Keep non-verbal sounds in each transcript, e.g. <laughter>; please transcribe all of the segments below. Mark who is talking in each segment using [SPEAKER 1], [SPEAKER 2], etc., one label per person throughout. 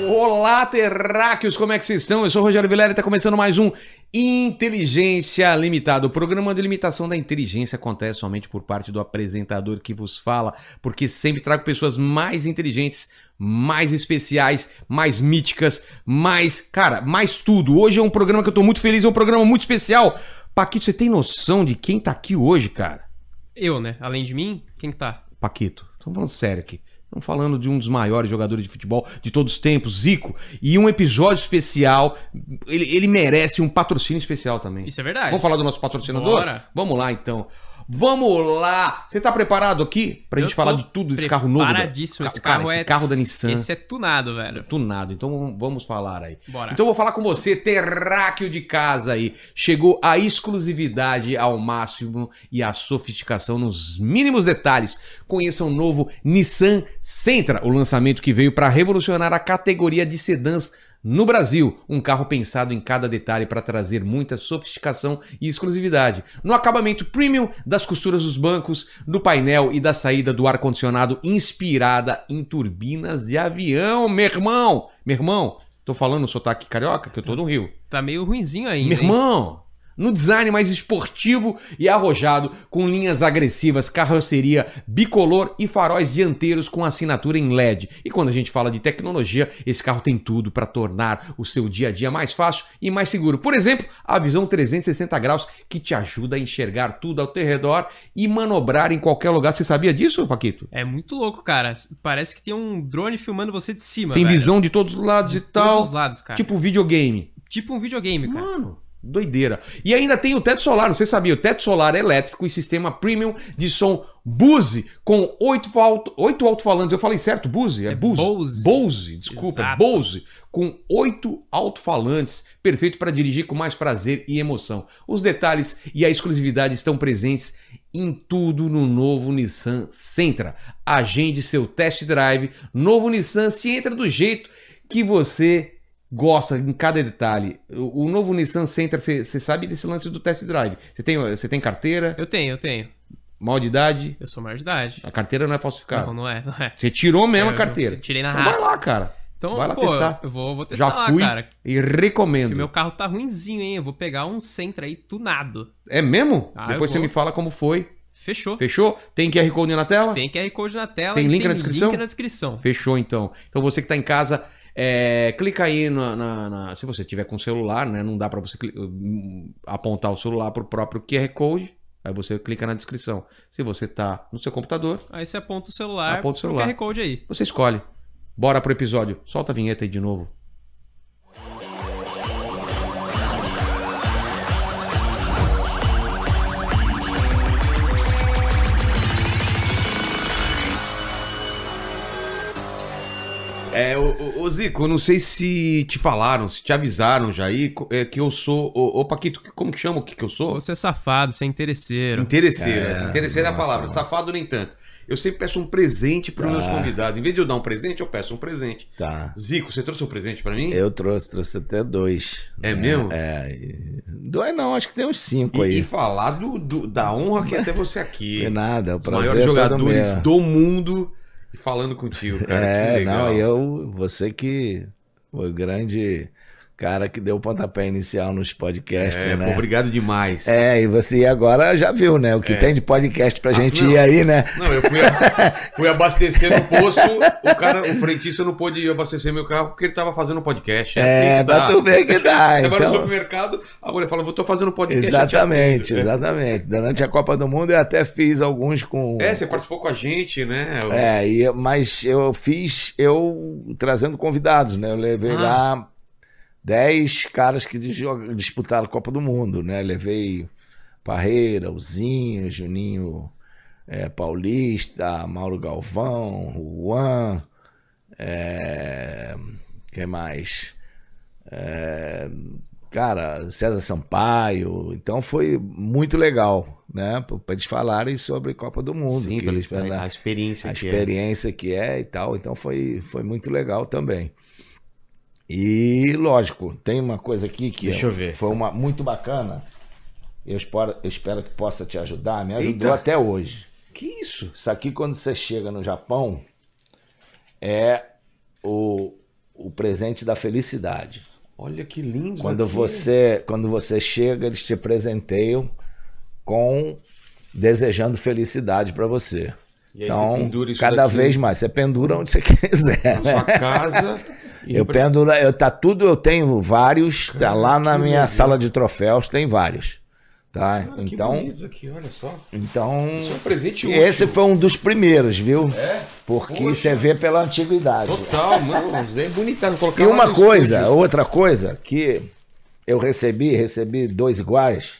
[SPEAKER 1] Olá, terráqueos, como é que vocês estão? Eu sou o Rogério Vilela e está começando mais um Inteligência Limitada. O programa de limitação da inteligência acontece somente por parte do apresentador que vos fala, porque sempre trago pessoas mais inteligentes, mais especiais, mais míticas, mais, cara, mais tudo. Hoje é um programa que eu tô muito feliz, é um programa muito especial. Paquito, você tem noção de quem tá aqui hoje, cara?
[SPEAKER 2] Eu, né? Além de mim, quem que tá?
[SPEAKER 1] Paquito, estamos falando sério aqui. Estamos falando de um dos maiores jogadores de futebol de todos os tempos, Zico. E um episódio especial, ele, ele merece um patrocínio especial também.
[SPEAKER 2] Isso é verdade.
[SPEAKER 1] Vamos falar do nosso patrocinador?
[SPEAKER 2] Bora.
[SPEAKER 1] Vamos lá, então. Vamos lá! Você tá preparado aqui pra
[SPEAKER 2] Eu
[SPEAKER 1] gente falar
[SPEAKER 2] tô
[SPEAKER 1] de tudo desse carro novo? da-
[SPEAKER 2] preparadíssimo. Esse
[SPEAKER 1] Ca- cara,
[SPEAKER 2] carro
[SPEAKER 1] esse
[SPEAKER 2] é-
[SPEAKER 1] carro da Nissan.
[SPEAKER 2] Esse é tunado, velho.
[SPEAKER 1] Tunado, então vamos falar aí.
[SPEAKER 2] Bora.
[SPEAKER 1] Então eu vou falar com você, terráqueo de casa aí. Chegou a exclusividade ao máximo e a sofisticação nos mínimos detalhes. Conheça o novo Nissan Sentra, o lançamento que veio para revolucionar a categoria de sedãs no Brasil. Um carro pensado em cada detalhe para trazer muita sofisticação e exclusividade. No acabamento premium das costuras dos bancos, do painel e da saída do ar-condicionado inspirada em turbinas de avião, meu irmão! Meu irmão, tô falando sotaque carioca, que eu tô no Rio.
[SPEAKER 2] Tá meio ruinzinho ainda.
[SPEAKER 1] Meu
[SPEAKER 2] hein?
[SPEAKER 1] irmão! No design mais esportivo e arrojado, com linhas agressivas, carroceria bicolor e faróis dianteiros com assinatura em LED. E quando a gente fala de tecnologia, esse carro tem tudo para tornar o seu dia a dia mais fácil e mais seguro. Por exemplo, a visão 360 graus que te ajuda a enxergar tudo ao teu redor e manobrar em qualquer lugar. Você sabia disso, Paquito?
[SPEAKER 2] É muito louco, cara. Parece que tem um drone filmando você de cima,
[SPEAKER 1] Tem
[SPEAKER 2] velho.
[SPEAKER 1] visão de todos os lados e
[SPEAKER 2] de todos
[SPEAKER 1] tal,
[SPEAKER 2] os lados, cara. Tipo,
[SPEAKER 1] tipo videogame.
[SPEAKER 2] um videogame, cara.
[SPEAKER 1] Mano, doideira. E ainda tem o teto solar, você sabia? O teto solar elétrico e sistema premium de som Bose com oito alto, oito alto-falantes. Eu falei certo? Bose? É,
[SPEAKER 2] É
[SPEAKER 1] Bose?
[SPEAKER 2] Bose.
[SPEAKER 1] Bose, desculpa.
[SPEAKER 2] Exato.
[SPEAKER 1] Bose com oito alto-falantes, perfeito para dirigir com mais prazer e emoção. Os detalhes e a exclusividade estão presentes em tudo no novo Nissan Sentra. Agende seu test drive. Novo Nissan se entra do jeito que você gosta em cada detalhe. O, o novo Nissan Sentra, você você sabe desse lance do test drive. Você tem, você tem carteira,
[SPEAKER 2] Eu tenho, eu tenho.
[SPEAKER 1] mal de idade.
[SPEAKER 2] Eu sou maior de idade.
[SPEAKER 1] A carteira não é falsificada.
[SPEAKER 2] Não, não é, não é.
[SPEAKER 1] Você tirou mesmo
[SPEAKER 2] Eu-
[SPEAKER 1] a carteira.
[SPEAKER 2] eu Tirei na
[SPEAKER 1] Então vai lá,
[SPEAKER 2] raça.
[SPEAKER 1] cara.
[SPEAKER 2] Então,
[SPEAKER 1] vai lá
[SPEAKER 2] pô,
[SPEAKER 1] testar.
[SPEAKER 2] eu vou, vou testar
[SPEAKER 1] Já
[SPEAKER 2] lá,
[SPEAKER 1] fui
[SPEAKER 2] cara.
[SPEAKER 1] e recomendo.
[SPEAKER 2] Porque meu carro tá ruinzinho, hein? Eu vou pegar um Sentra aí tunado.
[SPEAKER 1] É mesmo?
[SPEAKER 2] Ah,
[SPEAKER 1] Depois
[SPEAKER 2] eu
[SPEAKER 1] você me
[SPEAKER 2] vou.
[SPEAKER 1] fala como foi.
[SPEAKER 2] Fechou.
[SPEAKER 1] Fechou? Tem QR Code na tela?
[SPEAKER 2] Tem QR Code na tela.
[SPEAKER 1] Tem
[SPEAKER 2] e
[SPEAKER 1] link na descrição?
[SPEAKER 2] link na descrição.
[SPEAKER 1] Fechou então. Então você que tá em casa, é, clica aí na, na- na- Se você tiver com celular, né? Não dá para você cli- hum, apontar o celular pro próprio QR Code. Aí você clica na descrição. Se você tá no seu computador,
[SPEAKER 2] Aí você aponta o celular,
[SPEAKER 1] Aponta o
[SPEAKER 2] pro
[SPEAKER 1] celular.
[SPEAKER 2] QR Code aí.
[SPEAKER 1] você escolhe. Bora pro episódio. Solta a vinheta aí de novo. É, ô, ô, ô, Zico, eu não sei se te falaram, se te avisaram já aí, co- é, que eu sou. Ô, ô, Paquito, como que chama o que, que eu sou?
[SPEAKER 2] Você é safado, você é interesseiro.
[SPEAKER 1] Interesseiro,
[SPEAKER 3] É,
[SPEAKER 1] essa interesseira é a
[SPEAKER 3] nossa, né?
[SPEAKER 1] palavra.
[SPEAKER 3] mano.
[SPEAKER 1] Safado nem tanto. Eu sempre peço um presente para os
[SPEAKER 3] Tá.
[SPEAKER 1] meus convidados. Em vez de eu dar um presente, eu peço um presente.
[SPEAKER 3] Tá.
[SPEAKER 1] Zico, você trouxe um presente para mim?
[SPEAKER 3] Eu trouxe, trouxe até dois.
[SPEAKER 1] É mesmo?
[SPEAKER 3] É. e- Dois não, acho que tem uns cinco
[SPEAKER 1] E,
[SPEAKER 3] aí.
[SPEAKER 1] e falar do, do- da honra que é até você aqui.
[SPEAKER 3] Não é nada, o
[SPEAKER 1] Os
[SPEAKER 3] prazer
[SPEAKER 1] maiores
[SPEAKER 3] é todo
[SPEAKER 1] jogadores
[SPEAKER 3] meu.
[SPEAKER 1] do mundo e falando contigo, cara. que
[SPEAKER 3] É,
[SPEAKER 1] legal.
[SPEAKER 3] não, eu, você que foi o grande cara que deu o pontapé inicial nos podcasts,
[SPEAKER 1] É, pô,
[SPEAKER 3] né?
[SPEAKER 1] obrigado demais.
[SPEAKER 3] É, e você agora já viu, né? O que tem de podcast pra gente
[SPEAKER 1] É. Ah, não.
[SPEAKER 3] ir
[SPEAKER 1] <laughs>
[SPEAKER 3] aí, né?
[SPEAKER 1] Não, eu fui,
[SPEAKER 3] <laughs>
[SPEAKER 1] fui abastecer no posto, o cara, o frentista não pôde abastecer meu carro porque ele tava fazendo podcast.
[SPEAKER 3] É,
[SPEAKER 1] assim que
[SPEAKER 3] pra
[SPEAKER 1] dá.
[SPEAKER 3] tu ver que dá.
[SPEAKER 1] <laughs> Agora no
[SPEAKER 3] Então,
[SPEAKER 1] supermercado, a mulher fala, vou tô fazendo podcast. eu te
[SPEAKER 3] exatamente,
[SPEAKER 1] atendo.
[SPEAKER 3] exatamente. Durante a Copa do Mundo eu até fiz alguns com.
[SPEAKER 1] É, você participou com a gente, né?
[SPEAKER 3] É, e eu- mas eu fiz eu trazendo convidados, né? Eu levei
[SPEAKER 1] Ah.
[SPEAKER 3] lá 10 caras que desjo- disputaram a Copa do Mundo, né? Levei Parreira, Uzinho, Juninho é, Paulista, Mauro Galvão, Juan, é, quem mais? É, cara, César Sampaio. Então foi muito legal, né? Para eles falarem sobre Copa do Mundo.
[SPEAKER 1] Sim,
[SPEAKER 3] que
[SPEAKER 1] pela
[SPEAKER 3] eles-
[SPEAKER 1] a experiência.
[SPEAKER 3] a
[SPEAKER 1] que é.
[SPEAKER 3] experiência que é e tal. Então foi, foi muito legal também. E lógico, tem uma coisa aqui que
[SPEAKER 1] Deixa eu ver.
[SPEAKER 3] foi uma muito bacana. Eu espero, eu espero que possa te ajudar. Me ajudou
[SPEAKER 1] Eita.
[SPEAKER 3] até hoje.
[SPEAKER 1] Que isso?
[SPEAKER 3] Isso aqui, quando você chega no Japão, é o, o presente da felicidade.
[SPEAKER 1] Olha que lindo.
[SPEAKER 3] Quando
[SPEAKER 1] aqui.
[SPEAKER 3] você, quando você chega, eles te presenteiam com desejando felicidade para você.
[SPEAKER 1] E aí você
[SPEAKER 3] Então,
[SPEAKER 1] pendura isso
[SPEAKER 3] cada
[SPEAKER 1] daqui
[SPEAKER 3] vez mais, você pendura onde você <laughs> quiser.
[SPEAKER 1] né? Na sua
[SPEAKER 3] <laughs>
[SPEAKER 1] casa. e
[SPEAKER 3] Eu penduro, eu tá tudo, eu tenho vários, tá lá na
[SPEAKER 1] que
[SPEAKER 3] minha
[SPEAKER 1] legal.
[SPEAKER 3] sala de troféus tem vários, tá?
[SPEAKER 1] Cara, Ah, que
[SPEAKER 3] então,
[SPEAKER 1] bonito isso aqui, olha só.
[SPEAKER 3] então
[SPEAKER 1] Isso é um presente útil.
[SPEAKER 3] esse foi um dos primeiros, viu?
[SPEAKER 1] É?
[SPEAKER 3] Porque
[SPEAKER 1] Poxa.
[SPEAKER 3] você vê pela antiguidade.
[SPEAKER 1] Total, mano. É bonitão. Colocar
[SPEAKER 3] E
[SPEAKER 1] lá
[SPEAKER 3] uma
[SPEAKER 1] no
[SPEAKER 3] coisa,
[SPEAKER 1] estúdio.
[SPEAKER 3] outra coisa que eu recebi, recebi dois iguais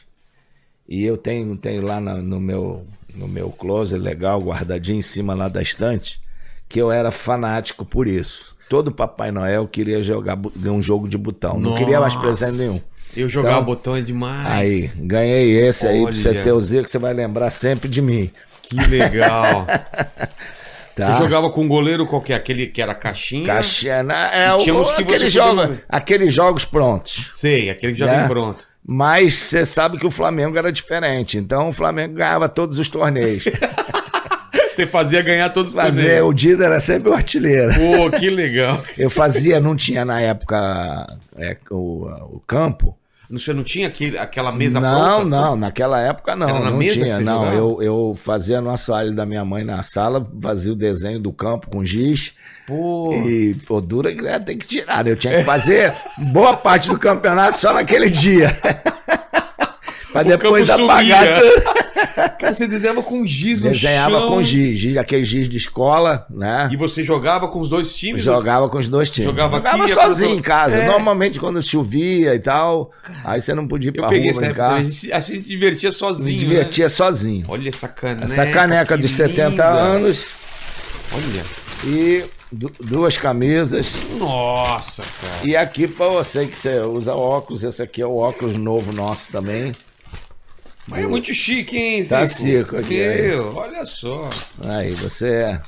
[SPEAKER 3] e eu tenho, tenho lá na- no meu no meu closet legal guardadinho em cima lá da estante que eu era fanático por isso. Todo Papai Noel queria jogar bu- um jogo de botão, não queria mais presente nenhum.
[SPEAKER 1] Eu jogava
[SPEAKER 3] Então,
[SPEAKER 1] botão é demais.
[SPEAKER 3] Aí, ganhei esse aí pra você
[SPEAKER 1] Olha.
[SPEAKER 3] ter o Zico, você vai lembrar sempre de mim.
[SPEAKER 1] Que legal.
[SPEAKER 3] <laughs> Tá?
[SPEAKER 1] Você jogava com um goleiro qualquer, aquele que era caixinha.
[SPEAKER 3] Caixinha, né? é, o,
[SPEAKER 1] E tinha uns que você
[SPEAKER 3] aqueles,
[SPEAKER 1] podia
[SPEAKER 3] jogos,
[SPEAKER 1] mover.
[SPEAKER 3] aqueles jogos prontos.
[SPEAKER 1] Sei, aquele que já
[SPEAKER 3] Né?
[SPEAKER 1] vem pronto.
[SPEAKER 3] Mas você sabe que o Flamengo era diferente. Então o Flamengo ganhava todos
[SPEAKER 1] <laughs>
[SPEAKER 3] os torneios.
[SPEAKER 1] Você fazia ganhar todos os
[SPEAKER 3] Fazia,
[SPEAKER 1] torneios.
[SPEAKER 3] o Dida era sempre o artilheiro.
[SPEAKER 1] Pô, que legal.
[SPEAKER 3] Eu fazia, não tinha na época é, o, o campo.
[SPEAKER 1] Você não tinha aquele, aquela mesa
[SPEAKER 3] não,
[SPEAKER 1] pronta?
[SPEAKER 3] não, naquela época não.
[SPEAKER 1] Era na
[SPEAKER 3] não
[SPEAKER 1] mesa que
[SPEAKER 3] tinha,
[SPEAKER 1] você
[SPEAKER 3] não.
[SPEAKER 1] jogava?
[SPEAKER 3] Eu, eu fazia no assoalho da minha mãe na sala, fazia o desenho do campo com giz.
[SPEAKER 1] Pô.
[SPEAKER 3] E, pô, dura que né, tem que tirar, né? Eu tinha que fazer boa parte do campeonato só naquele dia. <laughs> pra depois
[SPEAKER 1] campo
[SPEAKER 3] apagar
[SPEAKER 1] sumia.
[SPEAKER 3] tudo.
[SPEAKER 1] Cara, você desenhava com giz no
[SPEAKER 3] Desenhava
[SPEAKER 1] chão.
[SPEAKER 3] com giz, giz, aquele giz de escola, né?
[SPEAKER 1] E você jogava com os dois times?
[SPEAKER 3] Jogava com os dois times.
[SPEAKER 1] Jogava aqui, ia pra
[SPEAKER 3] sozinho
[SPEAKER 1] outra-
[SPEAKER 3] em casa.
[SPEAKER 1] É.
[SPEAKER 3] Normalmente quando chovia e tal, aí você não podia ir
[SPEAKER 1] Eu
[SPEAKER 3] pra
[SPEAKER 1] peguei
[SPEAKER 3] rua
[SPEAKER 1] essa época,
[SPEAKER 3] brincar.
[SPEAKER 1] a gente, a gente divertia sozinho,
[SPEAKER 3] Se
[SPEAKER 1] né?
[SPEAKER 3] divertia sozinho.
[SPEAKER 1] Olha essa caneca.
[SPEAKER 3] Essa caneca
[SPEAKER 1] que
[SPEAKER 3] dos 70
[SPEAKER 1] linda.
[SPEAKER 3] anos
[SPEAKER 1] Olha.
[SPEAKER 3] e du- duas camisas.
[SPEAKER 1] Nossa, cara.
[SPEAKER 3] E aqui pra você que você usa óculos, esse aqui é o óculos novo nosso também.
[SPEAKER 1] Mas é muito chique, hein,
[SPEAKER 3] Tá seco aqui,
[SPEAKER 1] Meu, olha só.
[SPEAKER 3] Aí você. é,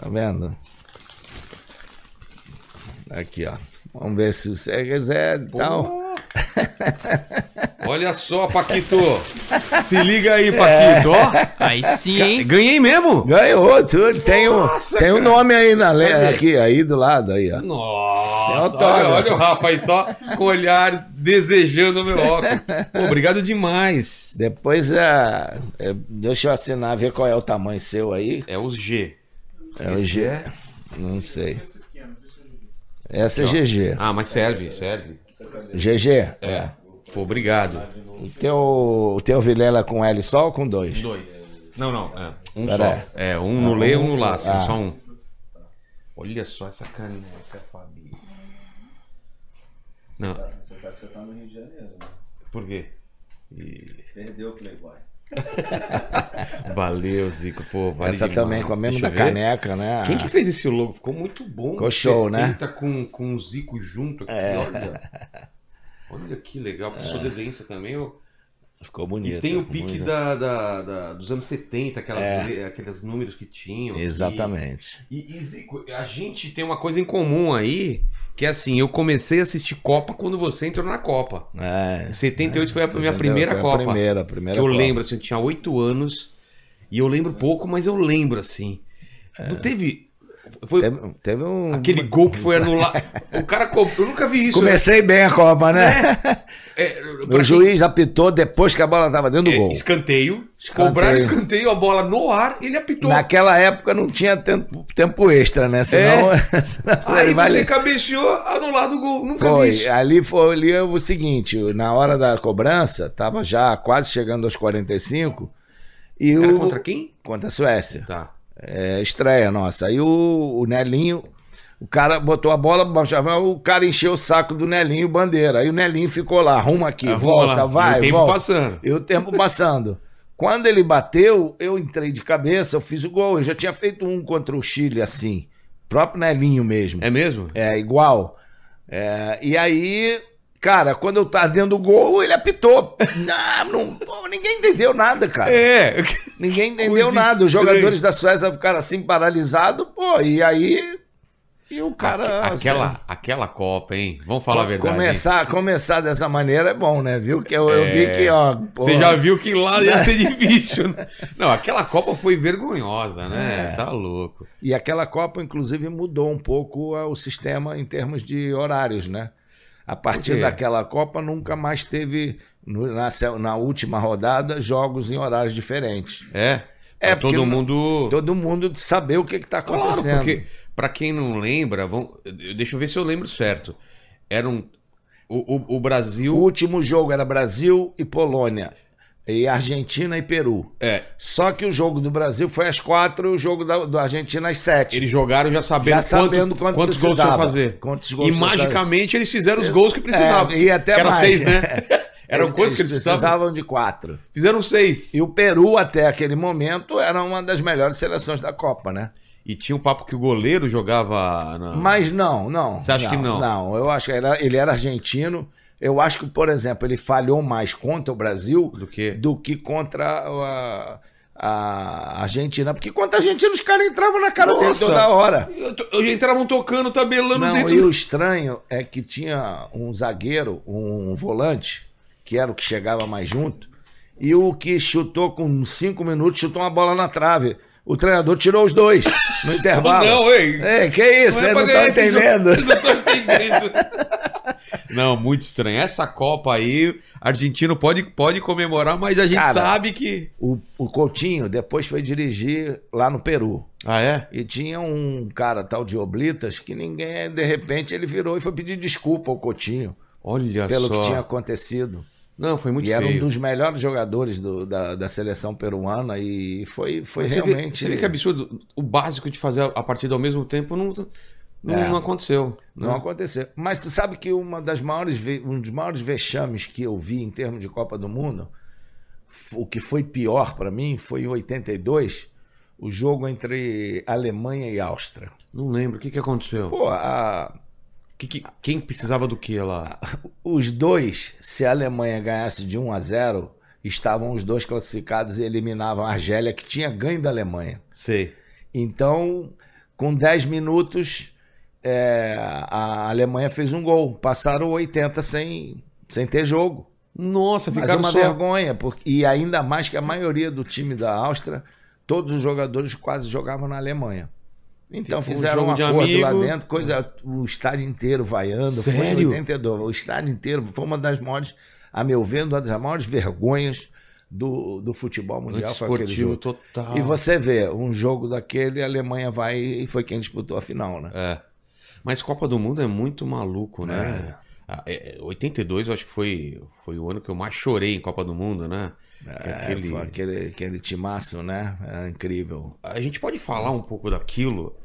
[SPEAKER 3] Tá vendo? Aqui, ó. Vamos ver se você quiser um e tal.
[SPEAKER 1] Pô. Olha só,
[SPEAKER 3] <laughs>
[SPEAKER 1] Paquito. Se liga aí, Paquito. ó.
[SPEAKER 2] Aí sim,
[SPEAKER 3] É.
[SPEAKER 2] hein?
[SPEAKER 1] Ganhei mesmo?
[SPEAKER 3] Ganhou tudo. Tem o
[SPEAKER 1] Nossa,
[SPEAKER 3] tem um
[SPEAKER 1] cara.
[SPEAKER 3] nome aí na lei.
[SPEAKER 1] Cadê?
[SPEAKER 3] Aqui, aí do lado, aí, ó. É
[SPEAKER 1] Nossa, olha,
[SPEAKER 3] autógrafo.
[SPEAKER 1] olha o Rafa aí só com o olhar desejando o meu óculos. Pô, obrigado demais.
[SPEAKER 3] Depois é, é, Deixa eu assinar, ver qual é o tamanho seu aí.
[SPEAKER 1] É os G.
[SPEAKER 3] É o G. Não sei. Essa é GG.
[SPEAKER 1] Ah, mas serve, serve.
[SPEAKER 3] GG.
[SPEAKER 1] É. Pô, obrigado.
[SPEAKER 3] O teu, o teu Vilela com L só ou com dois?
[SPEAKER 1] Dois. Não, não. É, um
[SPEAKER 3] Pera
[SPEAKER 1] só. É, um no Lê e um no Lá. assim,
[SPEAKER 3] Ah.
[SPEAKER 1] Só um. Olha só essa caneca, Fabi. Não.
[SPEAKER 4] Você sabe que você tá no Rio de Janeiro, né?
[SPEAKER 1] Por quê?
[SPEAKER 4] Perdeu o Playboy.
[SPEAKER 1] <laughs> Valeu, Zico. Pô, valeu.
[SPEAKER 3] Essa também, com a mesma da caneca, né?
[SPEAKER 1] Quem que fez esse logo? Ficou muito bom.
[SPEAKER 3] Ficou show, né? É.
[SPEAKER 1] 70 Com, com o Zico junto aqui, olha. Olha que legal. Porque eu sou desenhista também. Eu...
[SPEAKER 3] Ficou
[SPEAKER 1] E
[SPEAKER 3] É. bonito.
[SPEAKER 1] tem o pique
[SPEAKER 3] muito. É.
[SPEAKER 1] da, da- da- dos anos 70, aquelas, aqueles números que tinham. aqui.
[SPEAKER 3] Exatamente.
[SPEAKER 1] E, e, Zico, a gente tem uma coisa em comum aí, que é assim, eu comecei a assistir Copa quando você entrou na Copa.
[SPEAKER 3] É.
[SPEAKER 1] Em 78 foi a minha
[SPEAKER 3] Entendeu?
[SPEAKER 1] primeira
[SPEAKER 3] Foi a
[SPEAKER 1] Copa.
[SPEAKER 3] Primeira, a primeira
[SPEAKER 1] que eu
[SPEAKER 3] Copa.
[SPEAKER 1] lembro, assim, eu tinha 8 anos, e eu lembro pouco, mas eu lembro, assim.
[SPEAKER 3] É.
[SPEAKER 1] Não teve... Foi
[SPEAKER 3] Teve, teve um.
[SPEAKER 1] aquele gol que foi anulado. o cara... co- Eu nunca vi isso.
[SPEAKER 3] Comecei bem a Copa, né?
[SPEAKER 1] É, pra
[SPEAKER 3] O
[SPEAKER 1] quem-
[SPEAKER 3] juiz apitou depois que a bola tava dentro do
[SPEAKER 1] é,
[SPEAKER 3] gol.
[SPEAKER 1] escanteio,
[SPEAKER 3] Escanteio.
[SPEAKER 1] Cobraram escanteio, a bola no ar, ele apitou.
[SPEAKER 3] Naquela época não tinha tempo, tempo extra, né? Senão. <laughs> senão
[SPEAKER 1] É. Aí
[SPEAKER 3] vale-
[SPEAKER 1] você cabeceou, anulado o gol. Nunca vi
[SPEAKER 3] Foi,
[SPEAKER 1] isso.
[SPEAKER 3] ali foi ali é o seguinte, na hora da cobrança, tava já quase chegando aos 45 e
[SPEAKER 1] Era
[SPEAKER 3] o
[SPEAKER 1] contra quem?
[SPEAKER 3] contra a Suécia.
[SPEAKER 1] Tá.
[SPEAKER 3] É, estreia nossa. Aí o, o Nelinho, o cara botou a bola, baixava, o cara encheu o saco do Nelinho, bandeira. Aí o Nelinho ficou lá, arruma aqui,
[SPEAKER 1] Ah, vamos lá.
[SPEAKER 3] volta,
[SPEAKER 1] E
[SPEAKER 3] vai,
[SPEAKER 1] o tempo
[SPEAKER 3] volta.
[SPEAKER 1] passando.
[SPEAKER 3] E o tempo passando. Quando ele bateu, eu entrei de cabeça, eu fiz o gol. Eu já tinha feito um contra o Chile assim, próprio Nelinho mesmo.
[SPEAKER 1] É mesmo?
[SPEAKER 3] É, igual. É, e aí, cara, quando eu tava dentro do gol, ele apitou. Não, não, pô, ninguém entendeu nada, cara.
[SPEAKER 1] É.
[SPEAKER 3] Ninguém entendeu
[SPEAKER 1] coisa
[SPEAKER 3] nada. Os
[SPEAKER 1] estranha.
[SPEAKER 3] jogadores da Suécia ficaram assim paralisados, pô, e aí E o cara. assim,
[SPEAKER 1] Aque- aquela, aquela Copa, hein? Vamos falar a verdade. hein? É.
[SPEAKER 3] Começar, começar dessa maneira é bom, né? Viu? Que eu, eu vi que, ó.
[SPEAKER 1] Você já viu que lá ia
[SPEAKER 3] <laughs>
[SPEAKER 1] ser difícil. né? Não, aquela Copa foi vergonhosa, né?
[SPEAKER 3] É.
[SPEAKER 1] Tá louco.
[SPEAKER 3] E aquela Copa, inclusive, mudou um pouco ah, o sistema em termos de horários, né? A
[SPEAKER 1] Por
[SPEAKER 3] partir
[SPEAKER 1] quê?
[SPEAKER 3] daquela Copa, nunca mais teve, no- na, se- na última rodada, jogos em horários diferentes.
[SPEAKER 1] É.
[SPEAKER 3] É,
[SPEAKER 1] Pra
[SPEAKER 3] porque
[SPEAKER 1] todo
[SPEAKER 3] não-
[SPEAKER 1] mundo.
[SPEAKER 3] Todo mundo saber o que está
[SPEAKER 1] Claro,
[SPEAKER 3] acontecendo.
[SPEAKER 1] porque pra quem não lembra, vão... eu- deixa eu ver se eu lembro certo. Era um. O, o- o
[SPEAKER 3] O
[SPEAKER 1] Brasil.
[SPEAKER 3] último jogo era Brasil e Polônia. E Argentina e Peru.
[SPEAKER 1] É,
[SPEAKER 3] Só que o jogo do Brasil foi às quatro e o jogo da, do Argentina às sete.
[SPEAKER 1] eles jogaram já sabendo,
[SPEAKER 3] já sabendo
[SPEAKER 1] quanto-
[SPEAKER 3] quanto
[SPEAKER 1] quantos gols iam
[SPEAKER 3] precisava.
[SPEAKER 1] fazer.
[SPEAKER 3] Quantos
[SPEAKER 1] E
[SPEAKER 3] gols precisava.
[SPEAKER 1] magicamente eles fizeram os gols que precisavam.
[SPEAKER 3] É, e até
[SPEAKER 1] que eram
[SPEAKER 3] mais.
[SPEAKER 1] seis,
[SPEAKER 3] <laughs>
[SPEAKER 1] né? <laughs> Eram
[SPEAKER 3] Eles-
[SPEAKER 1] quantos que eles precisavam?
[SPEAKER 3] precisavam de quatro.
[SPEAKER 1] Fizeram seis.
[SPEAKER 3] E o Peru, até aquele momento, era uma das melhores seleções da Copa, né?
[SPEAKER 1] E tinha um papo que o goleiro jogava. Na...
[SPEAKER 3] Mas não, não.
[SPEAKER 1] Ah. Você acha que não?
[SPEAKER 3] Não, eu acho que era- ele era argentino. Eu acho que, por exemplo, ele falhou mais contra o Brasil
[SPEAKER 1] Do que?
[SPEAKER 3] do que contra a, a Argentina. Porque contra a Argentina os caras entravam na cara dele
[SPEAKER 1] Nossa!
[SPEAKER 3] toda hora.
[SPEAKER 1] Eu, to- eu já entravam tocando, tabelando
[SPEAKER 3] Não,
[SPEAKER 1] dentro
[SPEAKER 3] e
[SPEAKER 1] do.
[SPEAKER 3] o estranho é que tinha um zagueiro, um volante, que era o que chegava mais junto, e o que chutou com cinco minutos, chutou uma bola na trave. O treinador tirou os dois
[SPEAKER 1] <laughs>
[SPEAKER 3] no intervalo.
[SPEAKER 1] <laughs> Não, ei.
[SPEAKER 3] É, que isso,
[SPEAKER 1] é
[SPEAKER 3] eu
[SPEAKER 1] pra
[SPEAKER 3] não
[SPEAKER 1] ganhar
[SPEAKER 3] tá
[SPEAKER 1] esse jogo.
[SPEAKER 3] entendendo.
[SPEAKER 1] Vocês <laughs> não estão entendendo. Não, muito estranho. Essa Copa aí, argentino pode, pode comemorar, mas a gente
[SPEAKER 3] Cara.
[SPEAKER 1] sabe que.
[SPEAKER 3] O, o Coutinho depois foi dirigir lá no Peru.
[SPEAKER 1] Ah, é?
[SPEAKER 3] E tinha um cara tal de Oblitas que ninguém, de repente, ele virou e foi pedir desculpa ao Coutinho
[SPEAKER 1] Olha
[SPEAKER 3] pelo
[SPEAKER 1] só.
[SPEAKER 3] que tinha acontecido.
[SPEAKER 1] Não, foi muito
[SPEAKER 3] e era um
[SPEAKER 1] feio.
[SPEAKER 3] dos melhores jogadores do- da, da seleção peruana e foi, foi
[SPEAKER 1] Mas você vê-
[SPEAKER 3] realmente.
[SPEAKER 1] Você vê, que é absurdo. O básico de fazer a- a partida ao mesmo tempo não, não,
[SPEAKER 3] É.
[SPEAKER 1] não aconteceu. né?
[SPEAKER 3] Não aconteceu. Mas tu sabe que uma das maiores, ve- um dos maiores vexames que eu vi em termos de Copa do Mundo, f- o que foi pior pra mim, foi em 82, o jogo entre Alemanha e Áustria.
[SPEAKER 1] Não lembro. O que, que aconteceu?
[SPEAKER 3] Pô, a,
[SPEAKER 1] Que- que- quem precisava do que lá?
[SPEAKER 3] Os dois, se a Alemanha ganhasse de 1 a 0, estavam os dois classificados e eliminavam a Argélia, que tinha ganho da Alemanha.
[SPEAKER 1] Sei.
[SPEAKER 3] Então, com 10 minutos, é, a Alemanha fez um gol. Passaram 80 sem, sem ter jogo.
[SPEAKER 1] Nossa,
[SPEAKER 3] Mas é
[SPEAKER 1] ficaram
[SPEAKER 3] uma
[SPEAKER 1] só...
[SPEAKER 3] vergonha, porque, e ainda mais que a maioria do time da Áustria, todos os jogadores quase jogavam na Alemanha. Então
[SPEAKER 1] Ficou um
[SPEAKER 3] fizeram
[SPEAKER 1] jogo
[SPEAKER 3] um
[SPEAKER 1] de
[SPEAKER 3] acordo lá
[SPEAKER 1] amigo.
[SPEAKER 3] dentro, coisa, o estádio inteiro vaiando. Foi em
[SPEAKER 1] Sério?
[SPEAKER 3] 82. O estádio inteiro foi uma das maiores, a meu ver, uma das maiores vergonhas do, do futebol mundial. Foi aquele
[SPEAKER 1] Esportivo
[SPEAKER 3] jogo.
[SPEAKER 1] total.
[SPEAKER 3] E você vê, um jogo daquele, a Alemanha vai e foi quem disputou a final, né?
[SPEAKER 1] É. Mas Copa do Mundo é muito maluco, né? Ah, é, é, 82 eu acho que foi, foi o ano que eu mais chorei em Copa do Mundo, né? Que
[SPEAKER 3] É,
[SPEAKER 1] aquele-
[SPEAKER 3] foi aquele, aquele timaço, né? É incrível.
[SPEAKER 1] A gente pode falar um pouco daquilo.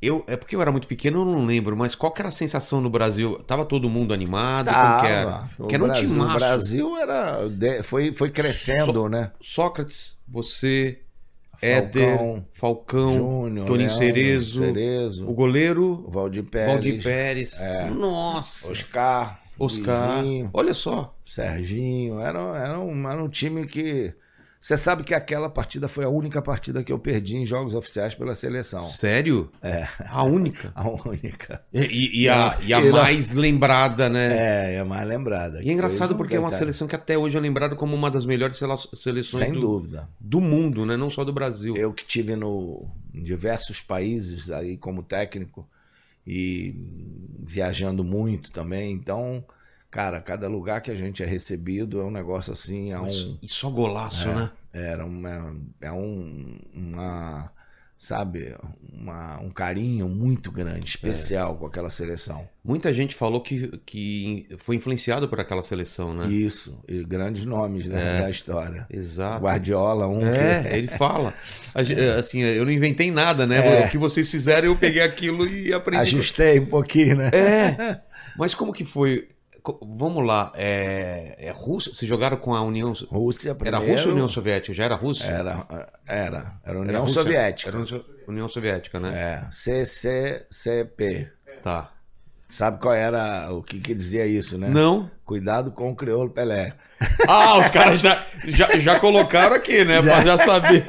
[SPEAKER 1] Eu, é porque eu era muito pequeno, eu não lembro, mas qual que era a sensação no Brasil? Tava todo mundo animado? como que era?
[SPEAKER 3] Tava.
[SPEAKER 1] Porque
[SPEAKER 3] o,
[SPEAKER 1] era um
[SPEAKER 3] Brasil, o
[SPEAKER 1] timaço.
[SPEAKER 3] Brasil era, de- foi, foi crescendo, né?
[SPEAKER 1] Sócrates, você,
[SPEAKER 3] Falcão,
[SPEAKER 1] Éder, Falcão,
[SPEAKER 3] Júnior,
[SPEAKER 1] Toninho
[SPEAKER 3] Leandro,
[SPEAKER 1] Cerezo,
[SPEAKER 3] Cerezo,
[SPEAKER 1] o goleiro,
[SPEAKER 3] Valdir Pérez,
[SPEAKER 1] Valdir Pérez. Nossa,
[SPEAKER 3] Oscar,
[SPEAKER 1] Oscar.
[SPEAKER 3] Luizinho,
[SPEAKER 1] Olha só.
[SPEAKER 3] Serginho. Era, era, um, era um time que... Você sabe que aquela partida foi a única partida que eu perdi em jogos oficiais pela seleção.
[SPEAKER 1] Sério?
[SPEAKER 3] É.
[SPEAKER 1] A única.
[SPEAKER 3] <laughs> A única.
[SPEAKER 1] E, e a, e a
[SPEAKER 3] Ele-
[SPEAKER 1] mais lembrada, né?
[SPEAKER 3] É, é mais lembrada.
[SPEAKER 1] E é engraçado porque é uma
[SPEAKER 3] Detalhe.
[SPEAKER 1] seleção que até hoje é lembrada como uma das melhores sela- seleções
[SPEAKER 3] Sem
[SPEAKER 1] do,
[SPEAKER 3] dúvida.
[SPEAKER 1] do mundo, né? Não só do Brasil.
[SPEAKER 3] Eu que tive no em diversos países aí como técnico e viajando muito também, então, cara, cada lugar que a gente é recebido é um negócio assim, é
[SPEAKER 1] Mas-
[SPEAKER 3] um
[SPEAKER 1] E só golaço, né?
[SPEAKER 3] era uma é um uma sabe, uma, um carinho muito grande, especial com aquela seleção.
[SPEAKER 1] Muita gente falou que, que foi influenciado por aquela seleção, né?
[SPEAKER 3] Isso, e grandes nomes, né, da história.
[SPEAKER 1] Exato.
[SPEAKER 3] Guardiola, um que
[SPEAKER 1] Ah, É, ele fala. A ge- é, Assim, eu não inventei nada, né?
[SPEAKER 3] É.
[SPEAKER 1] O que vocês fizeram, eu peguei aquilo e aprendi.
[SPEAKER 3] ajustei um pouquinho, né?
[SPEAKER 1] É.
[SPEAKER 3] <laughs>
[SPEAKER 1] Mas como que foi? Co- Vamos lá. É, é Rússia? Vocês jogaram com a União.
[SPEAKER 3] Rússia
[SPEAKER 1] Era
[SPEAKER 3] primeiro.
[SPEAKER 1] Rússia ou União Soviética? Já era Rússia?
[SPEAKER 3] Era, era, era
[SPEAKER 1] Era
[SPEAKER 3] União
[SPEAKER 1] Rússia?
[SPEAKER 3] Soviética.
[SPEAKER 1] Era União So- União Soviética, né?
[SPEAKER 3] É, CCCP.
[SPEAKER 1] Tá.
[SPEAKER 3] Sabe qual era o que, que dizia isso, né?
[SPEAKER 1] Não.
[SPEAKER 3] Cuidado com o crioulo Pelé.
[SPEAKER 1] Ah, os caras já, já, já colocaram aqui,
[SPEAKER 3] <laughs>
[SPEAKER 1] né? Pra já saber.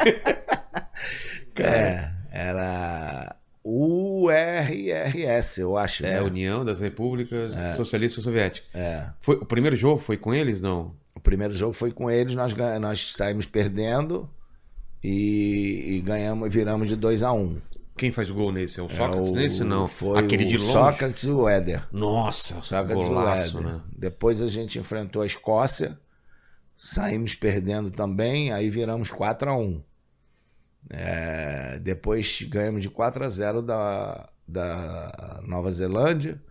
[SPEAKER 3] É, era o URRS, eu acho.
[SPEAKER 1] É,
[SPEAKER 3] né?
[SPEAKER 1] União das Repúblicas Socialistas Soviéticas.
[SPEAKER 3] É.
[SPEAKER 1] Foi, o primeiro jogo foi com eles, não?
[SPEAKER 3] O primeiro jogo foi com eles, nós, ganha- nós saímos perdendo e, e ganhamos, viramos de 2 a 1 um.
[SPEAKER 1] Quem faz gol nesse? É o Sócrates
[SPEAKER 3] É, o-
[SPEAKER 1] nesse? Não.
[SPEAKER 3] Foi
[SPEAKER 1] Aquele
[SPEAKER 3] o
[SPEAKER 1] de longe?
[SPEAKER 3] Sócrates É e o Éder.
[SPEAKER 1] Nossa,
[SPEAKER 3] Sócrates
[SPEAKER 1] golaço,
[SPEAKER 3] e o Éder.
[SPEAKER 1] né?
[SPEAKER 3] Depois a gente enfrentou a Escócia, saímos perdendo também, aí viramos 4 a 1 É, depois ganhamos de 4 a 0 da, da Nova Zelândia.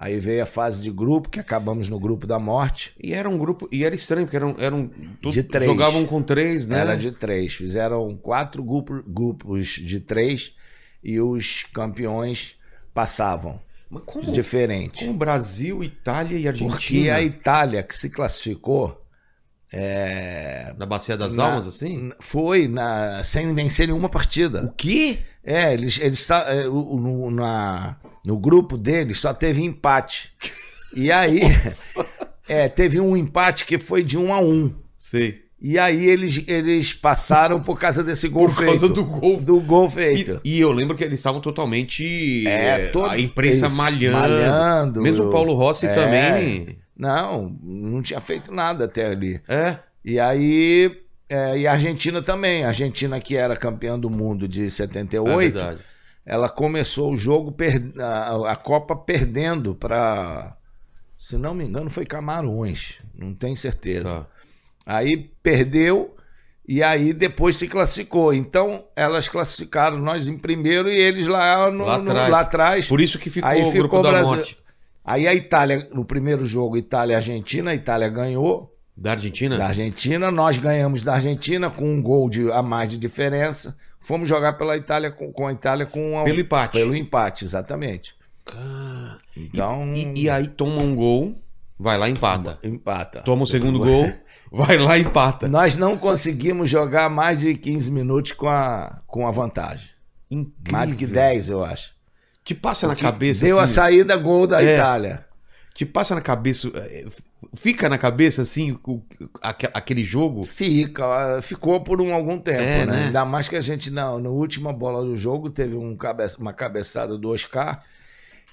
[SPEAKER 3] Aí veio a fase de grupo, que acabamos no grupo da morte.
[SPEAKER 1] E era um grupo. E era estranho, porque eram. eram todos-
[SPEAKER 3] é. De três.
[SPEAKER 1] Jogavam com três, né?
[SPEAKER 3] Era de três. Fizeram quatro grupo- grupos de três e os campeões passavam.
[SPEAKER 1] Mas como,
[SPEAKER 3] Diferente.
[SPEAKER 1] como Brasil, Itália e Argentina?
[SPEAKER 3] Porque a Itália, que se classificou, é,
[SPEAKER 1] Da Bacia das
[SPEAKER 3] Na-
[SPEAKER 1] Almas, assim?
[SPEAKER 3] foi na- sem vencer nenhuma partida.
[SPEAKER 1] quê?
[SPEAKER 3] É, eles, eles sa- é, o- o- no, na- no grupo deles só teve empate. E
[SPEAKER 1] <laughs>
[SPEAKER 3] aí, é, teve um empate que foi de um a um.
[SPEAKER 1] Sei.
[SPEAKER 3] E aí eles, eles passaram por causa desse gol
[SPEAKER 1] Por causa
[SPEAKER 3] feito.
[SPEAKER 1] do gol.
[SPEAKER 3] do gol
[SPEAKER 1] E,
[SPEAKER 3] feito.
[SPEAKER 1] e eu lembro que eles estavam totalmente. eh,
[SPEAKER 3] É, todo-
[SPEAKER 1] a imprensa
[SPEAKER 3] isso,
[SPEAKER 1] malhando.
[SPEAKER 3] malhando.
[SPEAKER 1] Mesmo o Paulo Rossi
[SPEAKER 3] É.
[SPEAKER 1] também.
[SPEAKER 3] Não, não tinha feito nada até ali.
[SPEAKER 1] É.
[SPEAKER 3] E aí. é, e a Argentina também. A Argentina, que era campeã do mundo de
[SPEAKER 1] É
[SPEAKER 3] 78,
[SPEAKER 1] verdade.
[SPEAKER 3] ela começou o jogo, per- a, a Copa perdendo para. Se não me engano, foi Camarões. Não tenho certeza.
[SPEAKER 1] Tá.
[SPEAKER 3] Aí perdeu e aí depois se classificou. Então elas classificaram nós em primeiro e eles lá, no-
[SPEAKER 1] Lá
[SPEAKER 3] no-
[SPEAKER 1] atrás.
[SPEAKER 3] lá atrás.
[SPEAKER 1] Por isso que ficou
[SPEAKER 3] Aí
[SPEAKER 1] o grupo
[SPEAKER 3] ficou
[SPEAKER 1] da
[SPEAKER 3] Brasil-
[SPEAKER 1] morte.
[SPEAKER 3] Aí a Itália, no primeiro jogo, Itália e Argentina, a Itália ganhou
[SPEAKER 1] Da Argentina?
[SPEAKER 3] da Argentina, nós ganhamos da Argentina com um gol de, a mais de diferença. Fomos jogar pela Itália com, com a Itália com um a-
[SPEAKER 1] Pelo empate.
[SPEAKER 3] pelo empate, exatamente.
[SPEAKER 1] Cara.
[SPEAKER 3] Então,
[SPEAKER 1] E, e aí toma um gol, vai lá e empata.
[SPEAKER 3] empata.
[SPEAKER 1] Toma o segundo gol, vai lá e empata.
[SPEAKER 3] Nós não conseguimos jogar mais de 15 minutos com a, com a vantagem.
[SPEAKER 1] Incrível.
[SPEAKER 3] Mais do que 10, eu acho.
[SPEAKER 1] Te passa na cabeça.
[SPEAKER 3] Deu a
[SPEAKER 1] assim,
[SPEAKER 3] saída gol da
[SPEAKER 1] É.
[SPEAKER 3] Itália.
[SPEAKER 1] Te passa na cabeça. eh, f- Fica na cabeça, assim, o- aque- aquele jogo.
[SPEAKER 3] Fica, ficou por um, algum tempo,
[SPEAKER 1] Tipo, É,
[SPEAKER 3] né?
[SPEAKER 1] né?
[SPEAKER 3] Ainda mais que a gente, na, na última bola do jogo, teve um cabe- uma cabeçada do Oscar,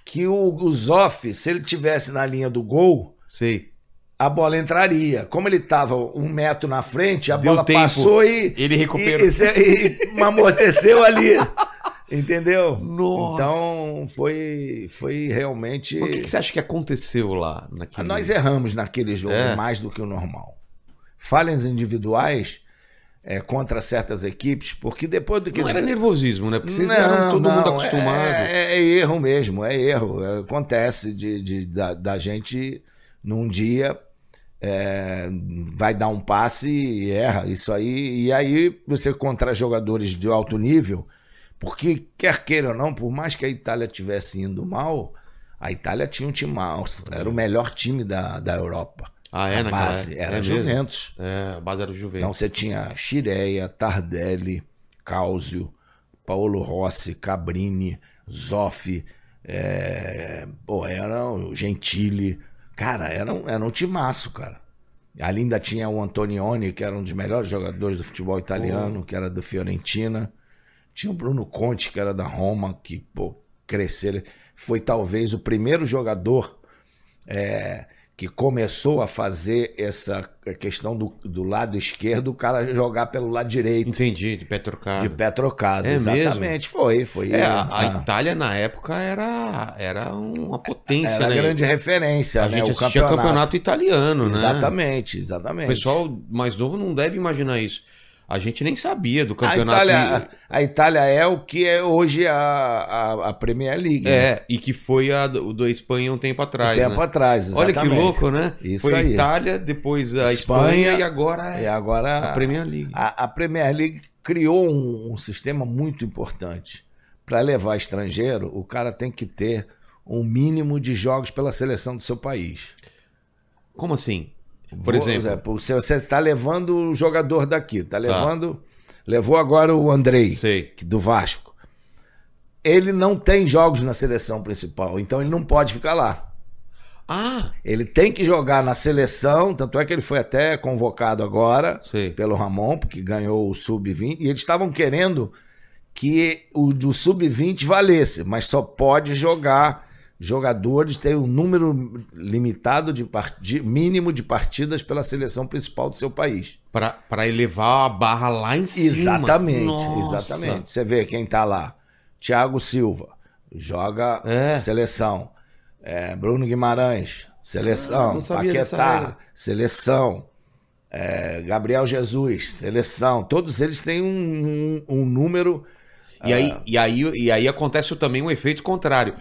[SPEAKER 3] que o, o Zoff, se ele tivesse na linha do gol,
[SPEAKER 1] Sei.
[SPEAKER 3] a bola entraria. Como ele estava um metro na frente, a
[SPEAKER 1] Deu
[SPEAKER 3] bola
[SPEAKER 1] tempo.
[SPEAKER 3] passou e,
[SPEAKER 1] Ele
[SPEAKER 3] e,
[SPEAKER 1] recuperou.
[SPEAKER 3] e se-
[SPEAKER 1] <laughs>
[SPEAKER 3] e amorteceu ali. Entendeu?
[SPEAKER 1] Nossa.
[SPEAKER 3] Então foi, foi realmente.
[SPEAKER 1] O que, que você acha que aconteceu lá? Naquele...
[SPEAKER 3] Ah, Nós é- erramos naquele jogo
[SPEAKER 1] É.
[SPEAKER 3] mais do que o normal. Falhas individuais é, contra certas equipes, porque depois do que.
[SPEAKER 1] Não era nervosismo, né? Porque vocês eram todo mundo
[SPEAKER 3] não,
[SPEAKER 1] acostumado.
[SPEAKER 3] É, é- é erro mesmo, é erro. É, acontece de, de- da, da gente, num dia, é, vai dar um passe e erra. Isso aí. E aí você contra jogadores de alto nível, porque quer queira ou não, por mais que a Itália tivesse indo mal, a Itália tinha um time mal. Era o melhor time da, da Europa.
[SPEAKER 1] Ah, é,
[SPEAKER 3] a
[SPEAKER 1] naquela
[SPEAKER 3] base
[SPEAKER 1] época?
[SPEAKER 3] era
[SPEAKER 1] É mesmo?
[SPEAKER 3] Juventus.
[SPEAKER 1] É, a base era o Juventus.
[SPEAKER 3] Então você tinha Chireia, Tardelli, Cáusio, Paulo Rossi, Cabrini, Zoff, é... pô, era o Gentili. Cara, era um, era um timaço, cara. Ali ainda tinha o Antonioni, que era um dos melhores jogadores do futebol italiano, que era do Fiorentina. Tinha o Bruno Conte, que era da Roma, que, pô, cresceu. Ele Foi talvez o primeiro jogador é, que começou a fazer essa questão do, do lado esquerdo, o cara jogar pelo lado direito,
[SPEAKER 1] Entendi, de pé trocado.
[SPEAKER 3] de pé trocado.
[SPEAKER 1] É
[SPEAKER 3] Exatamente, foi, foi.
[SPEAKER 1] É, a, a
[SPEAKER 3] Ah,
[SPEAKER 1] Itália na época era, era uma potência,
[SPEAKER 3] era
[SPEAKER 1] né?
[SPEAKER 3] grande referência,
[SPEAKER 1] a
[SPEAKER 3] né?
[SPEAKER 1] gente
[SPEAKER 3] o
[SPEAKER 1] assistia
[SPEAKER 3] campeonato.
[SPEAKER 1] campeonato, italiano, né?
[SPEAKER 3] Exatamente,
[SPEAKER 1] O
[SPEAKER 3] exatamente.
[SPEAKER 1] pessoal mais novo não deve imaginar isso. A gente nem sabia do
[SPEAKER 3] a,
[SPEAKER 1] campeonato.
[SPEAKER 3] Itália, a Itália é o que é hoje a, a, a Premier League. né?
[SPEAKER 1] É, e que foi a do, do Espanha um tempo atrás.
[SPEAKER 3] tempo
[SPEAKER 1] né?
[SPEAKER 3] atrás, exatamente.
[SPEAKER 1] Olha que louco, né?
[SPEAKER 3] Isso
[SPEAKER 1] foi
[SPEAKER 3] aí.
[SPEAKER 1] a Itália, depois a Espanha,
[SPEAKER 3] Espanha,
[SPEAKER 1] e agora
[SPEAKER 3] E
[SPEAKER 1] é
[SPEAKER 3] agora
[SPEAKER 1] a Premier League.
[SPEAKER 3] A, a Premier League criou um, um sistema muito importante. Para levar estrangeiro, o cara tem que ter um mínimo de jogos pela seleção do seu país.
[SPEAKER 1] Como assim? Por
[SPEAKER 3] Vou-
[SPEAKER 1] exemplo, Tá.
[SPEAKER 3] Zé, por- se você está levando o jogador daqui, está levando. Levou agora o Andrei,
[SPEAKER 1] sei.
[SPEAKER 3] que- do Vasco. Ele não tem jogos na seleção principal, então ele não pode ficar lá.
[SPEAKER 1] Ah,
[SPEAKER 3] Ele tem que jogar na seleção, tanto é que ele foi até convocado agora
[SPEAKER 1] sei.
[SPEAKER 3] pelo Ramon, porque ganhou o sub-20, e eles estavam querendo que o do sub-20 valesse, mas só pode jogar jogadores tem um número limitado de parti- mínimo de partidas pela seleção principal do seu país.
[SPEAKER 1] Pra, pra elevar a barra lá em cima.
[SPEAKER 3] Exatamente,
[SPEAKER 1] Nossa.
[SPEAKER 3] exatamente. Você vê quem tá lá. Thiago Silva joga
[SPEAKER 1] É.
[SPEAKER 3] seleção. É, Bruno Guimarães,
[SPEAKER 1] Ah,
[SPEAKER 3] seleção.
[SPEAKER 1] não sabia dessa regra.
[SPEAKER 3] Paquetá, seleção. É, Gabriel Jesus, seleção. Todos eles têm um, um- um número.
[SPEAKER 1] E
[SPEAKER 3] É.
[SPEAKER 1] aí, e aí, e aí acontece também um efeito contrário.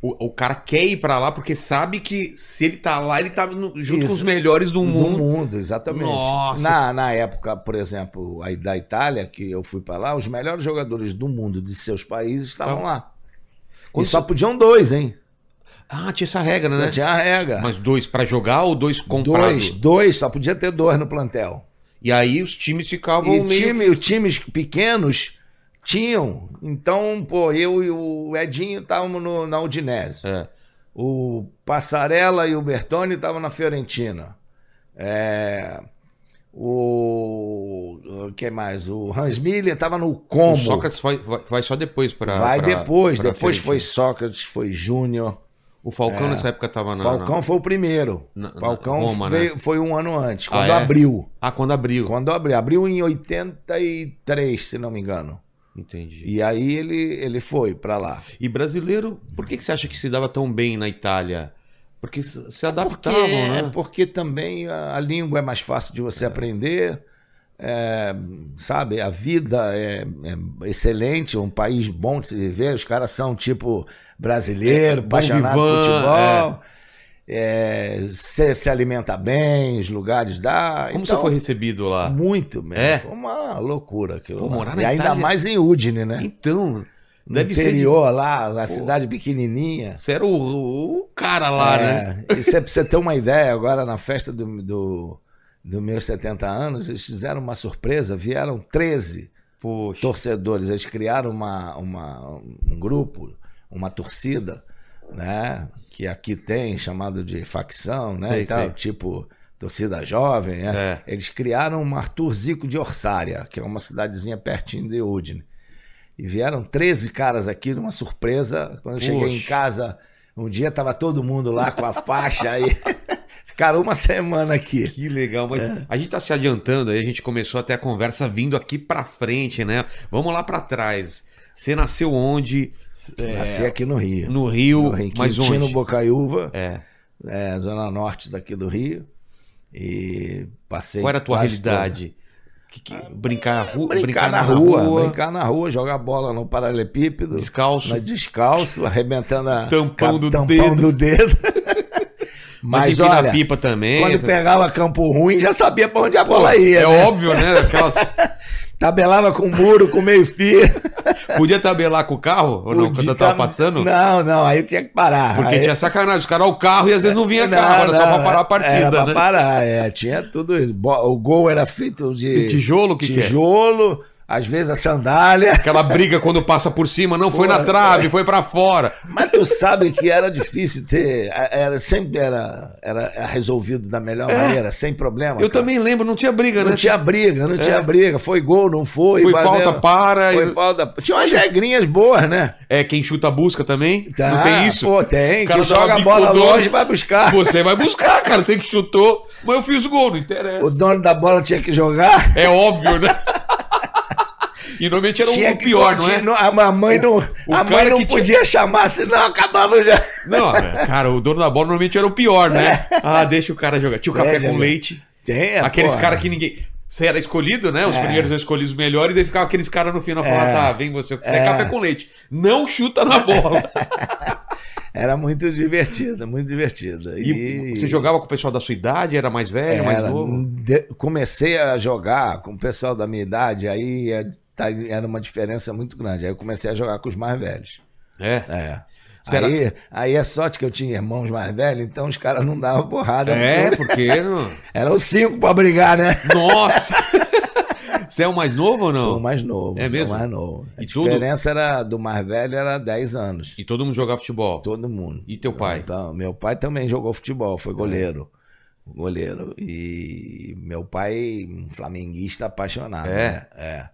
[SPEAKER 1] O, o cara quer ir pra lá porque sabe que se ele tá lá, ele tá no- junto com
[SPEAKER 3] Isso.
[SPEAKER 1] os melhores do
[SPEAKER 3] No
[SPEAKER 1] mundo.
[SPEAKER 3] mundo, exatamente.
[SPEAKER 1] Nossa.
[SPEAKER 3] Na, na época, por exemplo, aí da Itália, que eu fui pra lá, os melhores jogadores do mundo de seus países estavam
[SPEAKER 1] Então,
[SPEAKER 3] lá.
[SPEAKER 1] Quando
[SPEAKER 3] e só podiam dois, hein?
[SPEAKER 1] Ah, tinha essa regra, né?
[SPEAKER 3] Só tinha a regra.
[SPEAKER 1] Mas dois pra jogar ou dois comprados?
[SPEAKER 3] Dois, dois, só podia ter dois no plantel.
[SPEAKER 1] E aí os times ficavam
[SPEAKER 3] e
[SPEAKER 1] um meio.
[SPEAKER 3] time, os times pequenos tinham. Então, pô, eu e o Edinho estávamos no- na Udinese.
[SPEAKER 1] É.
[SPEAKER 3] O Passarella e o Bertoni estavam na Fiorentina. É, O. o- Quem mais? O Hans Miller estava no Como.
[SPEAKER 1] O Sócrates vai, vai, vai só depois pra.
[SPEAKER 3] Vai
[SPEAKER 1] pra-
[SPEAKER 3] depois,
[SPEAKER 1] pra
[SPEAKER 3] depois
[SPEAKER 1] frente.
[SPEAKER 3] foi Sócrates, foi Júnior.
[SPEAKER 1] O Falcão nessa época tava na.
[SPEAKER 3] Falcão foi o primeiro.
[SPEAKER 1] Na- na-
[SPEAKER 3] Falcão
[SPEAKER 1] Roma, né?
[SPEAKER 3] veio- foi um ano antes, quando
[SPEAKER 1] é?
[SPEAKER 3] abriu.
[SPEAKER 1] Ah, quando abriu.
[SPEAKER 3] Quando abriu, abriu em 83, se não me engano.
[SPEAKER 1] Entendi.
[SPEAKER 3] E aí ele, ele foi pra lá.
[SPEAKER 1] E brasileiro, por que, que você acha que se dava tão bem na Itália? Porque se se adaptavam,
[SPEAKER 3] Porque-
[SPEAKER 1] né?
[SPEAKER 3] Tá Porque também a, a língua é mais fácil de você aprender. é, sabe, a vida é, é excelente, é um país bom de se viver. Os caras são tipo brasileiro,
[SPEAKER 1] É, bom é.
[SPEAKER 3] apaixonado por
[SPEAKER 1] vivan,
[SPEAKER 3] futebol. Você se alimenta bem, os lugares dá.
[SPEAKER 1] Como
[SPEAKER 3] Então,
[SPEAKER 1] você foi recebido lá?
[SPEAKER 3] Muito mesmo.
[SPEAKER 1] É?
[SPEAKER 3] Foi uma loucura aquilo.
[SPEAKER 1] Pô,
[SPEAKER 3] lá.
[SPEAKER 1] morar na
[SPEAKER 3] e ainda
[SPEAKER 1] Itália-
[SPEAKER 3] mais em Udine, né?
[SPEAKER 1] Então,
[SPEAKER 3] No
[SPEAKER 1] deve ser. de-
[SPEAKER 3] interior lá, na cidade pequenininha.
[SPEAKER 1] Você era o, o cara lá, né?
[SPEAKER 3] É, e cê- pra você ter uma ideia, agora na festa do, do, do meus 70 anos, eles fizeram uma surpresa, vieram 13
[SPEAKER 1] Poxa.
[SPEAKER 3] torcedores, eles criaram uma, uma, um grupo, uma torcida, né, que aqui tem, chamado de facção, né,
[SPEAKER 1] Sei,
[SPEAKER 3] e tal,
[SPEAKER 1] sei.
[SPEAKER 3] tipo torcida jovem, né?
[SPEAKER 1] É.
[SPEAKER 3] Eles criaram uma Arthur Zico de Orsária, que é uma cidadezinha pertinho de Udine. E vieram 13 caras aqui numa surpresa. Quando eu cheguei em
[SPEAKER 1] Poxa.
[SPEAKER 3] casa, um dia tava todo mundo lá com a faixa aí. <laughs> Ficaram uma semana aqui.
[SPEAKER 1] Que legal, mas
[SPEAKER 3] É.
[SPEAKER 1] a gente tá se adiantando aí, a gente começou até a conversa vindo aqui pra frente, né? Vamos lá pra trás. Você nasceu onde? É,
[SPEAKER 3] Nasci aqui no Rio.
[SPEAKER 1] no Rio,
[SPEAKER 3] no Rio
[SPEAKER 1] mas
[SPEAKER 3] Quintino
[SPEAKER 1] onde?
[SPEAKER 3] Bocaiúva,
[SPEAKER 1] É.
[SPEAKER 3] é, zona norte daqui do Rio. E passei.
[SPEAKER 1] Qual era a tua
[SPEAKER 3] quase
[SPEAKER 1] realidade? Que- que- brincar, ru...
[SPEAKER 3] toda- Brincar, na, rua, brincar na rua, jogar bola no paralelepípedo.
[SPEAKER 1] descalço.
[SPEAKER 3] Na descalço, <laughs> arrebentando a
[SPEAKER 1] Tampão do
[SPEAKER 3] tampão
[SPEAKER 1] dedo.
[SPEAKER 3] do dedo.
[SPEAKER 1] <laughs> Mas,
[SPEAKER 3] Mas
[SPEAKER 1] enfim,
[SPEAKER 3] olha,
[SPEAKER 1] na pipa também.
[SPEAKER 3] quando
[SPEAKER 1] essa-
[SPEAKER 3] pegava campo ruim, já sabia pra onde a bola ia.
[SPEAKER 1] É
[SPEAKER 3] né?
[SPEAKER 1] óbvio, né? Aquelas...
[SPEAKER 3] Tabelava com o muro, com o meio-fio.
[SPEAKER 1] Podia tabelar com o carro? Ou não? Quando eu tava passando?
[SPEAKER 3] Não, não, aí tinha que parar.
[SPEAKER 1] Porque
[SPEAKER 3] aí...
[SPEAKER 1] tinha sacanagem. Os caras, o carro, e às vezes não vinha
[SPEAKER 3] Não,
[SPEAKER 1] carro. Era é só
[SPEAKER 3] não, é,
[SPEAKER 1] pra parar a
[SPEAKER 3] era
[SPEAKER 1] partida,
[SPEAKER 3] pra
[SPEAKER 1] né?
[SPEAKER 3] parar, é, tinha tudo isso. Bo- O gol era feito
[SPEAKER 1] E
[SPEAKER 3] de
[SPEAKER 1] tijolo, o que que é?
[SPEAKER 3] tijolo, às vezes a sandália.
[SPEAKER 1] Aquela briga quando passa por cima, não foi
[SPEAKER 3] Pô, é.
[SPEAKER 1] na trave, foi pra fora.
[SPEAKER 3] Mas tu sabe que era difícil ter. Era, sempre era, era resolvido da melhor maneira, sem problema.
[SPEAKER 1] É. Eu
[SPEAKER 3] cara.
[SPEAKER 1] também lembro, não tinha briga,
[SPEAKER 3] Não
[SPEAKER 1] né?
[SPEAKER 3] tinha briga, não tinha briga. Foi gol, não foi.
[SPEAKER 1] Foi
[SPEAKER 3] valeu.
[SPEAKER 1] falta, para.
[SPEAKER 3] Foi
[SPEAKER 1] e-
[SPEAKER 3] falta. Tinha umas regrinhas boas, né?
[SPEAKER 1] É, quem chuta busca também. não tem isso?
[SPEAKER 3] Tá, Pô, tem.
[SPEAKER 1] O cara
[SPEAKER 3] que
[SPEAKER 1] dá uma
[SPEAKER 3] joga a bola
[SPEAKER 1] bicudona.
[SPEAKER 3] longe e vai buscar.
[SPEAKER 1] Você vai buscar, cara. Você que chutou, mas eu fiz gol, não interessa.
[SPEAKER 3] O dono da bola tinha que jogar.
[SPEAKER 1] É óbvio, né? E normalmente era
[SPEAKER 3] tinha
[SPEAKER 1] um
[SPEAKER 3] que
[SPEAKER 1] pior, não é?
[SPEAKER 3] continuar. A mamãe não, a
[SPEAKER 1] cara
[SPEAKER 3] mãe não
[SPEAKER 1] que tinha-
[SPEAKER 3] podia chamar, senão acabava já. <laughs>
[SPEAKER 1] Não, é, cara, o dono da bola normalmente era o pior, né? Ah, deixa o cara jogar. Tinha o café
[SPEAKER 3] É, já-
[SPEAKER 1] com leite.
[SPEAKER 3] Tem,
[SPEAKER 1] aqueles
[SPEAKER 3] pô.
[SPEAKER 1] caras que ninguém. Você era escolhido, né? Os primeiros eram escolhidos os melhores, e ficava aqueles caras no final falando: tá, vem você, o que você é café com leite. Não chuta na bola.
[SPEAKER 3] Era muito divertida, muito divertida.
[SPEAKER 1] E você jogava com o pessoal da sua idade? Era mais velho, mais
[SPEAKER 3] Era,
[SPEAKER 1] novo?
[SPEAKER 3] de- comecei a jogar com o pessoal da minha idade, aí é, tá- era uma diferença muito grande. Aí eu comecei a jogar com os mais velhos.
[SPEAKER 1] É.
[SPEAKER 3] É.
[SPEAKER 1] Será
[SPEAKER 3] aí, aí é sorte que eu tinha irmãos mais velhos, então os caras não davam porrada.
[SPEAKER 1] É, porque. não-
[SPEAKER 3] Eram cinco pra brigar, né?
[SPEAKER 1] Nossa! <laughs> Você é o mais novo ou não?
[SPEAKER 3] Sou o mais novo.
[SPEAKER 1] É
[SPEAKER 3] sou o
[SPEAKER 1] mesmo?
[SPEAKER 3] mais novo. A
[SPEAKER 1] E tudo?
[SPEAKER 3] diferença era do mais velho era 10 anos.
[SPEAKER 1] E todo mundo jogava futebol.
[SPEAKER 3] Todo mundo.
[SPEAKER 1] E teu pai? É.
[SPEAKER 3] Então, meu pai também jogou futebol, foi goleiro. Goleiro. E meu pai, um flamenguista apaixonado.
[SPEAKER 1] É?
[SPEAKER 3] né? É.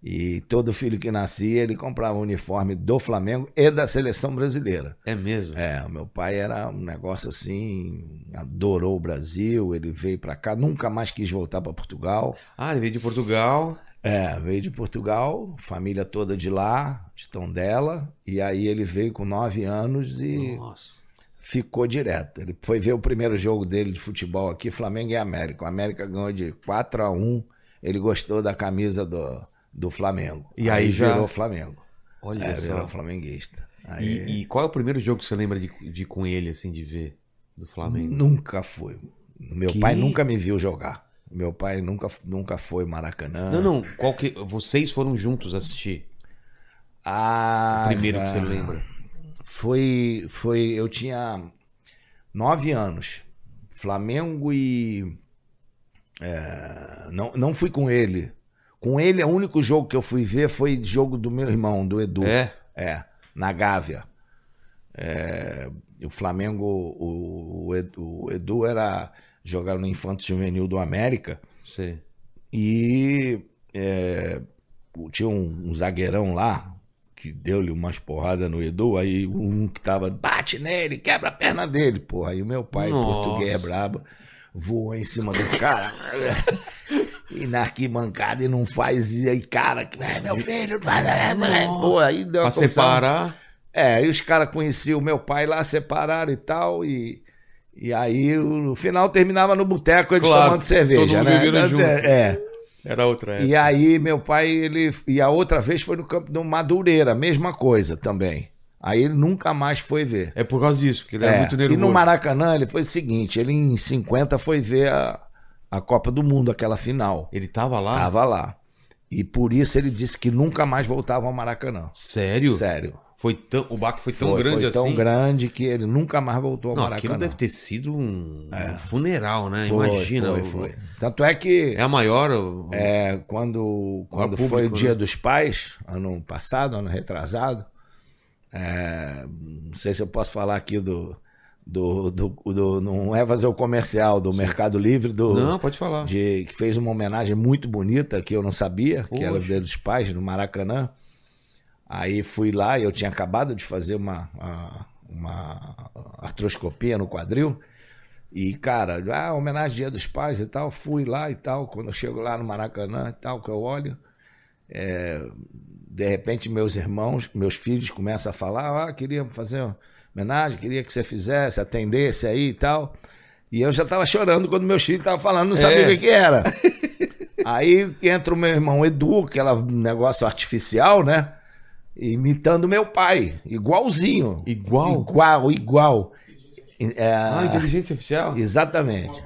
[SPEAKER 3] E todo filho que nascia, ele comprava o uniforme do Flamengo e da seleção brasileira.
[SPEAKER 1] É mesmo?
[SPEAKER 3] É, o meu pai era um negócio assim, adorou o Brasil, ele veio pra cá, nunca mais quis voltar pra Portugal.
[SPEAKER 1] Ah, ele veio de Portugal.
[SPEAKER 3] É, veio de Portugal, família toda de lá, de Tondela, e aí ele veio com nove anos e
[SPEAKER 1] Nossa.
[SPEAKER 3] ficou direto. Ele foi ver o primeiro jogo dele de futebol aqui, Flamengo e América. O América ganhou de 4 a 1 ele gostou da camisa do, do Flamengo.
[SPEAKER 1] E aí já-
[SPEAKER 3] virou Flamengo.
[SPEAKER 1] Olha
[SPEAKER 3] É,
[SPEAKER 1] só.
[SPEAKER 3] virou flamenguista. Aí-
[SPEAKER 1] E, e qual é o primeiro jogo que você lembra de, de com ele, assim, de ver? Do Flamengo?
[SPEAKER 3] Nunca foi. Meu
[SPEAKER 1] Que?
[SPEAKER 3] pai nunca me viu jogar. Meu pai nunca, nunca foi Maracanã.
[SPEAKER 1] Não, não. Qual que. Vocês foram juntos assistir.
[SPEAKER 3] Ah,
[SPEAKER 1] primeiro
[SPEAKER 3] já.
[SPEAKER 1] que você lembra.
[SPEAKER 3] Foi, foi. Eu tinha nove anos. Flamengo e. é, não, não fui com ele. Com ele, o único jogo que eu fui ver foi jogo do meu irmão, do Edu.
[SPEAKER 1] É.
[SPEAKER 3] É, na Gávea. É, o Flamengo, o, o Edu, o Edu era jogava no Infanto Juvenil do América
[SPEAKER 1] Sei.
[SPEAKER 3] e é, tinha um, um zagueirão lá que deu-lhe umas porradas no Edu, aí um que tava, bate nele, quebra a perna dele, porra. Aí o meu pai,
[SPEAKER 1] Nossa.
[SPEAKER 3] português é brabo, voou em cima do cara. <laughs> E na arquibancada e não faz, e aí, cara, que- "Ah, meu filho, pô, aí deu uma
[SPEAKER 1] Pra
[SPEAKER 3] confusão.
[SPEAKER 1] separar.
[SPEAKER 3] É, e os caras conheciam o meu pai lá, separaram e tal, e, e aí no final terminava no boteco eles
[SPEAKER 1] Claro,
[SPEAKER 3] tomando cerveja,
[SPEAKER 1] todo mundo
[SPEAKER 3] né?
[SPEAKER 1] bebendo
[SPEAKER 3] É,
[SPEAKER 1] junto.
[SPEAKER 3] É,
[SPEAKER 1] Era outra época.
[SPEAKER 3] E aí meu pai, ele. E a outra vez foi no campo do Madureira, mesma coisa também. Aí ele nunca mais foi ver.
[SPEAKER 1] É por causa disso, porque ele era
[SPEAKER 3] É,
[SPEAKER 1] muito nervoso.
[SPEAKER 3] E no Maracanã ele foi o seguinte: ele em 50 foi ver a, a Copa do Mundo, aquela final.
[SPEAKER 1] Ele tava lá?
[SPEAKER 3] Tava lá. E por isso ele disse que nunca mais voltava ao Maracanã.
[SPEAKER 1] Sério?
[SPEAKER 3] Sério.
[SPEAKER 1] Foi tão... O baque foi tão
[SPEAKER 3] foi,
[SPEAKER 1] grande
[SPEAKER 3] foi
[SPEAKER 1] assim.
[SPEAKER 3] tão grande que ele nunca mais voltou ao
[SPEAKER 1] Não,
[SPEAKER 3] Maracanã. É.
[SPEAKER 1] aquilo deve ter sido um, um funeral, né?
[SPEAKER 3] Foi,
[SPEAKER 1] Imagina.
[SPEAKER 3] Foi,
[SPEAKER 1] o-
[SPEAKER 3] foi. Tanto é que
[SPEAKER 1] É a maior. o-
[SPEAKER 3] é, quando, quando
[SPEAKER 1] público,
[SPEAKER 3] foi o Dia
[SPEAKER 1] né?
[SPEAKER 3] dos Pais, ano passado, ano retrasado, é, não sei se eu posso falar aqui do. do, do, do- não é fazer o comercial do Mercado Livre, do,
[SPEAKER 1] Não, pode falar.
[SPEAKER 3] de- que fez uma homenagem muito bonita que eu não sabia, que era o
[SPEAKER 1] Poxa.
[SPEAKER 3] Dia dos Pais, no Maracanã. Aí fui lá e eu tinha acabado de fazer uma, uma, uma artroscopia no quadril. E, cara, ah, homenagem ao Dia dos Pais e tal, fui lá e tal. Quando eu chego lá no Maracanã e tal, que eu olho, é, de repente meus irmãos, meus filhos começam a falar, ah, queria fazer uma homenagem, queria que você fizesse, atendesse aí e tal. E eu já estava chorando quando meus filhos estavam falando, não sabia
[SPEAKER 1] É.
[SPEAKER 3] o que, que
[SPEAKER 1] <laughs>
[SPEAKER 3] era. aí entra o meu irmão Edu, aquele negócio artificial, né? Imitando meu pai, igualzinho.
[SPEAKER 1] Igual?
[SPEAKER 3] Igual, igual. É,
[SPEAKER 1] Ah, inteligência artificial?
[SPEAKER 3] Exatamente.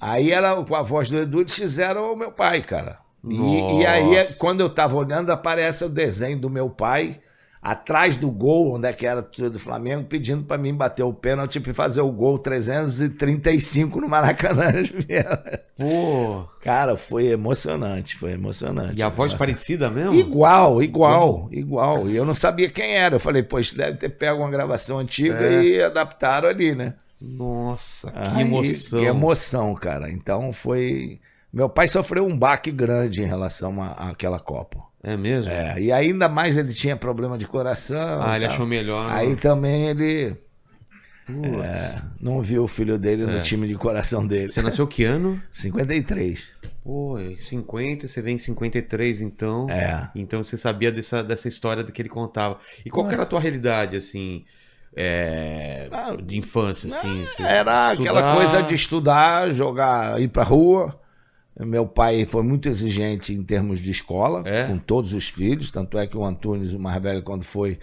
[SPEAKER 3] Aí era com a voz do Edu, eles fizeram o meu pai, cara. E, e
[SPEAKER 1] Nossa.
[SPEAKER 3] aí, é- quando eu tava olhando, aparece o desenho do meu pai atrás do gol, onde é que era tudo do Flamengo, pedindo pra mim bater o pênalti e fazer o gol 335 no Maracanã. <laughs>
[SPEAKER 1] Pô.
[SPEAKER 3] Cara, foi emocionante, foi emocionante.
[SPEAKER 1] E a voz um-
[SPEAKER 3] Nossa.
[SPEAKER 1] parecida mesmo?
[SPEAKER 3] Igual, igual, igual. E eu não sabia quem era. Eu falei, pois deve ter pego uma gravação antiga
[SPEAKER 1] É.
[SPEAKER 3] e adaptaram ali, né?
[SPEAKER 1] Nossa, que
[SPEAKER 3] Ai,
[SPEAKER 1] emoção.
[SPEAKER 3] ah, Que emoção, cara. Então foi. Meu pai sofreu um baque grande em relação à- àquela Copa.
[SPEAKER 1] É mesmo?
[SPEAKER 3] É, e ainda mais ele tinha problema de coração.
[SPEAKER 1] Ah, ele
[SPEAKER 3] tá?
[SPEAKER 1] achou melhor. né?
[SPEAKER 3] Aí é. também ele
[SPEAKER 1] Putz.
[SPEAKER 3] não viu o filho dele no time de coração dele.
[SPEAKER 1] É.
[SPEAKER 3] <laughs>
[SPEAKER 1] Você nasceu que ano?
[SPEAKER 3] 53.
[SPEAKER 1] Pô, em 50, você vem em 53, então.
[SPEAKER 3] É.
[SPEAKER 1] Então você sabia dessa, dessa história que ele contava. E qual que era a tua realidade, assim, é,
[SPEAKER 3] é. Ah, é,
[SPEAKER 1] de infância, assim? você
[SPEAKER 3] Era aquela
[SPEAKER 1] estudar?
[SPEAKER 3] coisa de estudar, jogar, ir pra rua. Meu pai foi muito exigente em termos de escola,
[SPEAKER 1] É?
[SPEAKER 3] com todos os filhos. Tanto é que o Antunes, o mais velho, quando foi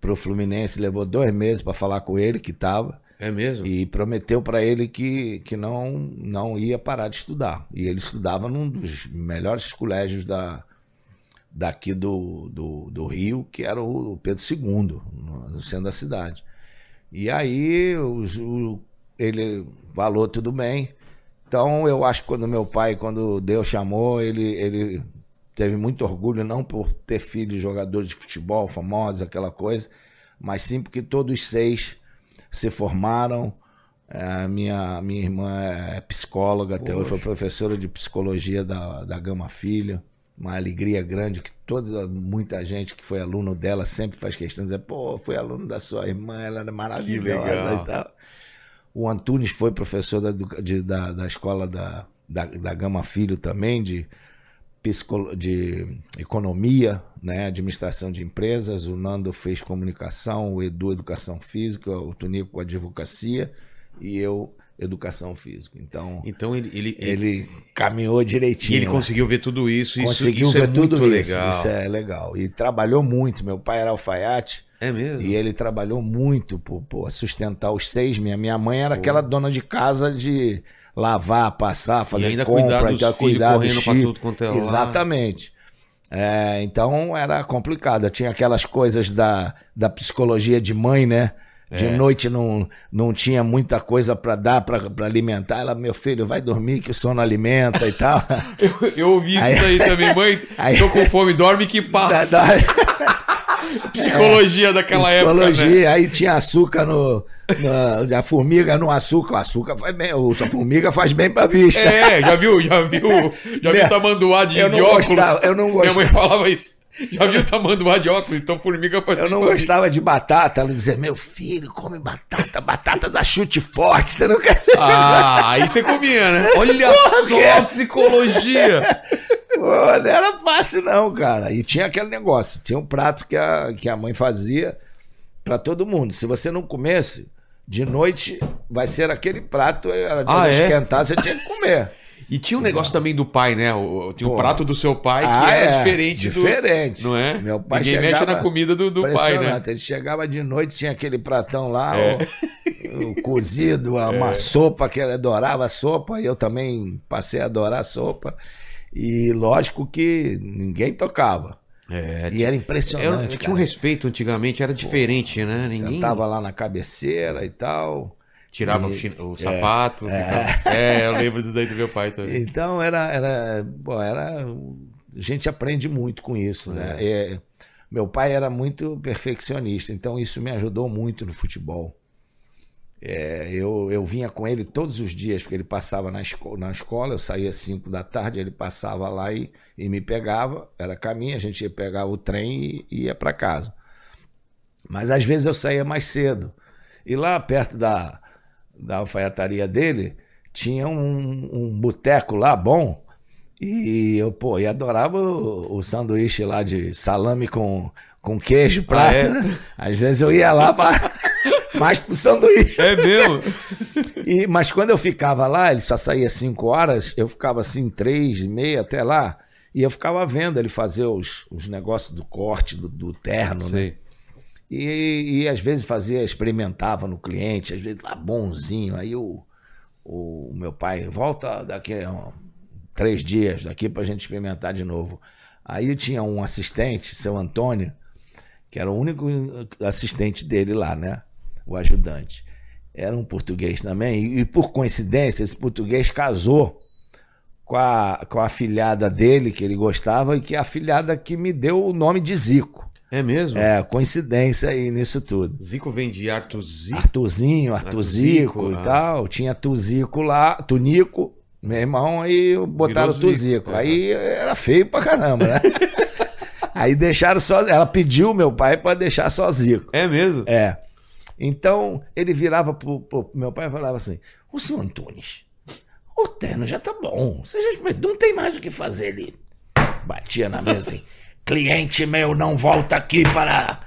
[SPEAKER 3] pro Fluminense, levou dois meses pra falar com ele, que tava,
[SPEAKER 1] É mesmo?
[SPEAKER 3] e prometeu pra ele que, que não, não ia parar de estudar. E ele estudava num dos melhores colégios da, daqui do, do, do Rio, que era o Pedro II, no, no centro da cidade. E aí os- o- ele falou tudo bem. Então eu acho que quando meu pai, quando Deus chamou, ele, ele teve muito orgulho, não por ter filhos jogadores de futebol famosos, aquela coisa, mas sim porque todos seis se formaram. A minha, minha é irmã é psicóloga, até hoje foi professora de psicologia da, da Gama Filho. uma alegria grande que toda muita gente que foi aluno dela sempre faz questão de dizer, pô, fui aluno da sua irmã, ela era maravilhosa
[SPEAKER 1] legal.
[SPEAKER 3] e tal. O Antunes foi professor da, educa- de- da, da escola da, da, da Gama Filho também, de, psicolo- de economia, né, administração de empresas. O Nando fez comunicação, o Edu, educação física, o Tunico, advocacia e eu, educação física. Então,
[SPEAKER 1] Então ele, ele, ele,
[SPEAKER 3] ele caminhou direitinho. né?
[SPEAKER 1] ele conseguiu ver tudo isso. Isso,
[SPEAKER 3] Conseguiu
[SPEAKER 1] isso
[SPEAKER 3] ver
[SPEAKER 1] é
[SPEAKER 3] tudo
[SPEAKER 1] muito
[SPEAKER 3] isso.
[SPEAKER 1] legal.
[SPEAKER 3] Isso é legal. E trabalhou muito. Meu pai era alfaiate
[SPEAKER 1] É mesmo?
[SPEAKER 3] e ele trabalhou muito para sustentar os seis. Minha, minha mãe era aquela dona de casa de lavar, passar,
[SPEAKER 1] E
[SPEAKER 3] fazer
[SPEAKER 1] ainda
[SPEAKER 3] compra,
[SPEAKER 1] cuidar dos
[SPEAKER 3] ainda
[SPEAKER 1] filhos
[SPEAKER 3] cuidar dos
[SPEAKER 1] correndo pra
[SPEAKER 3] filhos.
[SPEAKER 1] tudo quanto é lá.
[SPEAKER 3] Exatamente. É, então era complicado. Tinha aquelas coisas da, da psicologia de mãe, né? De
[SPEAKER 1] É.
[SPEAKER 3] noite não, não tinha muita coisa pra dar, pra pra alimentar. Ela, meu filho, vai dormir que o sono alimenta
[SPEAKER 1] <laughs>
[SPEAKER 3] e tal.
[SPEAKER 1] Eu ouvi isso daí
[SPEAKER 3] Aí-
[SPEAKER 1] também, mãe.
[SPEAKER 3] <laughs> Aí-
[SPEAKER 1] Tô com fome, dorme que passa.
[SPEAKER 3] Da- da-
[SPEAKER 1] Psicologia daquela época. Né?
[SPEAKER 3] é, Psicologia, aí tinha açúcar no. na- a formiga no açúcar. O açúcar faz bem. o- A formiga faz bem pra vista.
[SPEAKER 1] É, já viu? Já viu? Já viu
[SPEAKER 3] Meu,
[SPEAKER 1] o tamanduá de,
[SPEAKER 3] eu não
[SPEAKER 1] de óculos?
[SPEAKER 3] gostava, eu não
[SPEAKER 1] Minha mãe
[SPEAKER 3] gostava.
[SPEAKER 1] falava isso. Já viu o tamanduá de óculos? Então formiga faz
[SPEAKER 3] Eu não gostava de batata. Ela dizia, meu filho, come batata, batata dá chute forte, você não quer ser.
[SPEAKER 1] Ah, aí você comia,
[SPEAKER 3] <laughs>
[SPEAKER 1] né? Olha
[SPEAKER 3] é?
[SPEAKER 1] só a psicologia.
[SPEAKER 3] Pô, não era fácil, não, cara. E tinha aquele negócio, tinha um prato que a, que a mãe fazia pra todo mundo. Se você não comesse, de noite vai ser aquele prato, ela
[SPEAKER 1] Ah, é?
[SPEAKER 3] esquentar, você tinha que comer.
[SPEAKER 1] E tinha um negócio também do pai, né? O, tinha o
[SPEAKER 3] Pô.
[SPEAKER 1] prato do seu pai que
[SPEAKER 3] Ah,
[SPEAKER 1] era
[SPEAKER 3] é.
[SPEAKER 1] diferente,
[SPEAKER 3] Diferente.
[SPEAKER 1] do. Não é?
[SPEAKER 3] Meu pai
[SPEAKER 1] Ninguém
[SPEAKER 3] chegava-
[SPEAKER 1] mexe na comida do, do pai, né?
[SPEAKER 3] Impressionante. Ele chegava de noite, tinha aquele pratão lá,
[SPEAKER 1] É.
[SPEAKER 3] o,
[SPEAKER 1] <laughs>
[SPEAKER 3] o cozido, a- uma sopa que ele adorava a sopa, e eu também passei a adorar a sopa. E lógico que ninguém tocava.
[SPEAKER 1] É,
[SPEAKER 3] E era
[SPEAKER 1] Era-
[SPEAKER 3] impressionante.
[SPEAKER 1] tinha um
[SPEAKER 3] cara.
[SPEAKER 1] respeito antigamente, era diferente, né? Ninguém
[SPEAKER 3] Sentava lá na cabeceira e tal.
[SPEAKER 1] tirava o
[SPEAKER 3] e-
[SPEAKER 1] chin- o, sapato. ficava- É. eu lembro disso daí do meu pai também.
[SPEAKER 3] Então era. era, bom, era a gente aprende muito com isso, né? É, meu pai era muito perfeccionista, então isso me ajudou muito no futebol. É, eu, eu vinha com ele todos os dias, porque ele passava na, esco na escola, eu saía às 5 da tarde, ele passava lá e, e me pegava, era caminho, a gente ia pegar o trem e, e ia para casa. Mas às vezes eu saía mais cedo. E lá perto da, da alfaiataria dele, tinha um, um boteco lá bom. E eu, pô, e adorava o, o sanduíche lá de salame com, com queijo, prato.
[SPEAKER 1] é?
[SPEAKER 3] né? Às vezes eu ia lá pra, mais pro sanduíche.
[SPEAKER 1] É <laughs> mesmo?
[SPEAKER 3] E, mas quando eu ficava lá, ele só saía 5 horas, eu ficava assim, 3, meia até lá. E eu ficava vendo ele fazer os, os negócios do corte, do, do terno, né?
[SPEAKER 1] Sei.
[SPEAKER 3] E, e às vezes fazia, experimentava no cliente, às vezes lá bonzinho. Aí o, o meu pai volta daqui a um- três dias daqui pra gente experimentar de novo. Aí tinha um assistente, seu Antônio, que era o único assistente dele lá, né? O ajudante. Era um português também. E, e por coincidência, esse português casou com a, com a filhada dele, que ele gostava, e que é a filhada que me deu o nome de Zico.
[SPEAKER 1] É mesmo?
[SPEAKER 3] É, coincidência aí nisso tudo.
[SPEAKER 1] Zico vem de Artuzi.
[SPEAKER 3] Artuzinho, Artuzico
[SPEAKER 1] Artuzico,
[SPEAKER 3] e
[SPEAKER 1] ah.
[SPEAKER 3] tal. Tinha Tuzico lá, Tunico, meu irmão, aí botaram
[SPEAKER 1] Virou Zico,
[SPEAKER 3] Tuzico.
[SPEAKER 1] é.
[SPEAKER 3] Aí era feio pra
[SPEAKER 1] <laughs>
[SPEAKER 3] caramba, né? aí deixaram só. Ela pediu meu pai pra deixar só Zico.
[SPEAKER 1] É mesmo?
[SPEAKER 3] É. Então ele virava pro, pro meu pai e falava assim: Ô senhor Antunes, o terno já tá bom. Você já experimentou, não tem mais o que fazer ali. Batia na mesa assim: cliente meu não volta aqui para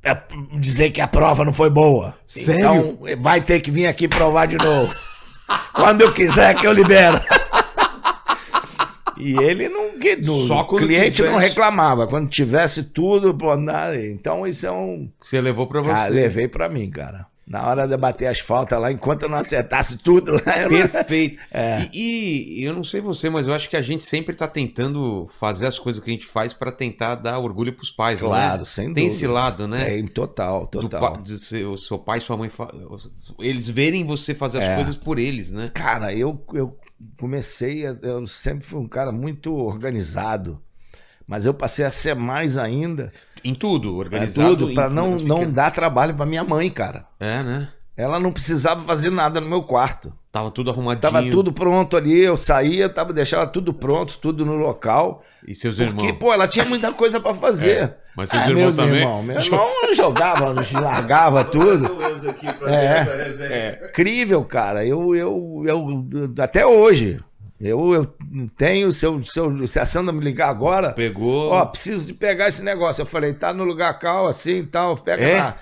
[SPEAKER 3] para dizer que a prova não foi boa.
[SPEAKER 1] Sério?
[SPEAKER 3] Então vai ter que vir aqui provar de novo. Quando eu quiser que eu libero. E ele não, que, não
[SPEAKER 1] Só
[SPEAKER 3] o
[SPEAKER 1] quando
[SPEAKER 3] cliente não
[SPEAKER 1] tivesse.
[SPEAKER 3] reclamava. Quando tivesse tudo, pô, nada. então isso é um
[SPEAKER 1] Que Você levou pra você.
[SPEAKER 3] Cara, levei pra mim, cara. Na hora de bater as faltas lá, enquanto eu não acertasse tudo lá, eu não... <laughs>
[SPEAKER 1] Perfeito.
[SPEAKER 3] É.
[SPEAKER 1] E, e eu não sei você, mas eu acho que a gente sempre tá tentando fazer as coisas que a gente faz pra tentar dar orgulho pros pais, não é?
[SPEAKER 3] Claro, sem
[SPEAKER 1] Tem
[SPEAKER 3] dúvida.
[SPEAKER 1] esse lado, né?
[SPEAKER 3] É, em total,
[SPEAKER 1] Do
[SPEAKER 3] total.
[SPEAKER 1] pa- de ser- o seu pai, sua mãe, fa- eles verem você fazer as
[SPEAKER 3] É.
[SPEAKER 1] coisas por eles, né?
[SPEAKER 3] Cara, eu, eu comecei, a- eu sempre fui um cara muito organizado, mas eu passei a ser mais ainda,
[SPEAKER 1] Em tudo,
[SPEAKER 3] né,
[SPEAKER 1] organizado.
[SPEAKER 3] tudo,
[SPEAKER 1] em
[SPEAKER 3] pra não,
[SPEAKER 1] nas
[SPEAKER 3] não
[SPEAKER 1] pequenas-
[SPEAKER 3] dar trabalho pra minha mãe, cara.
[SPEAKER 1] É, né?
[SPEAKER 3] Ela não precisava fazer nada no meu quarto.
[SPEAKER 1] Tava tudo arrumadinho.
[SPEAKER 3] Tava tudo pronto ali, eu saía, tava, deixava tudo pronto, tudo no local.
[SPEAKER 1] E seus
[SPEAKER 3] Porque,
[SPEAKER 1] irmãos?
[SPEAKER 3] pô, ela tinha muita coisa pra fazer.
[SPEAKER 1] Mas seus
[SPEAKER 3] Ah,
[SPEAKER 1] irmãos
[SPEAKER 3] meus
[SPEAKER 1] também?
[SPEAKER 3] irmãos, meu irmão jogava, <laughs> largava tudo.
[SPEAKER 4] Vamos aqui pra
[SPEAKER 3] É,
[SPEAKER 4] ver essa resenha.
[SPEAKER 3] Incrível, cara. Eu, eu, eu até hoje. Eu, eu tenho, se, eu, se, eu, se a Sandra me ligar agora,
[SPEAKER 1] Pegou.
[SPEAKER 3] ó, preciso de pegar esse negócio. Eu falei, tá no lugar cal, assim e tal, pega
[SPEAKER 1] É?
[SPEAKER 3] na,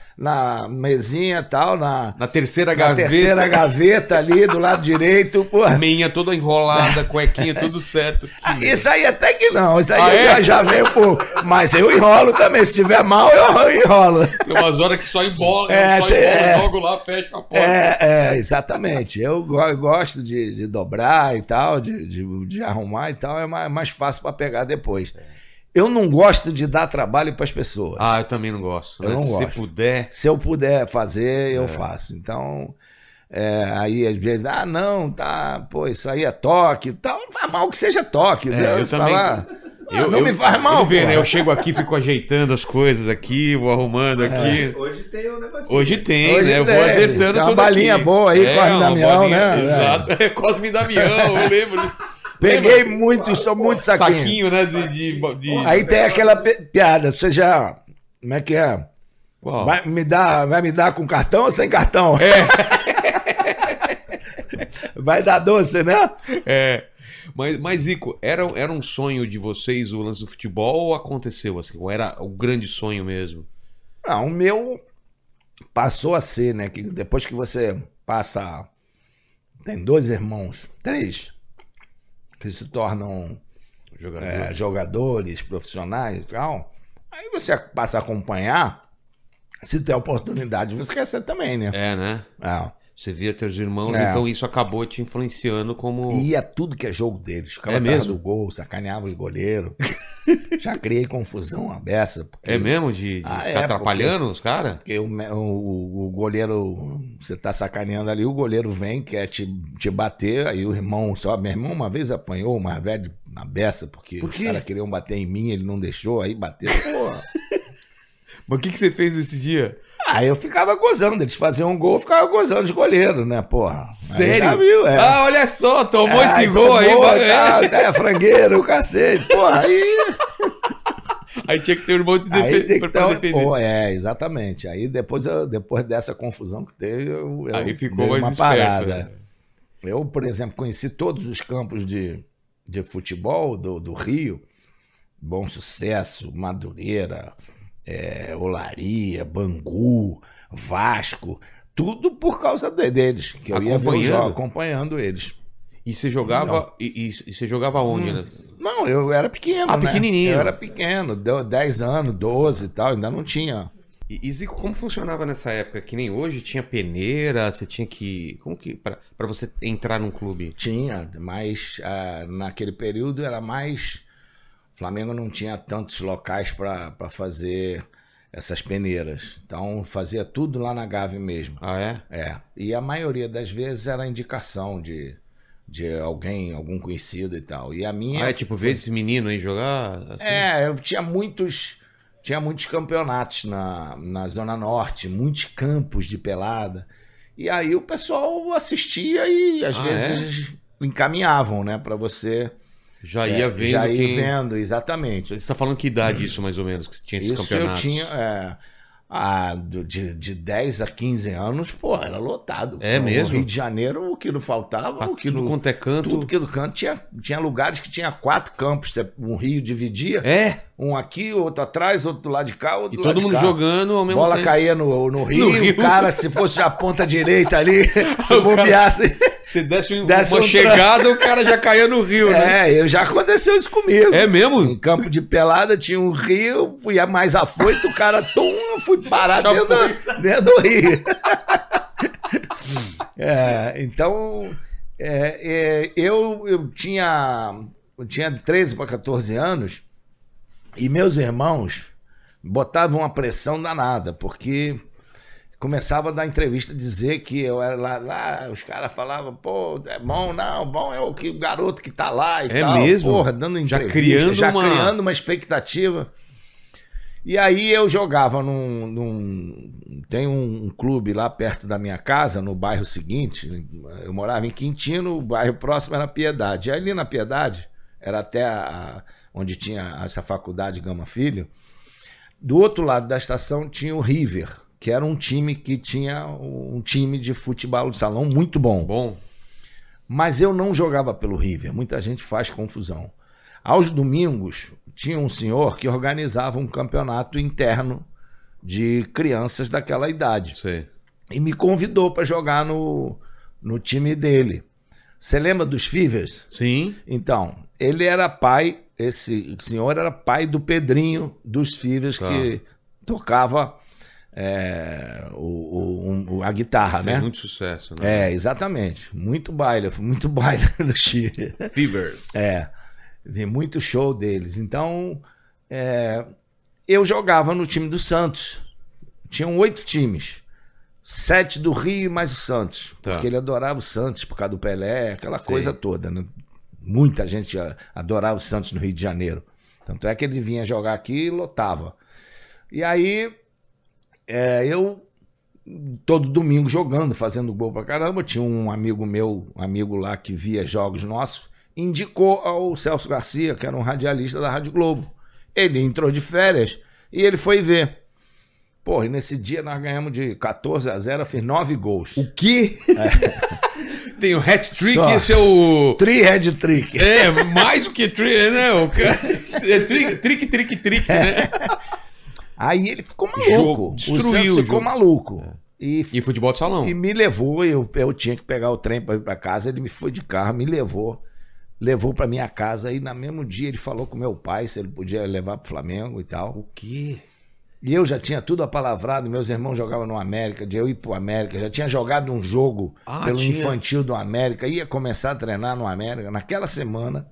[SPEAKER 3] na mesinha e tal, na,
[SPEAKER 1] na terceira
[SPEAKER 3] na
[SPEAKER 1] gaveta.
[SPEAKER 3] terceira gaveta ali do lado direito,
[SPEAKER 1] A
[SPEAKER 3] porra.
[SPEAKER 1] meinha toda enrolada, cuequinha, tudo certo. Que
[SPEAKER 3] Ah,
[SPEAKER 1] merda.
[SPEAKER 3] Isso aí até que não, isso aí
[SPEAKER 1] Ah, é?
[SPEAKER 3] já, já veio por. Mas eu enrolo também, se tiver mal, eu enrolo.
[SPEAKER 1] Tem umas horas que só embola,
[SPEAKER 3] É,
[SPEAKER 1] só
[SPEAKER 3] tem-
[SPEAKER 1] embola,
[SPEAKER 3] é.
[SPEAKER 1] jogo lá, fecha a porta.
[SPEAKER 3] É, é, exatamente. Eu go- gosto de, de dobrar e tal, de, de- de arrumar e tal, é mais, mais fácil para pegar depois. Eu não gosto de dar trabalho para as pessoas.
[SPEAKER 1] É. Ah, eu também não gosto.
[SPEAKER 3] Eu não
[SPEAKER 1] Se
[SPEAKER 3] gosto.
[SPEAKER 1] puder.
[SPEAKER 3] Se eu puder fazer,
[SPEAKER 1] É.
[SPEAKER 3] eu faço. Então, é, aí às vezes, ah, não, tá, pô, isso aí é toque e tal. Não faz mal que seja toque.
[SPEAKER 1] É,
[SPEAKER 3] né?
[SPEAKER 1] eu
[SPEAKER 3] Você
[SPEAKER 1] também-
[SPEAKER 3] fala, ah, não me faz mal,
[SPEAKER 1] eu, vê, né?
[SPEAKER 3] porra.
[SPEAKER 1] eu chego aqui, fico ajeitando as coisas aqui, vou arrumando aqui.
[SPEAKER 4] Hoje tem um negocinho.
[SPEAKER 1] Hoje tem,
[SPEAKER 3] É. Hoje
[SPEAKER 1] né? Eu
[SPEAKER 3] tem.
[SPEAKER 1] vou acertando
[SPEAKER 3] Tem uma
[SPEAKER 1] tudo
[SPEAKER 3] balinha
[SPEAKER 1] aqui. É,
[SPEAKER 3] boa aí, Cosme
[SPEAKER 1] uma
[SPEAKER 3] Damião, né?
[SPEAKER 1] Exato. É. Cosme Damião, eu lembro
[SPEAKER 3] <laughs>
[SPEAKER 1] disso.
[SPEAKER 3] Peguei muito, sou muito
[SPEAKER 1] Saquinho,
[SPEAKER 3] saquinho.
[SPEAKER 1] né? De, de, de-
[SPEAKER 3] Aí tem aquela pi- piada, você já. Como é que é?
[SPEAKER 1] Qual?
[SPEAKER 3] Vai me, dar, vai me dar com cartão ou sem cartão? <laughs> vai dar doce, né?
[SPEAKER 1] É. Mas, mas Zico, era, era um sonho de vocês o lance do futebol ou aconteceu assim? Ou era o grande sonho mesmo?
[SPEAKER 3] Não, Ah, o meu passou a ser, né? Que depois que você passa. Tem dois irmãos, três, que se tornam
[SPEAKER 1] Jogador.
[SPEAKER 3] é, jogadores profissionais e tal. Aí você passa a acompanhar. Se tem oportunidade, você quer ser também, né?
[SPEAKER 1] É, né?
[SPEAKER 3] É.
[SPEAKER 1] Você via teus irmãos,
[SPEAKER 3] É.
[SPEAKER 1] então isso acabou te influenciando como.
[SPEAKER 3] E ia tudo que é jogo deles. Ficava
[SPEAKER 1] É
[SPEAKER 3] atrás
[SPEAKER 1] mesmo?
[SPEAKER 3] do gol, sacaneava
[SPEAKER 1] <laughs>
[SPEAKER 3] os goleiros. Já criei confusão à beça. Porque,
[SPEAKER 1] É mesmo? De, de
[SPEAKER 3] Ah,
[SPEAKER 1] ficar
[SPEAKER 3] é,
[SPEAKER 1] atrapalhando os caras?
[SPEAKER 3] porque o, me- o- o goleiro, você tá sacaneando ali, o goleiro vem, quer te, te bater, aí o irmão só. Meu irmão uma vez apanhou o mais velho na beça, porque
[SPEAKER 1] Por
[SPEAKER 3] os
[SPEAKER 1] quê?
[SPEAKER 3] caras queriam bater em mim, ele não deixou, aí bateu. <laughs> Porra.
[SPEAKER 1] Mas o que, que você fez nesse dia?
[SPEAKER 3] aí eu ficava gozando, eles faziam um gol, eu ficava gozando de goleiro, né, porra? Aí
[SPEAKER 1] Sério?
[SPEAKER 3] já viu, é.
[SPEAKER 1] Ah, olha só, tomou esse
[SPEAKER 3] Ai,
[SPEAKER 1] gol aí.
[SPEAKER 3] tomou,
[SPEAKER 1] ba-
[SPEAKER 3] tá, tá, frangueiro, o cacete, porra, aí...
[SPEAKER 1] Aí tinha que ter um irmão <laughs> te
[SPEAKER 3] Aí
[SPEAKER 1] defender
[SPEAKER 3] tem
[SPEAKER 1] pra,
[SPEAKER 3] que ter
[SPEAKER 1] pra
[SPEAKER 3] um-
[SPEAKER 1] defender.
[SPEAKER 3] Pô, é, exatamente. Aí depois, eu- depois dessa confusão que teve, eu, eu
[SPEAKER 1] Aí ficou
[SPEAKER 3] dei
[SPEAKER 1] mais
[SPEAKER 3] uma
[SPEAKER 1] esperto,
[SPEAKER 3] parada.
[SPEAKER 1] né?
[SPEAKER 3] Eu, por exemplo, conheci todos os campos de, de futebol do, do Rio. Bom Sucesso, Madureira, é, Olaria, Bangu, Vasco. Tudo por causa de- deles. Que eu ia ver o jogo,
[SPEAKER 1] Acompanhando?
[SPEAKER 3] acompanhando eles.
[SPEAKER 1] E você jogava. E, e- e você jogava onde,
[SPEAKER 3] Hum.
[SPEAKER 1] né?
[SPEAKER 3] Não, eu era pequeno,
[SPEAKER 1] Ah,
[SPEAKER 3] né?
[SPEAKER 1] pequenininho.
[SPEAKER 3] Eu era pequeno, deu 10 anos, 12 e tal, ainda não tinha...
[SPEAKER 1] E, e, Zico, como funcionava nessa época? Que nem hoje tinha peneira, você tinha que. Como que. Pra, pra você entrar num clube?
[SPEAKER 3] Tinha, mas ah, naquele período era mais. O Flamengo não tinha tantos locais para fazer essas peneiras. Então fazia tudo lá na Gávea mesmo.
[SPEAKER 1] Ah, é?
[SPEAKER 3] É. E a maioria das vezes era indicação de, de alguém, algum conhecido e tal. E a minha.
[SPEAKER 1] Ah, é tipo, ver esse menino aí jogar. assim?
[SPEAKER 3] É, eu tinha muitos. Tinha muitos campeonatos na, na Zona Norte, muitos campos de pelada. E aí o pessoal assistia e às
[SPEAKER 1] Ah,
[SPEAKER 3] vezes encaminhavam, né, para você.
[SPEAKER 1] Já
[SPEAKER 3] É,
[SPEAKER 1] ia vendo.
[SPEAKER 3] já ia
[SPEAKER 1] quem...
[SPEAKER 3] vendo, exatamente.
[SPEAKER 1] Você tá falando que idade isso, mais ou menos, que tinha esses
[SPEAKER 3] Isso eu
[SPEAKER 1] campeonatos?
[SPEAKER 3] tinha. é, ah, do- de, de 10 a 15 anos, pô, era lotado.
[SPEAKER 1] É
[SPEAKER 3] No
[SPEAKER 1] mesmo?
[SPEAKER 3] Rio de Janeiro, o que não faltava,
[SPEAKER 1] Pra
[SPEAKER 3] o que
[SPEAKER 1] tudo
[SPEAKER 3] não.
[SPEAKER 1] quanto é canto.
[SPEAKER 3] Tudo que do canto tinha, tinha lugares que tinha quatro campos. você- Um rio dividia,
[SPEAKER 1] É,
[SPEAKER 3] um aqui, outro atrás, outro do lado de cá, outro
[SPEAKER 1] e
[SPEAKER 3] do lado
[SPEAKER 1] todo
[SPEAKER 3] de
[SPEAKER 1] mundo
[SPEAKER 3] cá.
[SPEAKER 1] jogando ao mesmo
[SPEAKER 3] Bola
[SPEAKER 1] tempo.
[SPEAKER 3] caía no, no, rio,
[SPEAKER 1] rio.
[SPEAKER 3] o cara, se fosse a ponta
[SPEAKER 1] <laughs>
[SPEAKER 3] direita ali, se
[SPEAKER 1] O cara-
[SPEAKER 3] bobeasse.
[SPEAKER 1] <laughs> Se desse, um-
[SPEAKER 3] Desce
[SPEAKER 1] uma
[SPEAKER 3] um tra-
[SPEAKER 1] chegada, o cara já caía no rio, né?
[SPEAKER 3] É, eu- já aconteceu isso comigo.
[SPEAKER 1] É mesmo?
[SPEAKER 3] Em campo de pelada tinha um rio, fui a mais afoito, o cara tum, eu fui parar
[SPEAKER 1] Já
[SPEAKER 3] dentro, da- dentro do rio. <laughs> É, então, é, é, eu, eu tinha eu tinha de 13 para 14 anos e meus irmãos botavam uma pressão danada, porque começava a dar entrevista dizer que eu era lá, lá os caras falavam, pô, é bom, não, bom é o que o garoto que tá lá e
[SPEAKER 1] É
[SPEAKER 3] tal.
[SPEAKER 1] mesmo?
[SPEAKER 3] Porra, dando
[SPEAKER 1] Já
[SPEAKER 3] entrevista,
[SPEAKER 1] criando
[SPEAKER 3] já
[SPEAKER 1] uma-
[SPEAKER 3] criando uma expectativa. E aí eu jogava num. num- tem um, um clube lá perto da minha casa, no bairro seguinte. Eu morava em Quintino, o bairro próximo era Piedade. E ali na Piedade, era até a- onde tinha essa faculdade Gama Filho. Do outro lado da estação tinha o River, que era um time que tinha um time de futebol de salão muito bom.
[SPEAKER 1] Bom.
[SPEAKER 3] Mas eu não jogava pelo River. Muita gente faz confusão. Aos domingos, tinha um senhor que organizava um campeonato interno de crianças daquela idade.
[SPEAKER 1] Sei.
[SPEAKER 3] E me convidou para jogar no, no time dele. Você lembra dos Fivers?
[SPEAKER 1] Sim.
[SPEAKER 3] Então, ele era pai, esse senhor era pai do Pedrinho dos Fivers
[SPEAKER 1] Tá.
[SPEAKER 3] que tocava é, o- o- um- o- a guitarra,
[SPEAKER 1] Fez
[SPEAKER 3] né?
[SPEAKER 1] muito sucesso, né?
[SPEAKER 3] É, exatamente. Muito baile, <laughs> eu fui muito baile no Chile.
[SPEAKER 1] Fevers.
[SPEAKER 3] É, vi muito show deles. Então, é, eu jogava no time do Santos. Tinham oito times. Sete do Rio e mais o Santos.
[SPEAKER 1] Tá.
[SPEAKER 3] Porque ele adorava o Santos por causa do Pelé, aquela
[SPEAKER 1] Sim.
[SPEAKER 3] coisa toda. né? Muita gente a- adorava o Santos no Rio de Janeiro. Tanto é que ele vinha jogar aqui e lotava. E aí, é, eu todo domingo jogando, fazendo gol pra caramba. Tinha um amigo meu, um amigo lá que via jogos nossos, indicou ao Celso Garcia, que era um radialista da Rádio Globo. Ele entrou de férias e ele foi ver. Pô, e nesse dia nós ganhamos de 14 a 0, eu fiz 9 gols.
[SPEAKER 1] O quê? <laughs> Tem o hat-trick,
[SPEAKER 3] Só.
[SPEAKER 1] esse é o...
[SPEAKER 3] Tri head trick.
[SPEAKER 1] É, mais do que trick, né? O cara... É trick, trick, trick, trick,
[SPEAKER 3] É.
[SPEAKER 1] né?
[SPEAKER 3] Aí ele ficou maluco.
[SPEAKER 1] Jogo,
[SPEAKER 3] o
[SPEAKER 1] destruiu
[SPEAKER 3] Celso
[SPEAKER 1] o
[SPEAKER 3] ficou
[SPEAKER 1] jogo. É.
[SPEAKER 3] maluco. E,
[SPEAKER 1] E futebol de salão.
[SPEAKER 3] e me levou, eu, eu tinha que pegar o trem pra ir pra casa, ele me foi de carro, me levou, levou pra minha casa, e no mesmo dia ele falou com meu pai se ele podia levar pro Flamengo e tal.
[SPEAKER 1] quê?
[SPEAKER 3] E eu já tinha tudo apalavrado, meus irmãos jogavam no América, de eu ir pro América, já tinha jogado um jogo
[SPEAKER 1] Ah,
[SPEAKER 3] pelo
[SPEAKER 1] tinha.
[SPEAKER 3] infantil do América, ia começar a treinar no América naquela semana.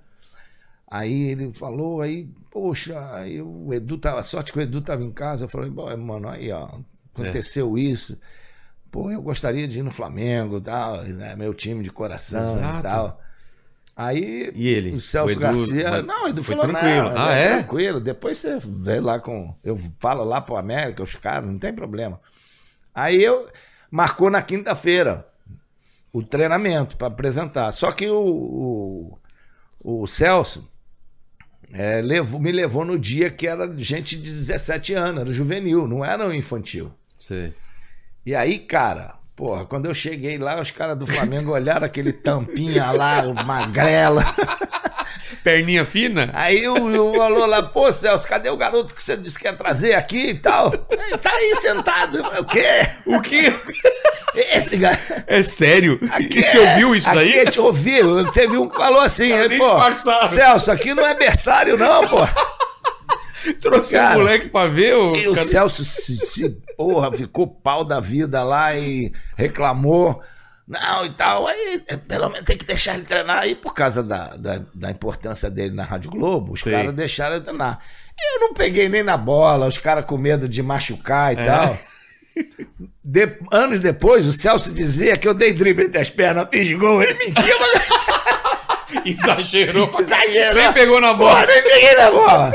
[SPEAKER 3] Aí ele falou, aí, poxa, aí o Edu tava, a sorte que o Edu tava em casa, eu falei, "Bom, mano, aí, ó, aconteceu
[SPEAKER 1] É.
[SPEAKER 3] isso. Pô, eu gostaria de ir no Flamengo, tal, né, meu time de coração
[SPEAKER 1] Exato.
[SPEAKER 3] e tal. Aí
[SPEAKER 1] E ele?
[SPEAKER 3] o Celso
[SPEAKER 1] O Edu-
[SPEAKER 3] Garcia.
[SPEAKER 1] mas-
[SPEAKER 3] Não, o Edu
[SPEAKER 1] foi
[SPEAKER 3] falou
[SPEAKER 1] tranquilo.
[SPEAKER 3] Não,
[SPEAKER 1] Ah, é?
[SPEAKER 3] Tranquilo. Depois você vê lá com. Eu falo lá pro América, os caras, não tem problema. Aí eu. Marcou na quinta-feira o treinamento para apresentar. Só que o, o, o Celso é, levou- me levou no dia que era gente de 17 anos, era juvenil, não era um infantil.
[SPEAKER 1] Sei.
[SPEAKER 3] E aí, cara, porra, quando eu cheguei lá, os caras do Flamengo olharam aquele tampinha lá, magrela.
[SPEAKER 1] Perninha fina?
[SPEAKER 3] Aí o, o falou lá, pô, Celso, cadê o garoto que você disse que ia trazer aqui e tal? Ele tá aí sentado. Eu falei, O quê?
[SPEAKER 1] O quê?
[SPEAKER 3] Esse garoto.
[SPEAKER 1] É sério? e você ouviu isso
[SPEAKER 3] aqui é
[SPEAKER 1] daí?
[SPEAKER 3] Eu te ouvi, teve um que falou assim,
[SPEAKER 1] Cara,
[SPEAKER 3] ele,
[SPEAKER 1] nem
[SPEAKER 3] pô,
[SPEAKER 1] disfarçaram.
[SPEAKER 3] Celso, aqui não é berçário não, pô.
[SPEAKER 1] Trouxe um o
[SPEAKER 3] Cara,
[SPEAKER 1] moleque pra ver? ô,
[SPEAKER 3] E o
[SPEAKER 1] cara?
[SPEAKER 3] Celso se, se- porra, ficou pau da vida lá e reclamou. Não, e tal. Aí, eh, pelo menos tem que deixar ele treinar. E por causa da, da, da importância dele na Rádio Globo, os
[SPEAKER 1] Sei.
[SPEAKER 3] caras deixaram ele treinar. E eu não peguei nem na bola, os caras com medo de machucar e
[SPEAKER 1] É.
[SPEAKER 3] tal. De- anos depois, o Celso dizia que eu dei drible entre as pernas, fiz gol. Ele mentia, mas
[SPEAKER 1] Exagerou. pra-
[SPEAKER 3] <laughs> exagerou.
[SPEAKER 1] Nem pegou na
[SPEAKER 3] Porra,
[SPEAKER 1] bola.
[SPEAKER 3] nem peguei na bola.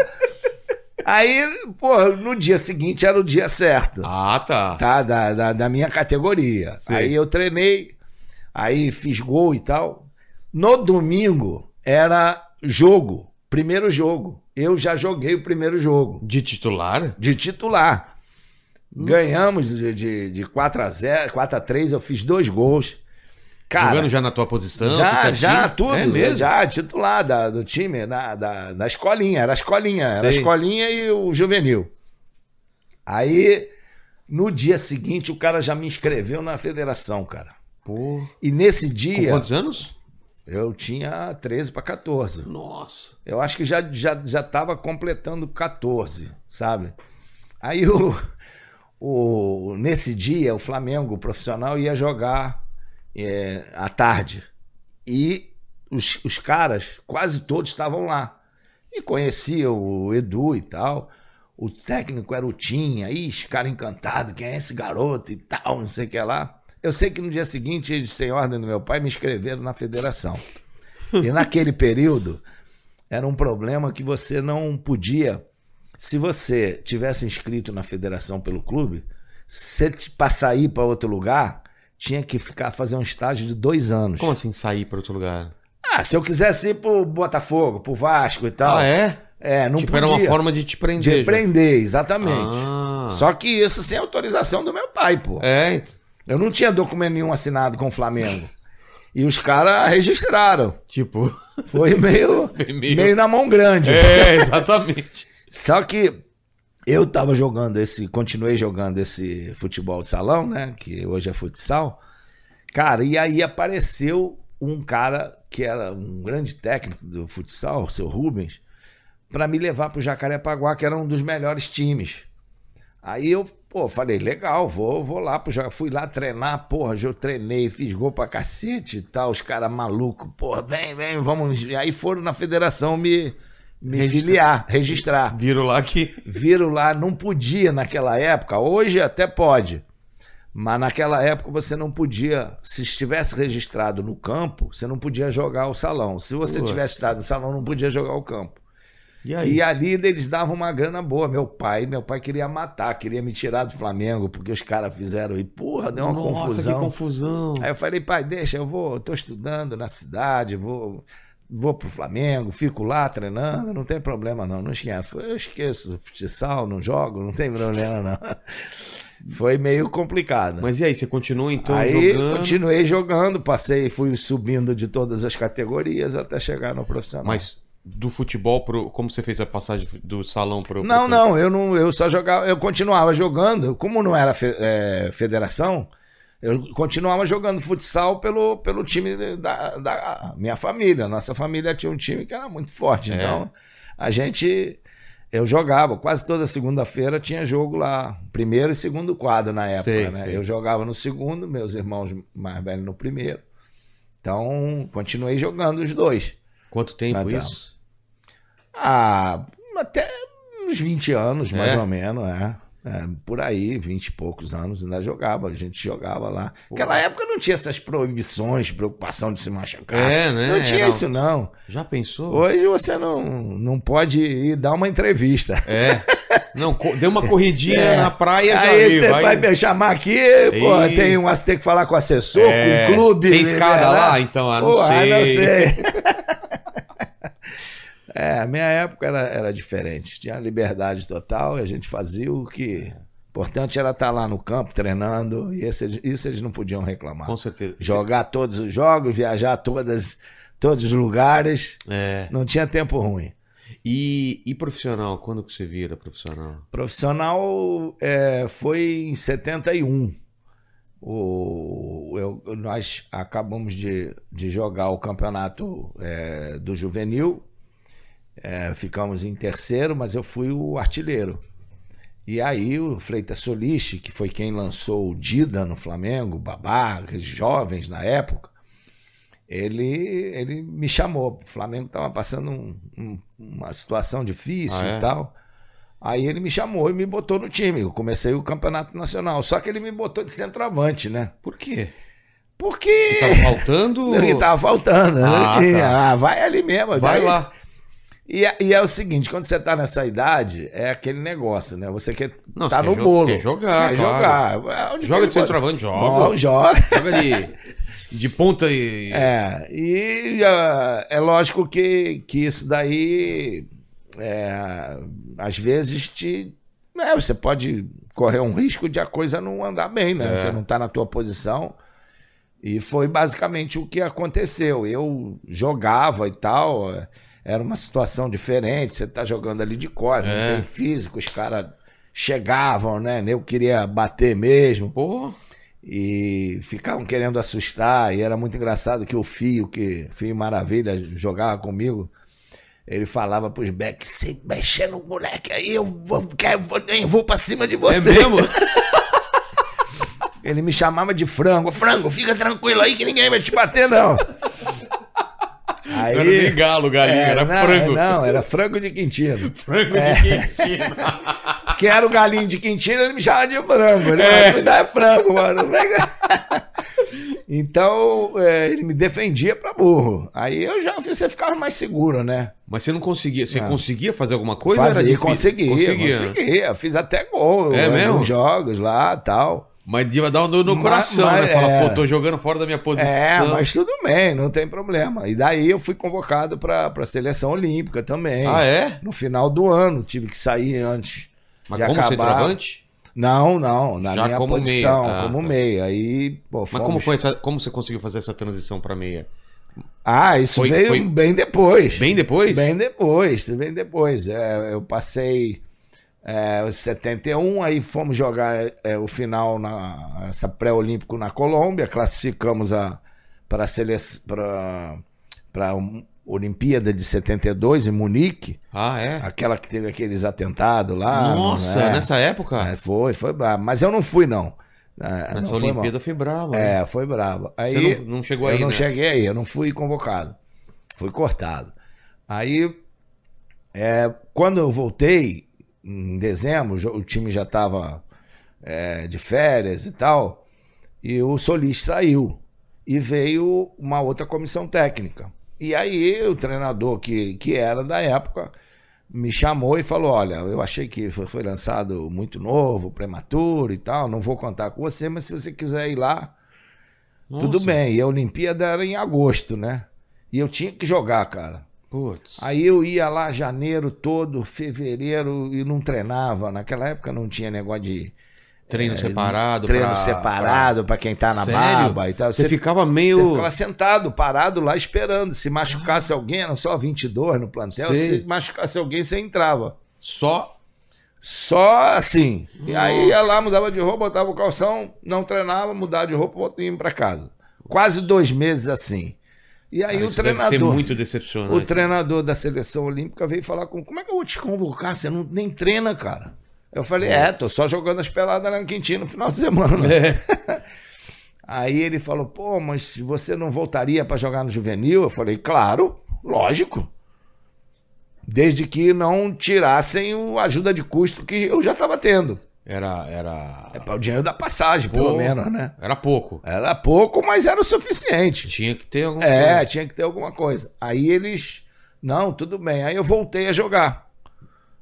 [SPEAKER 3] Aí, porra, no dia seguinte era o dia certo
[SPEAKER 1] Ah, tá.
[SPEAKER 3] tá? Da, da, da minha categoria.
[SPEAKER 1] Sei.
[SPEAKER 3] Aí eu treinei, aí fiz gol e tal. No domingo era jogo, primeiro jogo. Eu já joguei o primeiro jogo
[SPEAKER 1] De titular?
[SPEAKER 3] de titular. Ganhamos de, de, de 4 a 0, 4 a 3, eu fiz dois gols. Cara,
[SPEAKER 1] Jogando já na tua posição?
[SPEAKER 3] já,
[SPEAKER 1] certinho?
[SPEAKER 3] já, tudo.
[SPEAKER 1] É mesmo?
[SPEAKER 3] Já, titular da- do time, na, da, da escolinha. Era a escolinha. Era
[SPEAKER 1] Sei.
[SPEAKER 3] a escolinha e o juvenil. Aí, no dia seguinte, o cara já me inscreveu na federação, cara.
[SPEAKER 1] Pô. Com
[SPEAKER 3] E nesse dia,
[SPEAKER 1] quantos anos?
[SPEAKER 3] eu tinha 13 para 14.
[SPEAKER 1] Nossa.
[SPEAKER 3] Eu acho que já, já, já tava completando 14, sabe? Aí o, <laughs> o, nesse dia, o Flamengo o profissional ia jogar é, à tarde. E os, os caras, quase todos, estavam lá. E conheciam o Edu e tal. O técnico era o Tinha. Ih, esse cara encantado, quem é esse garoto e tal, não sei o que lá. Eu sei que no dia seguinte, eles, sem ordem do meu pai, me inscreveram na federação. E naquele período, era um problema que você não podia Se você tivesse inscrito na federação pelo clube, se para sair para outro lugar, tinha que ficar fazer um estágio de dois anos.
[SPEAKER 1] Como assim sair pra outro lugar?
[SPEAKER 3] Ah, se eu quisesse ir pro Botafogo, pro Vasco e tal.
[SPEAKER 1] Ah, é?
[SPEAKER 3] é? não
[SPEAKER 1] tipo,
[SPEAKER 3] podia.
[SPEAKER 1] era uma forma de te prender.
[SPEAKER 3] de
[SPEAKER 1] já.
[SPEAKER 3] prender, exatamente.
[SPEAKER 1] Ah.
[SPEAKER 3] Só que isso sem autorização do meu pai, pô.
[SPEAKER 1] É, ent-
[SPEAKER 3] Eu não tinha documento nenhum assinado com o Flamengo. E os caras registraram.
[SPEAKER 1] tipo.
[SPEAKER 3] Foi
[SPEAKER 1] <laughs>
[SPEAKER 3] meio,
[SPEAKER 1] meio-
[SPEAKER 3] meio... na mão grande.
[SPEAKER 1] <laughs> É, exatamente.
[SPEAKER 3] Só que eu tava jogando esse, continuei jogando esse futebol de salão, né? Que hoje é futsal. Cara, e aí apareceu um cara que era um grande técnico do futsal, o seu Rubens, pra me levar pro Jacarepaguá, que era um dos melhores times. Aí eu, pô, falei, legal, vou, vou lá pro Jaca- Fui lá treinar, porra, eu treinei, fiz gol pra cacete e tal, os caras malucos, porra, vem, vem, vamos. E aí foram na federação me, me
[SPEAKER 1] Registrar.
[SPEAKER 3] filiar, registrar
[SPEAKER 1] Viram lá que.
[SPEAKER 3] viram lá, não podia naquela época, hoje até pode. Mas naquela época você não podia, se estivesse registrado no campo, você não podia jogar o salão. Se você
[SPEAKER 1] Putz.
[SPEAKER 3] tivesse estado no salão, não podia jogar o campo.
[SPEAKER 1] E
[SPEAKER 3] E ali eles davam uma grana boa. Meu pai, meu pai queria matar, queria me tirar do Flamengo, porque os caras fizeram e porra, deu uma
[SPEAKER 1] Nossa,
[SPEAKER 3] confusão. É.
[SPEAKER 1] que confusão.
[SPEAKER 3] Aí eu falei, pai, deixa, eu vou, eu tô estudando na cidade, vou, vou pro Flamengo, fico lá treinando, não tem problema não, não esquece. Eu esqueço, futsal, não jogo, não tem problema não. <laughs> Foi meio complicado.
[SPEAKER 1] Mas e aí, você continua então
[SPEAKER 3] Aí
[SPEAKER 1] jogando?
[SPEAKER 3] continuei jogando, passei, fui subindo de todas as categorias até chegar no profissional.
[SPEAKER 1] Mas do futebol pro. Como você fez a passagem do salão pro. pro-
[SPEAKER 3] Não, não, eu não, eu só jogava, eu continuava jogando, como não era fe- eh, federação, eu continuava jogando futsal pelo, pelo time da, da minha família. Nossa família tinha um time que era muito forte,
[SPEAKER 1] É.
[SPEAKER 3] então a gente eu jogava, quase toda segunda-feira tinha jogo lá, primeiro e segundo quadro na época,
[SPEAKER 1] Sei,
[SPEAKER 3] né?
[SPEAKER 1] sei.
[SPEAKER 3] Eu jogava no segundo, meus irmãos mais velhos no primeiro. Então, continuei jogando os dois.
[SPEAKER 1] Quanto tempo
[SPEAKER 3] Ah, tá.
[SPEAKER 1] isso?
[SPEAKER 3] Ah, até uns 20 anos, mais
[SPEAKER 1] É?
[SPEAKER 3] ou menos, é. É, por aí, 20 e poucos anos, ainda jogava, a gente jogava lá. Naquela época não tinha essas proibições, preocupação de se machucar.
[SPEAKER 1] É, né?
[SPEAKER 3] Não tinha
[SPEAKER 1] Era- um,
[SPEAKER 3] isso, não.
[SPEAKER 1] Já pensou?
[SPEAKER 3] Hoje você não, não pode ir dar uma entrevista.
[SPEAKER 1] É. Não, co- deu uma corridinha
[SPEAKER 3] <laughs> É.
[SPEAKER 1] na praia, já
[SPEAKER 3] Aí
[SPEAKER 1] veio, <laughs>
[SPEAKER 3] você
[SPEAKER 1] vai-
[SPEAKER 3] vai me chamar aqui, pô,
[SPEAKER 1] Ei.
[SPEAKER 3] tem, um, tem que falar com o assessor,
[SPEAKER 1] É,
[SPEAKER 3] com o clube.
[SPEAKER 1] Tem escada
[SPEAKER 3] né?
[SPEAKER 1] lá, então, ah, não
[SPEAKER 3] Pô, ah,
[SPEAKER 1] sei. <laughs>
[SPEAKER 3] não sei. <laughs> é, a minha época era, era diferente. Tinha liberdade total e a gente fazia o que.
[SPEAKER 1] É.
[SPEAKER 3] O importante era estar lá no campo treinando e esse- isso eles não podiam reclamar.
[SPEAKER 1] Com certeza.
[SPEAKER 3] Jogar todos os jogos, viajar todas, todos os lugares.
[SPEAKER 1] É.
[SPEAKER 3] Não tinha tempo ruim.
[SPEAKER 1] E, e profissional? Quando que você vira profissional?
[SPEAKER 3] Profissional é, foi em 71. O, eu, nós acabamos de, de jogar o campeonato é, do juvenil, é, ficamos em terceiro, mas eu fui o artilheiro. E aí o Freitas Solis, que foi quem lançou o Dida no Flamengo, Babá, aqueles jovens na época, ele, ele me chamou. O Flamengo estava passando um- um- uma situação difícil
[SPEAKER 1] Ah, é?
[SPEAKER 3] e tal. Aí ele me chamou e me botou no time. Eu comecei o Campeonato Nacional. Só que ele me botou de centroavante, né?
[SPEAKER 1] Por quê?
[SPEAKER 3] Porque
[SPEAKER 1] Tá faltando?
[SPEAKER 3] ele tava faltando. né?
[SPEAKER 1] Ah, tá.
[SPEAKER 3] Ah, vai ali
[SPEAKER 1] Vai
[SPEAKER 3] mesmo. daí-
[SPEAKER 1] lá.
[SPEAKER 3] E, é- e é o seguinte, quando você tá nessa idade, é aquele negócio, né? Você quer
[SPEAKER 1] Não,
[SPEAKER 3] tá
[SPEAKER 1] você
[SPEAKER 3] no
[SPEAKER 1] quer jo-
[SPEAKER 3] bolo.
[SPEAKER 1] quer jogar,
[SPEAKER 3] Quer
[SPEAKER 1] Ah, claro.
[SPEAKER 3] jogar. É Onde
[SPEAKER 1] Joga
[SPEAKER 3] que
[SPEAKER 1] de
[SPEAKER 3] ele
[SPEAKER 1] centroavante,
[SPEAKER 3] bota?
[SPEAKER 1] joga.
[SPEAKER 3] Bom, joga.
[SPEAKER 1] Joga de, de ponta e.
[SPEAKER 3] É, e ah, é lógico que, que isso daí, é, às vezes, te, né, você pode correr um risco de a coisa não andar bem, né?
[SPEAKER 1] É.
[SPEAKER 3] Você não está na tua posição. E foi basicamente o que aconteceu. Eu jogava e tal, eh, era uma situação diferente, você tá jogando ali de cor,
[SPEAKER 1] É.
[SPEAKER 3] não tem físico, os caras chegavam, né? Eu queria bater mesmo
[SPEAKER 1] Pô,
[SPEAKER 3] e ficavam querendo assustar e era muito engraçado que o Fio, que Fio Maravilha jogava comigo, ele falava pros Beck, se mexer no moleque aí, eu vou, quero, vou, nem vou pra cima de
[SPEAKER 1] é
[SPEAKER 3] você.
[SPEAKER 1] mesmo?
[SPEAKER 3] Ele me chamava de frango, frango, fica tranquilo aí que ninguém vai te bater não. Aí,
[SPEAKER 1] Não Era nem galo, galinha,
[SPEAKER 3] é,
[SPEAKER 1] era
[SPEAKER 3] não,
[SPEAKER 1] frango.
[SPEAKER 3] Não, É. era frango de Quintino.
[SPEAKER 1] Frango de quintino.
[SPEAKER 3] que era o né? é galinho de Quintino, ele me chamava de frango. Ele falava, "Cuidado, é frango, mano. Pega. Então, é, ele me defendia pra burro. Aí eu já você ficava mais seguro, né?
[SPEAKER 1] Mas você não conseguia. Você
[SPEAKER 3] Não.
[SPEAKER 1] conseguia fazer alguma coisa? ou
[SPEAKER 3] Fazia,
[SPEAKER 1] difícil?
[SPEAKER 3] conseguia, conseguia,
[SPEAKER 1] conseguia.
[SPEAKER 3] Fiz até gol
[SPEAKER 1] É
[SPEAKER 3] em
[SPEAKER 1] mesmo?
[SPEAKER 3] alguns jogos lá tal.
[SPEAKER 1] Mas devia dar um dor no
[SPEAKER 3] Mas-
[SPEAKER 1] coração,
[SPEAKER 3] mas-
[SPEAKER 1] né? Fala,
[SPEAKER 3] é.
[SPEAKER 1] pô, tô jogando fora da minha posição.
[SPEAKER 3] É, mas tudo bem, não tem problema. E daí eu fui convocado pra, pra seleção olímpica também.
[SPEAKER 1] Ah, é?
[SPEAKER 3] No final do ano, tive que sair antes.
[SPEAKER 1] Mas
[SPEAKER 3] de
[SPEAKER 1] como
[SPEAKER 3] acabar.
[SPEAKER 1] centroavante?
[SPEAKER 3] Não, não, na
[SPEAKER 1] Já
[SPEAKER 3] minha
[SPEAKER 1] como
[SPEAKER 3] posição,
[SPEAKER 1] meia, tá,
[SPEAKER 3] como
[SPEAKER 1] tá.
[SPEAKER 3] meia. Aí, pô,
[SPEAKER 1] Mas
[SPEAKER 3] fomos-
[SPEAKER 1] como foi essa, como você conseguiu fazer essa transição pra meia?
[SPEAKER 3] Ah, isso
[SPEAKER 1] Foi-
[SPEAKER 3] veio
[SPEAKER 1] foi-
[SPEAKER 3] bem depois.
[SPEAKER 1] Bem depois?
[SPEAKER 3] Bem depois, bem depois. É, eu passei é, os 71, aí fomos jogar é, o final, na, essa pré-olímpico na Colômbia, classificamos a, para a seleção, para, para a um, Olimpíada de 72 em Munique,
[SPEAKER 1] Ah, é?
[SPEAKER 3] aquela que teve aqueles atentados lá.
[SPEAKER 1] Nossa,
[SPEAKER 3] né?
[SPEAKER 1] nessa época?
[SPEAKER 3] É, foi, foi brabo. Mas eu não fui, não. É,
[SPEAKER 1] nessa
[SPEAKER 3] não foi, não.
[SPEAKER 1] Olimpíada foi brava. né?
[SPEAKER 3] É, foi brava. Aí,
[SPEAKER 1] Você não, não chegou
[SPEAKER 3] eu
[SPEAKER 1] aí,
[SPEAKER 3] não
[SPEAKER 1] né?
[SPEAKER 3] cheguei aí, eu não fui convocado. Fui cortado. Aí, é, quando eu voltei, em dezembro, jo- o time já estava de férias e tal, e o Solis saiu. E veio uma outra comissão técnica. E aí, o treinador que, que era da época me chamou e falou: Olha, eu achei que foi foi lançado muito novo, prematuro e tal, não vou contar com você, mas se você quiser ir lá,
[SPEAKER 1] Nossa,
[SPEAKER 3] tudo bem, e a Olimpíada era em agosto, né? E eu tinha que jogar, cara.
[SPEAKER 1] Putz.
[SPEAKER 3] Aí eu ia lá janeiro todo, fevereiro, e não treinava. Naquela época não tinha negócio de
[SPEAKER 1] treino separado.
[SPEAKER 3] é, treino
[SPEAKER 1] pra-
[SPEAKER 3] separado pra quem tá na
[SPEAKER 1] Sério?
[SPEAKER 3] barba e tal.
[SPEAKER 1] Você,
[SPEAKER 3] Você,
[SPEAKER 1] ficava meio.
[SPEAKER 3] você ficava sentado, parado lá esperando. Se machucasse alguém, eram só 22 no plantel.
[SPEAKER 1] Sei.
[SPEAKER 3] Se machucasse alguém, você entrava.
[SPEAKER 1] Só.
[SPEAKER 3] Só assim. E aí ia lá, mudava de roupa, botava o calção, não treinava, mudava de roupa botava- e ia pra casa. Quase dois meses assim. E aí
[SPEAKER 1] Cara,
[SPEAKER 3] o
[SPEAKER 1] Ah, isso Deve ser
[SPEAKER 3] treinador.
[SPEAKER 1] muito
[SPEAKER 3] O
[SPEAKER 1] decepcionante.
[SPEAKER 3] treinador da seleção olímpica veio falar com como é que eu vou te convocar? Você não nem treina, cara. Eu falei, é, tô só jogando as peladas na Quintino no final de semana.
[SPEAKER 1] É.
[SPEAKER 3] <laughs> Aí ele falou, pô, mas você não voltaria pra jogar no juvenil? Eu falei, claro, lógico. Desde que não tirassem o ajuda de custo que eu já tava tendo.
[SPEAKER 1] Era, era.
[SPEAKER 3] É para o dinheiro da passagem,
[SPEAKER 1] Pô.
[SPEAKER 3] pelo menos, né?
[SPEAKER 1] Era pouco.
[SPEAKER 3] Era pouco, mas era o suficiente.
[SPEAKER 1] Tinha que ter algum.
[SPEAKER 3] É, tinha que ter alguma coisa. Aí eles, não, tudo bem. Aí eu voltei a jogar.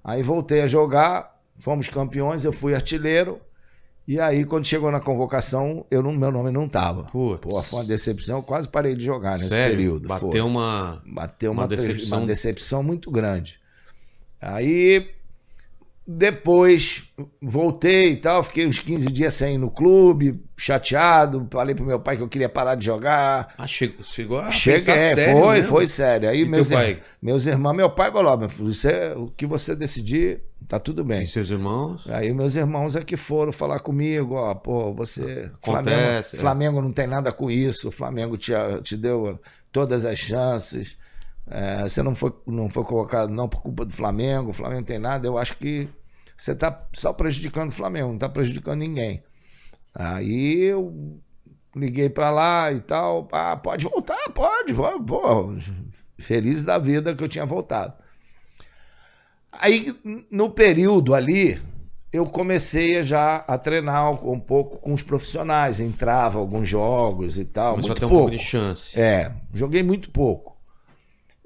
[SPEAKER 3] Aí voltei a jogar, fomos campeões, eu fui artilheiro. E aí quando chegou na convocação, eu não, meu nome não tava.
[SPEAKER 1] Putz.
[SPEAKER 3] Pô, foi uma decepção, eu quase parei de jogar nesse
[SPEAKER 1] Sério?
[SPEAKER 3] período.
[SPEAKER 1] Bateu
[SPEAKER 3] foi.
[SPEAKER 1] uma.
[SPEAKER 3] Bateu uma,
[SPEAKER 1] Uma
[SPEAKER 3] uma, decepção.
[SPEAKER 1] decepção.
[SPEAKER 3] muito grande. Aí depois voltei e tal, fiquei uns 15 dias sem ir no clube, chateado, falei pro meu pai que eu queria parar de jogar.
[SPEAKER 1] Ah, chegou, chegou a.
[SPEAKER 3] Cheguei,
[SPEAKER 1] pensar sério
[SPEAKER 3] é, foi,
[SPEAKER 1] mesmo.
[SPEAKER 3] foi é sério. Aí
[SPEAKER 1] E
[SPEAKER 3] meus,
[SPEAKER 1] teu
[SPEAKER 3] ir-
[SPEAKER 1] pai?
[SPEAKER 3] meus irmãos, meu pai falou: "Ó, meu filho, você, o que você decidir, tá tudo bem.
[SPEAKER 1] E seus irmãos?
[SPEAKER 3] Aí meus irmãos é que foram falar comigo, ó, pô, você. Flamengo,
[SPEAKER 1] Acontece, é.
[SPEAKER 3] Flamengo não tem nada com isso, o Flamengo te, te deu todas as chances. é, você não foi, não foi colocado não por culpa do Flamengo, o Flamengo não tem nada, eu acho que você tá só prejudicando o Flamengo, não tá prejudicando ninguém. Aí eu liguei pra lá e tal, ah, pode voltar, pode, pô, pô, feliz da vida que eu tinha voltado. Aí, n- no período ali, eu comecei a já a treinar um pouco com os profissionais. Entrava alguns jogos e tal.
[SPEAKER 1] Começou a
[SPEAKER 3] Ah, muito
[SPEAKER 1] ter um
[SPEAKER 3] pouco.
[SPEAKER 1] pouco de chance.
[SPEAKER 3] É, joguei muito pouco.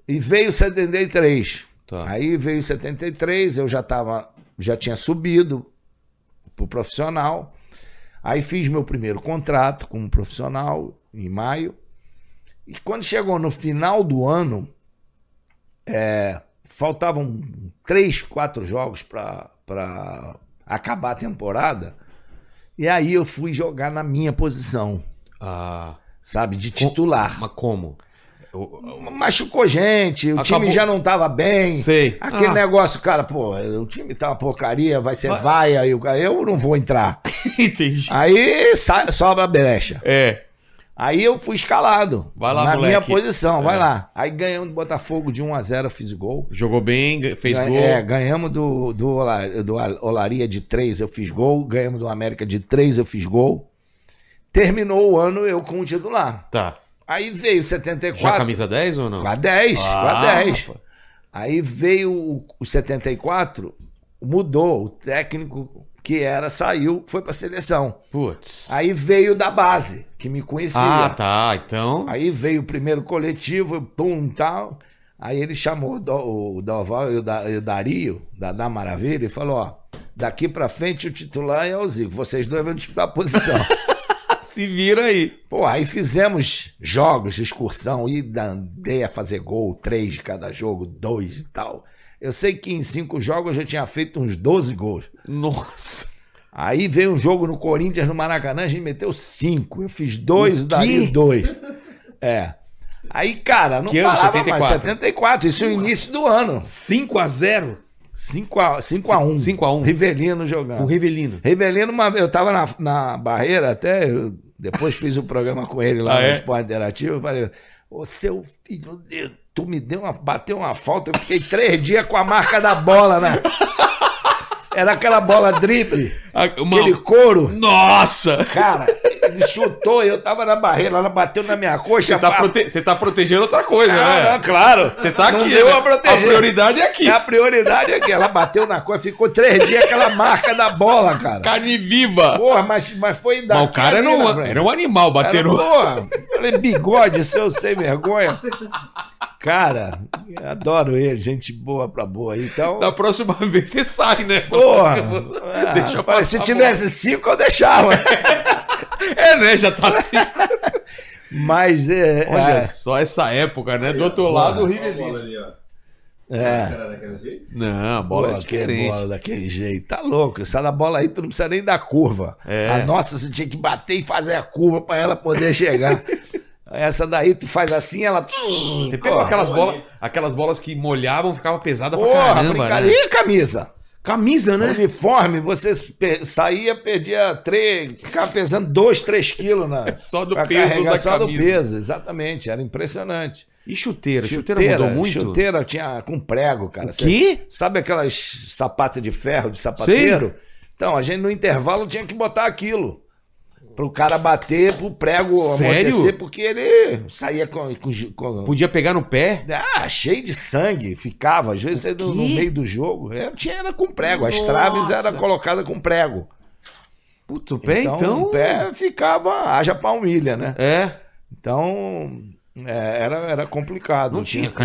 [SPEAKER 3] E veio 73.
[SPEAKER 1] Tá.
[SPEAKER 3] Aí veio 73, eu já tava, já tinha subido pro profissional. Aí fiz meu primeiro contrato como profissional em maio. E quando chegou no final do ano, é, faltavam três, quatro jogos para acabar a temporada. E aí eu fui jogar na minha posição,
[SPEAKER 1] Ah,
[SPEAKER 3] sabe, de titular.
[SPEAKER 1] mas como? Eu-
[SPEAKER 3] Machucou gente, o
[SPEAKER 1] Acabou.
[SPEAKER 3] time já não tava bem.
[SPEAKER 1] Sei.
[SPEAKER 3] Aquele
[SPEAKER 1] Ah.
[SPEAKER 3] negócio, cara, pô, o time tá uma porcaria, vai ser vaia, eu, eu não vou entrar.
[SPEAKER 1] <laughs> Entendi.
[SPEAKER 3] Aí sai, sobra a brecha.
[SPEAKER 1] É.
[SPEAKER 3] Aí eu fui escalado.
[SPEAKER 1] Vai lá,
[SPEAKER 3] Na
[SPEAKER 1] moleque.
[SPEAKER 3] minha posição, vai
[SPEAKER 1] É.
[SPEAKER 3] lá. Aí ganhamos do Botafogo de 1 a 0 eu fiz gol.
[SPEAKER 1] Jogou bem, gan- fez
[SPEAKER 3] Gan-
[SPEAKER 1] gol.
[SPEAKER 3] É, ganhamos do, do, Ola- do Al- Olaria de 3, eu fiz gol. Ganhamos do América de 3, eu fiz gol. Terminou o ano eu com o titular.
[SPEAKER 1] Tá.
[SPEAKER 3] Aí veio
[SPEAKER 1] Já
[SPEAKER 3] 74.
[SPEAKER 1] camisa 10 ou não?
[SPEAKER 3] Com a 10,
[SPEAKER 1] Ah,
[SPEAKER 3] com a 10.
[SPEAKER 1] rapaz.
[SPEAKER 3] Aí veio o, o 74, mudou. O técnico que era, saiu, foi pra seleção.
[SPEAKER 1] Putz.
[SPEAKER 3] Aí veio da base, que me conhecia.
[SPEAKER 1] ah, tá. Então.
[SPEAKER 3] Aí veio o primeiro coletivo, pum, tal. Aí ele chamou o Do- o Doval e o, da, e o Dario, da, da Maravilha, e falou: ó, daqui pra frente o titular é o Zico, vocês dois vão disputar a posição.
[SPEAKER 1] <laughs> Se vira aí.
[SPEAKER 3] Pô, aí fizemos jogos, excursão, e andei a fazer gol, três de cada jogo, dois e tal. Eu sei que em cinco jogos eu já tinha feito uns 12 gols.
[SPEAKER 1] Nossa.
[SPEAKER 3] Aí veio um jogo no Corinthians, no Maracanã, a gente meteu cinco. Eu fiz dois, o
[SPEAKER 1] quê?
[SPEAKER 3] Dario dois. É. Aí, cara, não
[SPEAKER 1] Que ano?
[SPEAKER 3] parava mais.
[SPEAKER 1] 74.
[SPEAKER 3] 74, isso é o início do ano.
[SPEAKER 1] 5x0
[SPEAKER 3] 5 a 5 a 1.
[SPEAKER 1] 5 a 1.
[SPEAKER 3] Rivelino
[SPEAKER 1] com o
[SPEAKER 3] jogando.
[SPEAKER 1] Rivelino.
[SPEAKER 3] Rivelino, uma- eu tava na, na barreira até, eu depois fiz o programa com ele lá
[SPEAKER 1] Ah,
[SPEAKER 3] no
[SPEAKER 1] é?
[SPEAKER 3] Esporte Interativo, eu falei, ô seu filho, de- tu me deu uma, bateu uma falta, eu fiquei três dias com a marca da bola, né? Era aquela bola drible,
[SPEAKER 1] Ah, uma-
[SPEAKER 3] aquele couro.
[SPEAKER 1] Nossa!
[SPEAKER 3] Cara, ele chutou, eu tava na barreira, ela bateu na minha coxa.
[SPEAKER 1] Você tá,
[SPEAKER 3] pá.
[SPEAKER 1] prote- você tá protegendo outra coisa,
[SPEAKER 3] Ah,
[SPEAKER 1] né?
[SPEAKER 3] não, claro.
[SPEAKER 1] Você tá
[SPEAKER 3] Não
[SPEAKER 1] aqui.
[SPEAKER 3] deu
[SPEAKER 1] né?
[SPEAKER 3] a proteger.
[SPEAKER 1] prioridade é aqui.
[SPEAKER 3] A prioridade é que ela bateu na coxa, ficou três dias aquela marca da bola, cara.
[SPEAKER 1] Carne viva.
[SPEAKER 3] Porra, mas, mas foi daqui
[SPEAKER 1] Mas o cara era
[SPEAKER 3] ali, né,
[SPEAKER 1] um,
[SPEAKER 3] velho?
[SPEAKER 1] era um animal
[SPEAKER 3] Cara,
[SPEAKER 1] bater no.
[SPEAKER 3] porra, falei, bigode seu sem vergonha. Cara, eu adoro ele, gente boa pra boa. Então,
[SPEAKER 1] Da próxima <laughs> vez você sai, né?
[SPEAKER 3] porra.
[SPEAKER 1] <laughs> Deixa
[SPEAKER 3] ah,
[SPEAKER 1] eu
[SPEAKER 3] falei,
[SPEAKER 1] passar a
[SPEAKER 3] se
[SPEAKER 1] bola.
[SPEAKER 3] tivesse cinco, eu deixava.
[SPEAKER 1] É, né? Já
[SPEAKER 3] <laughs>
[SPEAKER 1] tá assim.
[SPEAKER 3] Mas é,
[SPEAKER 1] Olha
[SPEAKER 3] é,
[SPEAKER 1] só essa época, né? Do outro lado, o
[SPEAKER 4] Olha a bola
[SPEAKER 1] Rivelino.
[SPEAKER 4] ali, ó.
[SPEAKER 3] é.
[SPEAKER 4] Cara, daquele jeito.
[SPEAKER 1] Não, a bola é
[SPEAKER 3] Pô, que
[SPEAKER 1] diferente.
[SPEAKER 3] Bola daquele jeito. Tá louco. Essa da bola aí, tu não precisa nem dar curva.
[SPEAKER 1] É.
[SPEAKER 3] A nossa, você tinha que bater e fazer a curva pra ela
[SPEAKER 1] <laughs>
[SPEAKER 3] poder chegar. Essa daí, tu faz assim, ela. Você
[SPEAKER 1] Você pegou aquelas bolas, aquelas bolas que molhavam, ficava pesada pra caramba, né?
[SPEAKER 3] E a camisa?
[SPEAKER 1] Camisa, né?
[SPEAKER 3] Uniforme, você pe- saía, perdia três, ficava pesando dois, três quilos na.
[SPEAKER 1] <laughs> Só do
[SPEAKER 3] pra
[SPEAKER 1] peso
[SPEAKER 3] carregar,
[SPEAKER 1] da
[SPEAKER 3] só do
[SPEAKER 1] camisa.
[SPEAKER 3] peso, exatamente. Era impressionante.
[SPEAKER 1] E chuteira? Chuteira, mudou muito?
[SPEAKER 3] Chuteira tinha com prego, cara. Você-
[SPEAKER 1] Que?
[SPEAKER 3] Sabe aquelas sapatas de ferro de sapateiro? Então, a gente no intervalo tinha que botar aquilo. Pro cara bater, pro prego
[SPEAKER 1] Sério?
[SPEAKER 3] amortecer, porque ele saía com. com, com-
[SPEAKER 1] Podia pegar no pé?
[SPEAKER 3] Ah, cheio de sangue, ficava. Às vezes no, no
[SPEAKER 1] quê?
[SPEAKER 3] meio do jogo. Era, tinha, era com prego. As
[SPEAKER 1] Nossa.
[SPEAKER 3] traves eram colocadas com prego.
[SPEAKER 1] Puta, o pé então.
[SPEAKER 3] o pé ficava. Haja palmilha, né?
[SPEAKER 1] É.
[SPEAKER 3] Então. é, era, era complicado.
[SPEAKER 1] Não tinha
[SPEAKER 3] que-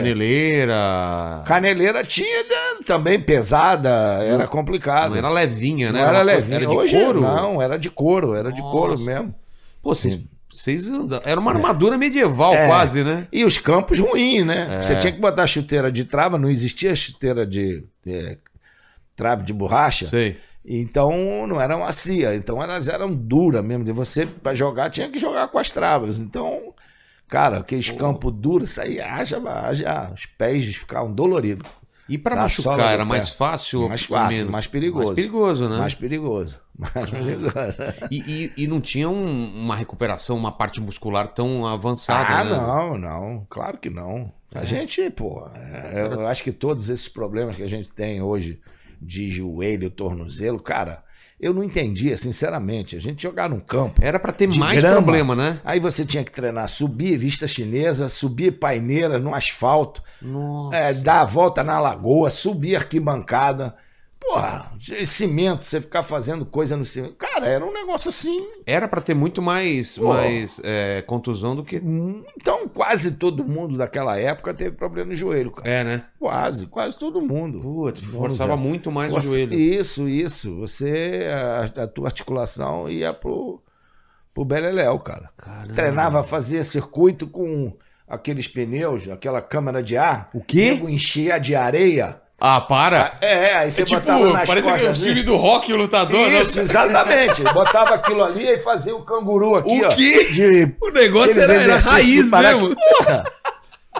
[SPEAKER 1] caneleira.
[SPEAKER 3] Caneleira tinha né, também pesada, era complicado.
[SPEAKER 1] Não era levinha, né?
[SPEAKER 3] Não era
[SPEAKER 1] uma coisa-
[SPEAKER 3] levinho.
[SPEAKER 1] Era de
[SPEAKER 3] Hoje
[SPEAKER 1] couro?
[SPEAKER 3] Não, era de couro, era de
[SPEAKER 1] Nossa.
[SPEAKER 3] couro mesmo.
[SPEAKER 1] Pô, vocês, vocês andam. Era uma armadura medieval,
[SPEAKER 3] É.
[SPEAKER 1] quase, né?
[SPEAKER 3] E os campos ruins, né?
[SPEAKER 1] É.
[SPEAKER 3] Você tinha que botar chuteira de trava, não existia chuteira de é, trave de borracha.
[SPEAKER 1] Sei.
[SPEAKER 3] Então não era macia. Então elas eram duras mesmo. De você, pra jogar, tinha que jogar com as travas. Então, cara, aqueles campos duros, isso aí, haja, haja, os pés ficavam doloridos.
[SPEAKER 1] E pra
[SPEAKER 3] Essa
[SPEAKER 1] machucar,
[SPEAKER 3] sola do
[SPEAKER 1] era
[SPEAKER 3] pé.
[SPEAKER 1] mais fácil? ou
[SPEAKER 3] mais fácil,
[SPEAKER 1] menos?
[SPEAKER 3] mais perigoso.
[SPEAKER 1] Mais perigoso, né? É.
[SPEAKER 3] Mais perigoso. <laughs> Mais perigoso.
[SPEAKER 1] E, e- e não tinha um- uma recuperação, uma parte muscular tão avançada,
[SPEAKER 3] Ah,
[SPEAKER 1] né?
[SPEAKER 3] não, não, claro que não. A gente, pô, é, eu acho que todos esses problemas que a gente tem hoje de joelho, tornozelo, cara, eu não entendia, sinceramente. A gente jogar num campo,
[SPEAKER 1] Era pra ter
[SPEAKER 3] De
[SPEAKER 1] mais
[SPEAKER 3] grama.
[SPEAKER 1] problema, né?
[SPEAKER 3] aí você tinha que treinar, subir vista chinesa, subir paineira no asfalto,
[SPEAKER 1] Nossa.
[SPEAKER 3] é, dar a volta na lagoa, subir arquibancada. Porra, de cimento, você ficar fazendo coisa no cimento. Cara, era um negócio assim
[SPEAKER 1] Era pra ter muito mais,
[SPEAKER 3] Pô.
[SPEAKER 1] mais é, contusão do que.
[SPEAKER 3] Hum, Então, quase todo mundo daquela época teve problema no joelho, cara.
[SPEAKER 1] É, né?
[SPEAKER 3] Quase, quase todo mundo.
[SPEAKER 1] Putz,
[SPEAKER 3] Vamos
[SPEAKER 1] forçava
[SPEAKER 3] lá.
[SPEAKER 1] muito mais
[SPEAKER 3] Você-
[SPEAKER 1] o joelho.
[SPEAKER 3] Isso, isso. Você, a, a tua articulação ia pro, pro Beleléu, cara.
[SPEAKER 1] Caramba.
[SPEAKER 3] Treinava, fazia circuito com aqueles pneus, aquela câmara de ar.
[SPEAKER 1] O quê?
[SPEAKER 3] Nego enchia de areia.
[SPEAKER 1] Ah, para!
[SPEAKER 3] É, aí você
[SPEAKER 1] É tipo,
[SPEAKER 3] botava nas
[SPEAKER 1] parece que é o
[SPEAKER 3] costas. assim.
[SPEAKER 1] filme do rock o lutador, né?
[SPEAKER 3] Isso, exatamente. Botava aquilo ali e fazia o canguru aqui,
[SPEAKER 1] O
[SPEAKER 3] ó.
[SPEAKER 1] quê?
[SPEAKER 3] De...
[SPEAKER 1] O negócio era, era
[SPEAKER 3] aqueles exercícios
[SPEAKER 1] raiz
[SPEAKER 3] de para-
[SPEAKER 1] mesmo.
[SPEAKER 3] Porra!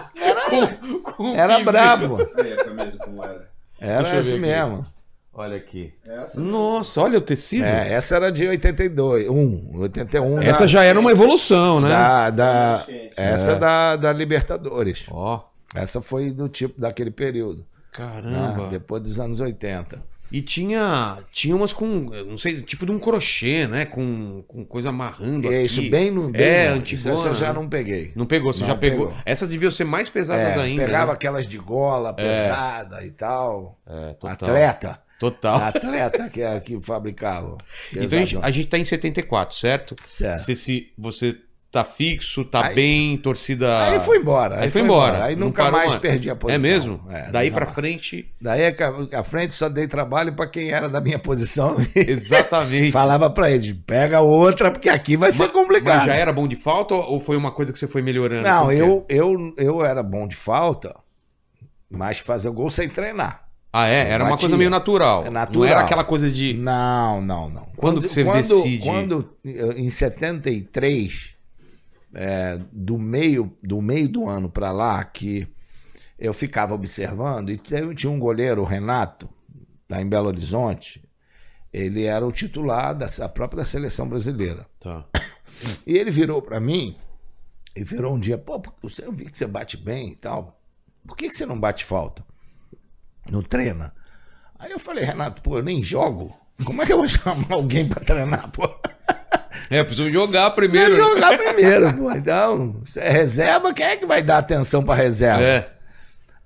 [SPEAKER 1] <laughs> Com- com o
[SPEAKER 3] Era
[SPEAKER 1] pingo.
[SPEAKER 3] brabo.
[SPEAKER 4] Aí a camisa como era. É
[SPEAKER 1] Deixa
[SPEAKER 3] Era
[SPEAKER 1] eu
[SPEAKER 3] esse
[SPEAKER 1] ver aqui.
[SPEAKER 3] mesmo.
[SPEAKER 1] Olha aqui.
[SPEAKER 4] Essa.
[SPEAKER 1] Nossa, olha o tecido.
[SPEAKER 3] É, essa era de 82, 1, 81.
[SPEAKER 1] Essa
[SPEAKER 3] da,
[SPEAKER 1] já era uma evolução, né? É.
[SPEAKER 3] da, da-
[SPEAKER 4] Gente,
[SPEAKER 3] essa da, da Libertadores.
[SPEAKER 1] Ó.
[SPEAKER 3] Essa foi do tipo daquele período, né?
[SPEAKER 1] Caramba.
[SPEAKER 3] depois dos anos 80.
[SPEAKER 1] E tinha, tinha umas com, eu não sei, tipo de um crochê, né? Com, com coisa amarrando
[SPEAKER 3] É
[SPEAKER 1] aqui.
[SPEAKER 3] isso bem no bem,
[SPEAKER 1] É,
[SPEAKER 3] no-
[SPEAKER 1] antigona,
[SPEAKER 3] Essa eu já
[SPEAKER 1] né?
[SPEAKER 3] não peguei.
[SPEAKER 1] Não pegou, você
[SPEAKER 3] Não,
[SPEAKER 1] já pegou.
[SPEAKER 3] pegou.
[SPEAKER 1] Essas deviam ser mais pesadas
[SPEAKER 3] É,
[SPEAKER 1] ainda.
[SPEAKER 3] pegava
[SPEAKER 1] né?
[SPEAKER 3] aquelas de gola pesada e tal.
[SPEAKER 1] É, total.
[SPEAKER 3] Atleta.
[SPEAKER 1] Total.
[SPEAKER 3] Atleta que, é- que fabricava.
[SPEAKER 1] então a gente,
[SPEAKER 3] Pesadão.
[SPEAKER 1] a gente tá em 74, certo?
[SPEAKER 3] Certo.
[SPEAKER 1] Você, se, você tá fixo, tá
[SPEAKER 3] É. Aí-
[SPEAKER 1] bem, torcida.
[SPEAKER 3] Aí foi embora.
[SPEAKER 1] Aí foi embora.
[SPEAKER 3] Aí
[SPEAKER 1] Não
[SPEAKER 3] nunca
[SPEAKER 1] parou
[SPEAKER 3] mais
[SPEAKER 1] mais.
[SPEAKER 3] perdi a
[SPEAKER 1] É
[SPEAKER 3] posição.
[SPEAKER 1] mesmo?
[SPEAKER 3] É,
[SPEAKER 1] Daí
[SPEAKER 3] nunca
[SPEAKER 1] pra
[SPEAKER 3] mais.
[SPEAKER 1] frente. <laughs>
[SPEAKER 3] Daí é a- à frente só dei trabalho pra quem era da minha posição. <laughs> E
[SPEAKER 1] Exatamente.
[SPEAKER 3] falava pra eles, pega outra, porque aqui vai ser complicado.
[SPEAKER 1] Mas já era bom de falta ou ou foi uma coisa que você foi melhorando?
[SPEAKER 3] Não,
[SPEAKER 1] Como que é?
[SPEAKER 3] eu, eu, eu era bom de falta, mas fazia gol sem treinar.
[SPEAKER 1] Ah, é? Era uma
[SPEAKER 3] Batia.
[SPEAKER 1] coisa meio natural.
[SPEAKER 3] É
[SPEAKER 1] Não
[SPEAKER 3] natural. Hum.
[SPEAKER 1] era aquela coisa de.
[SPEAKER 3] Não, não, não. Quando,
[SPEAKER 1] que você decide?
[SPEAKER 3] Quando, eh, em 73, é, do, meio, do meio do ano pra lá, que eu ficava observando, e teve- tinha um goleiro, o Renato, lá em Belo Horizonte, ele era o titular da da própria seleção brasileira.
[SPEAKER 1] Tá.
[SPEAKER 3] E ele virou pra mim e virou um dia, pô, você- eu vi que você bate bem e tal. Por que, que você não bate falta? Não treina? Aí eu falei, Renato, pô, eu nem jogo. Como é que eu vou chamar alguém pra treinar, pô?
[SPEAKER 1] É, preciso jogar
[SPEAKER 3] Eu
[SPEAKER 1] <laughs>
[SPEAKER 3] <laughs>
[SPEAKER 1] primeiro. né?
[SPEAKER 3] jogar primeiro, pô. Então, você é reserva, quem é que vai dar atenção pra reserva?
[SPEAKER 1] É.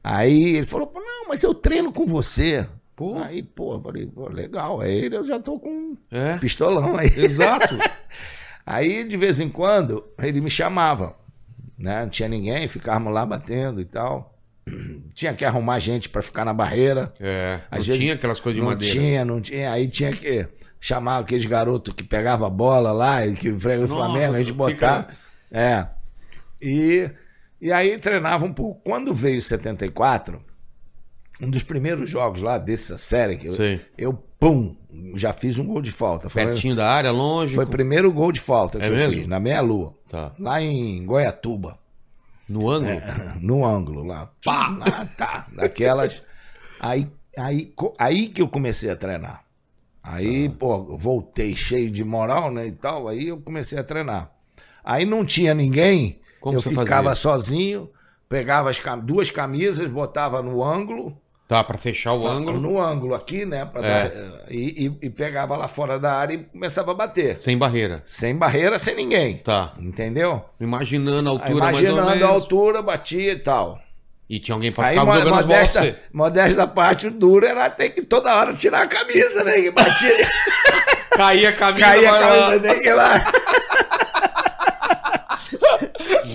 [SPEAKER 3] Aí ele falou, pô, não, mas eu treino com você.
[SPEAKER 1] Pô.
[SPEAKER 3] Aí, pô, eu falei, pô, legal. Aí ele, eu já tô com um
[SPEAKER 1] É.
[SPEAKER 3] pistolão aí. <laughs>
[SPEAKER 1] Exato.
[SPEAKER 3] Aí, de vez em quando, ele me chamava. Né? Não tinha ninguém, ficávamos lá batendo e tal. <clears throat> Tinha que arrumar gente pra ficar na barreira.
[SPEAKER 1] É. Não
[SPEAKER 3] Às vezes
[SPEAKER 1] tinha aquelas coisas de
[SPEAKER 3] não
[SPEAKER 1] madeira.
[SPEAKER 3] tinha, não tinha. Aí tinha que chamar aqueles garotos que pegava a bola lá e que enfrega o
[SPEAKER 1] Nossa,
[SPEAKER 3] Flamengo, a gente
[SPEAKER 1] fica-
[SPEAKER 3] botava. É. E, e aí treinava um pouco. Quando veio 74, um dos primeiros jogos lá dessa série, que eu,
[SPEAKER 1] Sei.
[SPEAKER 3] eu, pum, já fiz um gol de falta. Foi,
[SPEAKER 1] Pertinho da área, longe.
[SPEAKER 3] foi o primeiro gol de falta que
[SPEAKER 1] É
[SPEAKER 3] eu
[SPEAKER 1] mesmo?
[SPEAKER 3] fiz, na meia-lua
[SPEAKER 1] Tá.
[SPEAKER 3] lá em Goiatuba,
[SPEAKER 1] No ângulo?
[SPEAKER 3] É, no ângulo lá. Pá! Lá, tá, daquelas. Aí, aí, co- aí que eu comecei a treinar. Aí,
[SPEAKER 1] Tá.
[SPEAKER 3] pô, voltei cheio de moral, né, e tal, aí eu comecei a treinar. Aí não tinha ninguém,
[SPEAKER 1] Como
[SPEAKER 3] eu
[SPEAKER 1] você
[SPEAKER 3] ficava
[SPEAKER 1] fazia?
[SPEAKER 3] sozinho, pegava as cam- duas camisas, botava no ângulo,
[SPEAKER 1] Tá, pra fechar o ângulo.
[SPEAKER 3] no ângulo aqui, né, pra
[SPEAKER 1] É.
[SPEAKER 3] dar- e, e- e pegava lá fora da área e começava a bater.
[SPEAKER 1] Sem barreira.
[SPEAKER 3] Sem barreira, sem ninguém.
[SPEAKER 1] Tá.
[SPEAKER 3] Entendeu?
[SPEAKER 1] Imaginando a altura mais ou
[SPEAKER 3] Imaginando a
[SPEAKER 1] menos.
[SPEAKER 3] altura, batia e tal.
[SPEAKER 1] E tinha alguém pra
[SPEAKER 3] Aí,
[SPEAKER 1] ficar
[SPEAKER 3] mo-
[SPEAKER 1] jogando as bolas pra
[SPEAKER 3] modesta,
[SPEAKER 1] você.
[SPEAKER 3] modesta da parte, o duro era ter que toda hora tirar a camisa, né? Que batia,
[SPEAKER 1] Caía a camisa.
[SPEAKER 3] caía a
[SPEAKER 1] vai lá.
[SPEAKER 3] camisa, tem que ir lá.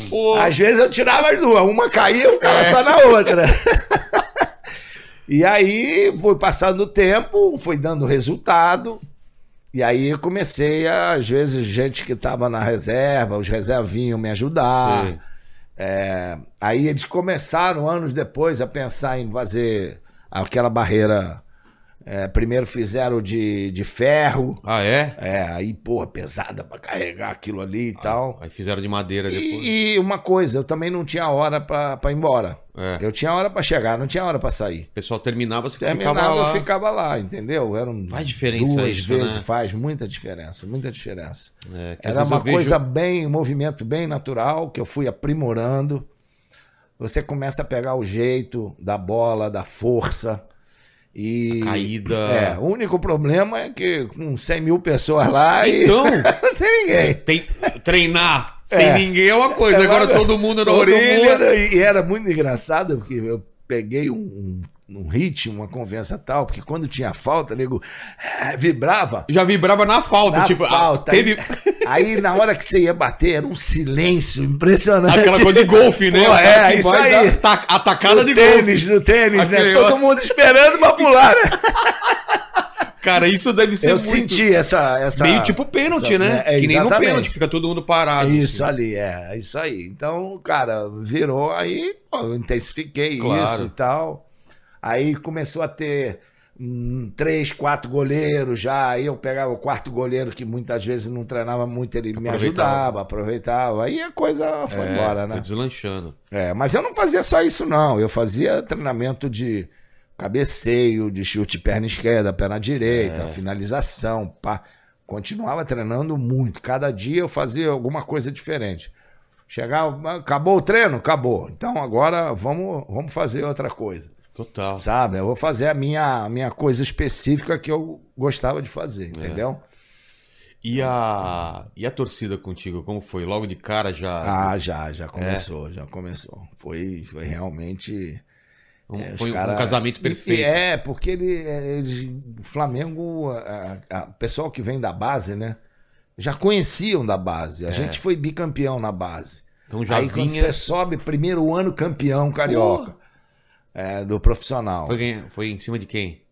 [SPEAKER 1] Pô.
[SPEAKER 3] Às vezes eu tirava as duas, uma caía eu ficava só na outra. e aí foi passando o tempo, foi dando resultado. E aí eu comecei, a, às vezes, gente que estava na reserva, os reservas vinham me ajudar.
[SPEAKER 1] Sei.
[SPEAKER 3] É, aí eles começaram, anos depois, a pensar em fazer aquela barreira. É, primeiro fizeram de, de ferro.
[SPEAKER 1] Ah, é?
[SPEAKER 3] É, aí, pô, pesada pra carregar aquilo ali e tal.
[SPEAKER 1] Aí fizeram de madeira depois.
[SPEAKER 3] E, e uma coisa, eu também não tinha hora pra pra ir embora.
[SPEAKER 1] É.
[SPEAKER 3] Eu tinha hora pra chegar, não tinha hora pra sair.
[SPEAKER 1] O pessoal terminava, você
[SPEAKER 3] Terminava,
[SPEAKER 1] ficava lá.
[SPEAKER 3] eu ficava lá, entendeu? Eram
[SPEAKER 1] Faz diferença
[SPEAKER 3] duas
[SPEAKER 1] isso,
[SPEAKER 3] vezes,
[SPEAKER 1] né?
[SPEAKER 3] faz muita diferença, muita diferença.
[SPEAKER 1] É, que às
[SPEAKER 3] Era
[SPEAKER 1] vezes eu
[SPEAKER 3] uma
[SPEAKER 1] vejo-
[SPEAKER 3] coisa bem, um movimento bem natural que eu fui aprimorando. Você começa a pegar o jeito da bola, da força e
[SPEAKER 1] A caída.
[SPEAKER 3] É, o único problema é que com 100 mil pessoas lá e
[SPEAKER 1] Então,
[SPEAKER 3] não tem <laughs> ninguém.
[SPEAKER 1] tem... treinar sem ninguém é uma coisa.
[SPEAKER 3] É,
[SPEAKER 1] Agora
[SPEAKER 3] mas-
[SPEAKER 1] todo mundo na
[SPEAKER 3] Todo
[SPEAKER 1] orelha.
[SPEAKER 3] mundo, né? e e era muito engraçado, porque eu peguei um, um ritmo, uma conversa tal, porque quando tinha falta, nego eh, vibrava.
[SPEAKER 1] Já vibrava na falta.
[SPEAKER 3] Na
[SPEAKER 1] tipo, ah,
[SPEAKER 3] falta.
[SPEAKER 1] teve
[SPEAKER 3] Aí na hora que você ia bater, era um silêncio
[SPEAKER 1] <laughs>
[SPEAKER 3] impressionante.
[SPEAKER 1] aquela
[SPEAKER 3] <laughs>
[SPEAKER 1] coisa de golfe, né?
[SPEAKER 3] Pô,
[SPEAKER 1] O cara
[SPEAKER 3] é,
[SPEAKER 1] que
[SPEAKER 3] isso
[SPEAKER 1] vai
[SPEAKER 3] aí.
[SPEAKER 1] dar ta- a tacada de
[SPEAKER 3] do tênis, do tênis,
[SPEAKER 1] Aquele
[SPEAKER 3] né? Todo mundo esperando pra pular, né?
[SPEAKER 1] golfe. Cara, isso deve ser
[SPEAKER 3] Eu
[SPEAKER 1] muito...
[SPEAKER 3] senti essa, essa.
[SPEAKER 1] Meio tipo pênalti,
[SPEAKER 3] essa-
[SPEAKER 1] né?
[SPEAKER 3] É,
[SPEAKER 1] que nem no
[SPEAKER 3] exatamente.
[SPEAKER 1] pênalti, fica todo mundo parado.
[SPEAKER 3] Isso
[SPEAKER 1] assim.
[SPEAKER 3] ali, é, é isso aí. Então, cara, virou aí, pô, eu intensifiquei
[SPEAKER 1] Claro.
[SPEAKER 3] isso e tal. Aí começou a ter hum, três, quatro goleiros já. Aí eu pegava o quarto goleiro, que muitas vezes não treinava muito, ele me
[SPEAKER 1] Aproveitava.
[SPEAKER 3] ajudava, aproveitava. Aí a coisa foi
[SPEAKER 1] É,
[SPEAKER 3] embora,
[SPEAKER 1] foi
[SPEAKER 3] né?
[SPEAKER 1] deslanchando.
[SPEAKER 3] É, mas eu não fazia só isso, não. Eu fazia treinamento de cabeceio, de chute perna esquerda, perna direita, finalização. Pá. Continuava treinando muito. Cada dia eu fazia alguma coisa diferente. Chegava, acabou o treino? Acabou. Então agora vamos, vamos fazer outra coisa.
[SPEAKER 1] Total.
[SPEAKER 3] Sabe? Eu vou fazer a minha, a minha coisa específica que eu gostava de fazer, entendeu?
[SPEAKER 1] E a... e a torcida contigo, como foi? Logo de cara já...
[SPEAKER 3] Ah, já, já começou, já começou. Foi, foi realmente
[SPEAKER 1] Um-
[SPEAKER 3] É, os
[SPEAKER 1] foi um-
[SPEAKER 3] cara-
[SPEAKER 1] um casamento
[SPEAKER 3] E-
[SPEAKER 1] perfeito.
[SPEAKER 3] É, porque ele, eles- o Flamengo, a- a- o pessoal que vem da base, né? Já conheciam da base. A gente foi bicampeão na base.
[SPEAKER 1] Então É. já
[SPEAKER 3] Aí quando
[SPEAKER 1] vinha.
[SPEAKER 3] você sobe, primeiro ano campeão carioca. É, do profissional.
[SPEAKER 1] Foi,
[SPEAKER 3] Foi...
[SPEAKER 1] quem- foi em cima de quem?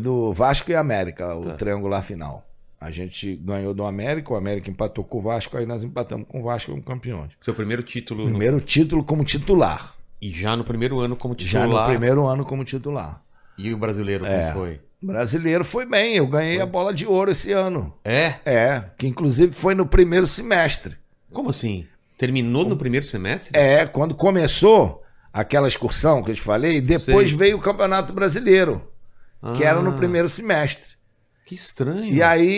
[SPEAKER 3] do Vasco e América, o
[SPEAKER 1] Tá.
[SPEAKER 3] triangular final. A gente ganhou do América, o América empatou com o Vasco, aí nós empatamos com o Vasco como campeões.
[SPEAKER 1] Seu primeiro título. no-
[SPEAKER 3] Primeiro título como titular.
[SPEAKER 1] E já no primeiro ano como
[SPEAKER 3] Já
[SPEAKER 1] titular.
[SPEAKER 3] no primeiro ano como titular.
[SPEAKER 1] E o brasileiro, como
[SPEAKER 3] É.
[SPEAKER 1] foi?
[SPEAKER 3] Brasileiro foi bem, eu ganhei a bola de ouro esse ano.
[SPEAKER 1] É?
[SPEAKER 3] É, que inclusive foi no primeiro semestre.
[SPEAKER 1] Como assim? Terminou no primeiro semestre?
[SPEAKER 3] É, quando começou aquela excursão que eu te falei, depois
[SPEAKER 1] Sei.
[SPEAKER 3] veio o Campeonato Brasileiro, É, que era no
[SPEAKER 1] Ah,
[SPEAKER 3] primeiro semestre.
[SPEAKER 1] Que estranho.
[SPEAKER 3] E aí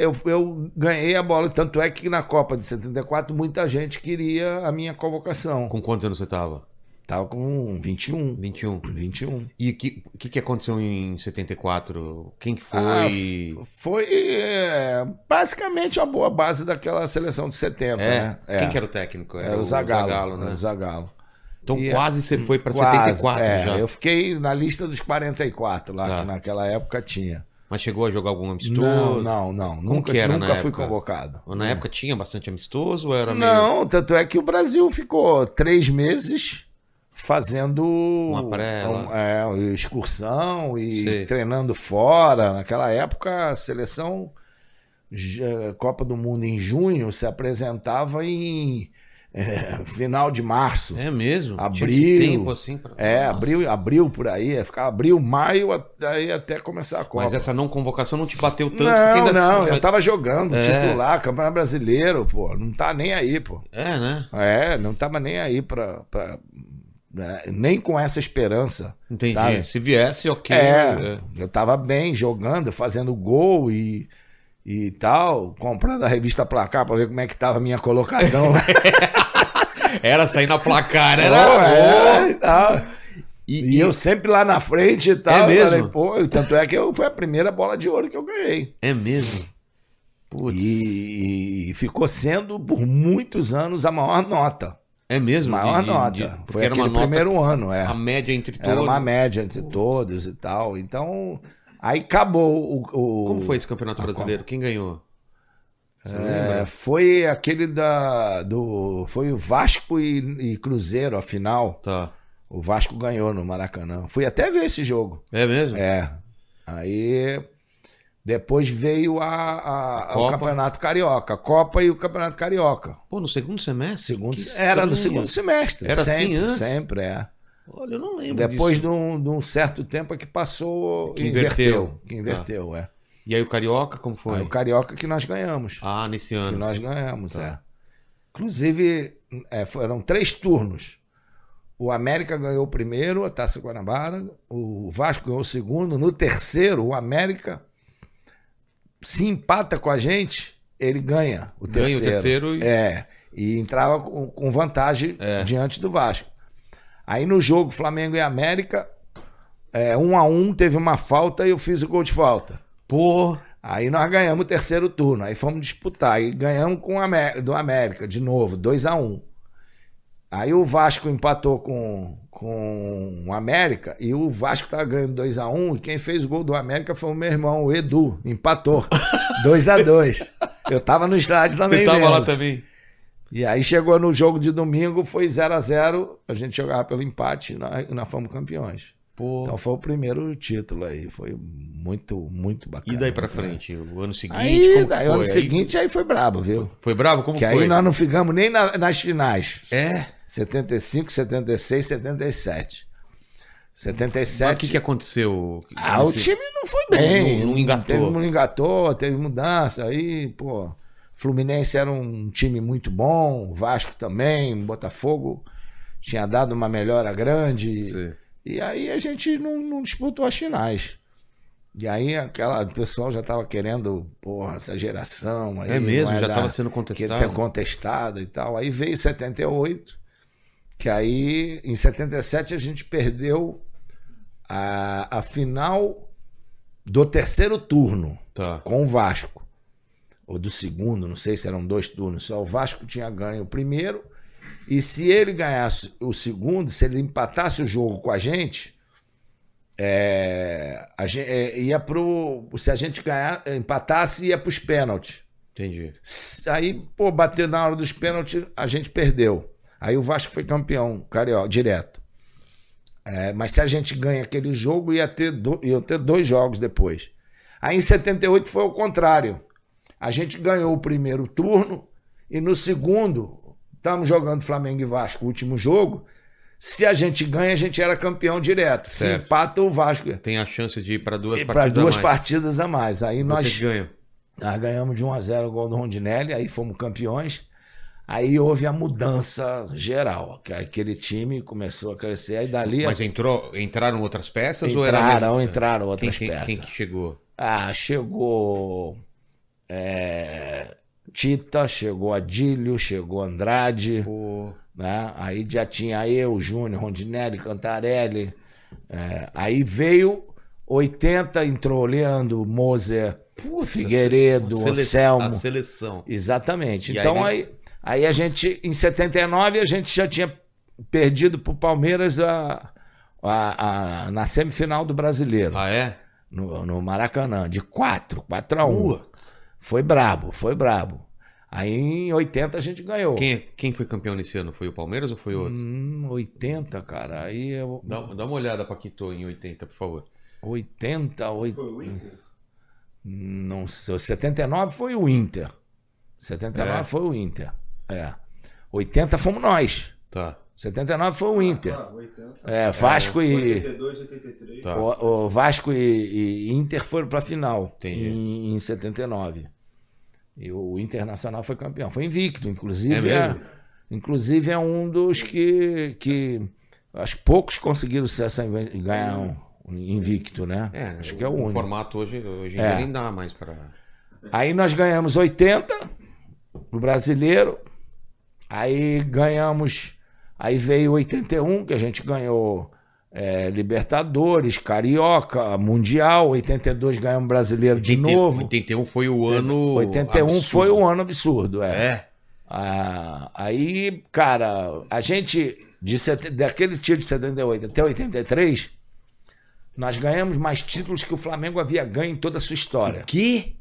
[SPEAKER 3] eu, eu ganhei a bola, tanto é que na Copa de 74 muita gente queria a minha convocação.
[SPEAKER 1] Com quantos anos você tava?
[SPEAKER 3] Tava com 21,
[SPEAKER 1] 21.
[SPEAKER 3] 21.
[SPEAKER 1] E o que, que, que aconteceu em 74? Quem que
[SPEAKER 3] Ah,
[SPEAKER 1] foi?
[SPEAKER 3] Foi é, basicamente a boa base daquela seleção de 70,
[SPEAKER 1] é.
[SPEAKER 3] né? É.
[SPEAKER 1] Quem que era o técnico?
[SPEAKER 3] Era o Zagallo,
[SPEAKER 1] né?
[SPEAKER 3] Era o Zagallo.
[SPEAKER 1] Então
[SPEAKER 3] E-
[SPEAKER 1] quase você foi pra
[SPEAKER 3] Quase,
[SPEAKER 1] 74
[SPEAKER 3] é,
[SPEAKER 1] já.
[SPEAKER 3] Eu fiquei na lista dos 44 lá,
[SPEAKER 1] Tá.
[SPEAKER 3] que naquela época tinha.
[SPEAKER 1] Mas chegou a jogar algum amistoso?
[SPEAKER 3] Não, não, não. Nunca,
[SPEAKER 1] que era
[SPEAKER 3] nunca
[SPEAKER 1] na
[SPEAKER 3] fui
[SPEAKER 1] época?
[SPEAKER 3] convocado.
[SPEAKER 1] Ou Na época tinha bastante amistoso ou era meio...
[SPEAKER 3] Não, tanto é que o Brasil ficou três meses fazendo
[SPEAKER 1] Uma pré lá.
[SPEAKER 3] um- é, excursão e
[SPEAKER 1] Sei.
[SPEAKER 3] treinando fora. Naquela época, a seleção j- eh, Copa do Mundo em junho se apresentava em é, final de março.
[SPEAKER 1] É mesmo?
[SPEAKER 3] Abril.
[SPEAKER 1] Tinha esse tempo assim pra...
[SPEAKER 3] É,
[SPEAKER 1] Nossa.
[SPEAKER 3] abril, abril por aí, é, ficava abril, maio, até, aí até começar a Copa.
[SPEAKER 1] Mas essa não convocação não te bateu tanto? porque
[SPEAKER 3] não,
[SPEAKER 1] ainda
[SPEAKER 3] não,
[SPEAKER 1] assim-
[SPEAKER 3] eu tava jogando,
[SPEAKER 1] É.
[SPEAKER 3] titular, campeonato brasileiro, pô, não tá nem aí, pô.
[SPEAKER 1] É, né?
[SPEAKER 3] É, não tava nem aí pra, pra- né, nem com essa esperança,
[SPEAKER 1] Entendi.
[SPEAKER 3] sabe?
[SPEAKER 1] Se viesse, ok.
[SPEAKER 3] É,
[SPEAKER 1] É.
[SPEAKER 3] eu tava bem jogando, fazendo gol e, e tal, comprando a revista Placar pra ver como é que tava a minha colocação.
[SPEAKER 1] É. Era sair na placar, <laughs> era...
[SPEAKER 3] É, e tal.
[SPEAKER 1] E,
[SPEAKER 3] E eu sempre lá na frente e tal.
[SPEAKER 1] É
[SPEAKER 3] eu
[SPEAKER 1] mesmo?
[SPEAKER 3] Falei, Pô, tanto é que eu, foi a primeira bola de ouro que eu ganhei.
[SPEAKER 1] É mesmo? Putz.
[SPEAKER 3] E, e ficou sendo por muitos anos a maior nota.
[SPEAKER 1] É mesmo?
[SPEAKER 3] Maior
[SPEAKER 1] De- de-
[SPEAKER 3] nota.
[SPEAKER 1] de- porque
[SPEAKER 3] foi
[SPEAKER 1] era uma
[SPEAKER 3] aquele
[SPEAKER 1] nota,
[SPEAKER 3] primeiro ano, é.
[SPEAKER 1] a média entre todos.
[SPEAKER 3] Era uma média entre todos e tal. Então, aí acabou o. o-
[SPEAKER 1] Como foi esse campeonato
[SPEAKER 3] a
[SPEAKER 1] brasileiro? Quem ganhou? Você
[SPEAKER 3] É,
[SPEAKER 1] lembra?
[SPEAKER 3] foi aquele da. Do, foi o Vasco e, e Cruzeiro, a final.
[SPEAKER 1] Tá.
[SPEAKER 3] O Vasco ganhou no Maracanã. Fui até ver esse jogo.
[SPEAKER 1] É mesmo?
[SPEAKER 3] É. Aí depois veio a, a-
[SPEAKER 1] A
[SPEAKER 3] o
[SPEAKER 1] Copa.
[SPEAKER 3] Campeonato Carioca, a Copa e o Campeonato Carioca.
[SPEAKER 1] Pô, no segundo semestre?
[SPEAKER 3] Segundo,
[SPEAKER 1] Que
[SPEAKER 3] se- era no
[SPEAKER 1] estranho.
[SPEAKER 3] segundo semestre.
[SPEAKER 1] Era assim
[SPEAKER 3] sempre,
[SPEAKER 1] antes?
[SPEAKER 3] Sempre, é.
[SPEAKER 1] Olha, eu não lembro
[SPEAKER 3] Depois
[SPEAKER 1] disso.
[SPEAKER 3] de um, de um certo tempo é que passou.
[SPEAKER 1] Que inverteu.
[SPEAKER 3] inverteu. Que inverteu, é.
[SPEAKER 1] E aí o Carioca, como foi?
[SPEAKER 3] Foi. o Carioca que nós ganhamos.
[SPEAKER 1] Ah, nesse
[SPEAKER 3] que
[SPEAKER 1] ano.
[SPEAKER 3] nós ganhamos,
[SPEAKER 1] Tá.
[SPEAKER 3] é. Inclusive, é, foram três turnos. O América ganhou o primeiro, a Taça Guanabara, o Vasco ganhou o segundo. No terceiro, o América se empata com a gente, ele ganha o
[SPEAKER 1] Ganha
[SPEAKER 3] terceiro.
[SPEAKER 1] o terceiro e...
[SPEAKER 3] É, e entrava com, com vantagem
[SPEAKER 1] É.
[SPEAKER 3] diante do Vasco. Aí no jogo Flamengo e América, é, um a um, teve uma falta e eu fiz o gol de falta.
[SPEAKER 1] Pô,
[SPEAKER 3] Aí nós ganhamos o terceiro turno, aí fomos disputar, e ganhamos com o Amé- do América, de novo, 2 a 1 Aí o Vasco empatou com, com o América, e o Vasco tava ganhando 2 a 1 e quem fez o gol do América foi o meu irmão, o Edu,
[SPEAKER 1] <laughs>
[SPEAKER 3] empatou, 2 a 2 Eu tava no estádio também
[SPEAKER 1] você tava
[SPEAKER 3] vendo.
[SPEAKER 1] lá também.
[SPEAKER 3] E aí chegou no jogo de domingo, foi 0 a 0 a gente jogava pelo empate, e nós, nós fomos campeões.
[SPEAKER 1] Pô.
[SPEAKER 3] Então foi o primeiro título aí, foi muito, muito bacana.
[SPEAKER 1] e daí pra
[SPEAKER 3] né?
[SPEAKER 1] frente? O ano seguinte,
[SPEAKER 3] Aí,
[SPEAKER 1] como que
[SPEAKER 3] daí,
[SPEAKER 1] foi?
[SPEAKER 3] ano
[SPEAKER 1] Aí-
[SPEAKER 3] seguinte aí foi brabo, viu?
[SPEAKER 1] Foi bravo? Como
[SPEAKER 3] que
[SPEAKER 1] foi?
[SPEAKER 3] aí nós não ficamos nem na- nas finais.
[SPEAKER 1] É?
[SPEAKER 3] 75, 76, 77.
[SPEAKER 1] Mas
[SPEAKER 3] 77.
[SPEAKER 1] o que, que aconteceu?
[SPEAKER 3] Ah, o
[SPEAKER 1] Nesse-
[SPEAKER 3] time não foi bem.
[SPEAKER 1] Não- não engatou.
[SPEAKER 3] Teve, não engatou, teve mudança aí, pô. Fluminense era um time muito bom, Vasco também, Botafogo tinha dado uma melhora grande.
[SPEAKER 1] Sim.
[SPEAKER 3] E aí a gente não, não disputou as finais. E aí aquela, o pessoal já estava querendo, porra, essa geração aí.
[SPEAKER 1] É mesmo?
[SPEAKER 3] não
[SPEAKER 1] Já
[SPEAKER 3] da-
[SPEAKER 1] tava sendo
[SPEAKER 3] que
[SPEAKER 1] contestado?
[SPEAKER 3] ter contestado e tal. Aí veio 78, que aí em 77 a gente perdeu a, a final do terceiro turno
[SPEAKER 1] Tá.
[SPEAKER 3] com o Vasco. Ou do segundo, não sei se eram dois turnos, só o Vasco tinha ganho o primeiro. E se ele ganhasse o segundo, se ele empatasse o jogo com a gente, é, a gente, ia pro. Se a gente ganhar, empatasse, ia pros pênaltis.
[SPEAKER 1] Entendi.
[SPEAKER 3] S- Aí, pô, bateu na hora dos pênaltis, a gente perdeu. Aí o Vasco foi campeão, carioca, direto. É, mas se a gente ganha aquele jogo, ia ter, do, ia ter dois jogos depois. Aí em 78 foi o contrário. A gente ganhou o primeiro turno e no segundo, estamos jogando Flamengo e Vasco, o último jogo. Se a gente ganha, a gente era campeão direto.
[SPEAKER 1] Certo.
[SPEAKER 3] Se empata, o Vasco ia
[SPEAKER 1] Tem a chance de ir pra duas
[SPEAKER 3] para
[SPEAKER 1] partidas.
[SPEAKER 3] duas
[SPEAKER 1] a mais.
[SPEAKER 3] partidas a mais. Aí
[SPEAKER 1] Vocês
[SPEAKER 3] nós,
[SPEAKER 1] ganham.
[SPEAKER 3] nós ganhamos de 1 a 0 o gol do Rondinelli, aí fomos campeões. Aí houve a mudança geral, que aquele time começou a crescer, aí dali
[SPEAKER 1] Mas entrou, entraram outras peças ou era. a mesma-
[SPEAKER 3] entraram, entraram
[SPEAKER 1] Quem,
[SPEAKER 3] outras
[SPEAKER 1] é. quem,
[SPEAKER 3] peças.
[SPEAKER 1] quem que chegou?
[SPEAKER 3] Ah, chegou é, Tita, chegou Adílio, chegou Andrade,
[SPEAKER 1] Pô,
[SPEAKER 3] né? Aí já tinha eu, Júnior, Rondinelli, Cantarelli. É, aí veio 80, entrou Leandro, Moser, Figueiredo,
[SPEAKER 1] a sele-
[SPEAKER 3] Anselmo.
[SPEAKER 1] A seleção.
[SPEAKER 3] Exatamente.
[SPEAKER 1] E
[SPEAKER 3] então
[SPEAKER 1] aí,
[SPEAKER 3] aí, aí, a gente, em 79, a gente já tinha perdido pro Palmeiras a, a- a- na semifinal do Brasileiro,
[SPEAKER 1] Ah, é?
[SPEAKER 3] no, no Maracanã, de 4, 4 a 1. Foi brabo, foi brabo. Aí em 80 a gente ganhou.
[SPEAKER 1] Quem, é- quem foi campeão nesse ano? Foi o Palmeiras ou foi outro?
[SPEAKER 3] Hum, 80, cara. Aí eu,
[SPEAKER 1] Dá, dá uma olhada pra quem tô em 80, por favor.
[SPEAKER 3] 80, 80.
[SPEAKER 4] Foi o Inter?
[SPEAKER 3] Não sei. 79 foi o Inter. 79
[SPEAKER 1] É.
[SPEAKER 3] foi o Inter. É. 80 fomos nós.
[SPEAKER 1] Tá,
[SPEAKER 3] 79 foi o Inter.
[SPEAKER 4] Ah, 80.
[SPEAKER 3] É, Vasco e.
[SPEAKER 4] 82, 83.
[SPEAKER 1] tá.
[SPEAKER 3] O, o Vasco e, e Inter foram pra final
[SPEAKER 1] Entendi.
[SPEAKER 3] em, em 79. E o Internacional foi campeão. Foi invicto, inclusive.
[SPEAKER 1] É
[SPEAKER 3] É
[SPEAKER 1] mesmo?
[SPEAKER 3] inclusive é um dos que. que acho que poucos conseguiram ser essa, inven- ganhar um invicto, né?
[SPEAKER 1] É,
[SPEAKER 3] acho que é o único.
[SPEAKER 1] formato hoje, hoje
[SPEAKER 3] É.
[SPEAKER 1] ainda nem dá mais pra.
[SPEAKER 3] Aí nós ganhamos 80 no brasileiro. Aí ganhamos. Aí veio 81, que a gente ganhou é, Libertadores, Carioca, Mundial. 82 ganhamos brasileiro de
[SPEAKER 1] 80
[SPEAKER 3] novo.
[SPEAKER 1] 81 foi o ano.
[SPEAKER 3] 81
[SPEAKER 1] absurdo.
[SPEAKER 3] foi um ano absurdo, é.
[SPEAKER 1] É.
[SPEAKER 3] Ah, aí, cara, a gente, de sete- daquele tiro de 78 até 83, nós ganhamos mais títulos que o Flamengo havia ganho em toda a sua história.
[SPEAKER 1] Que?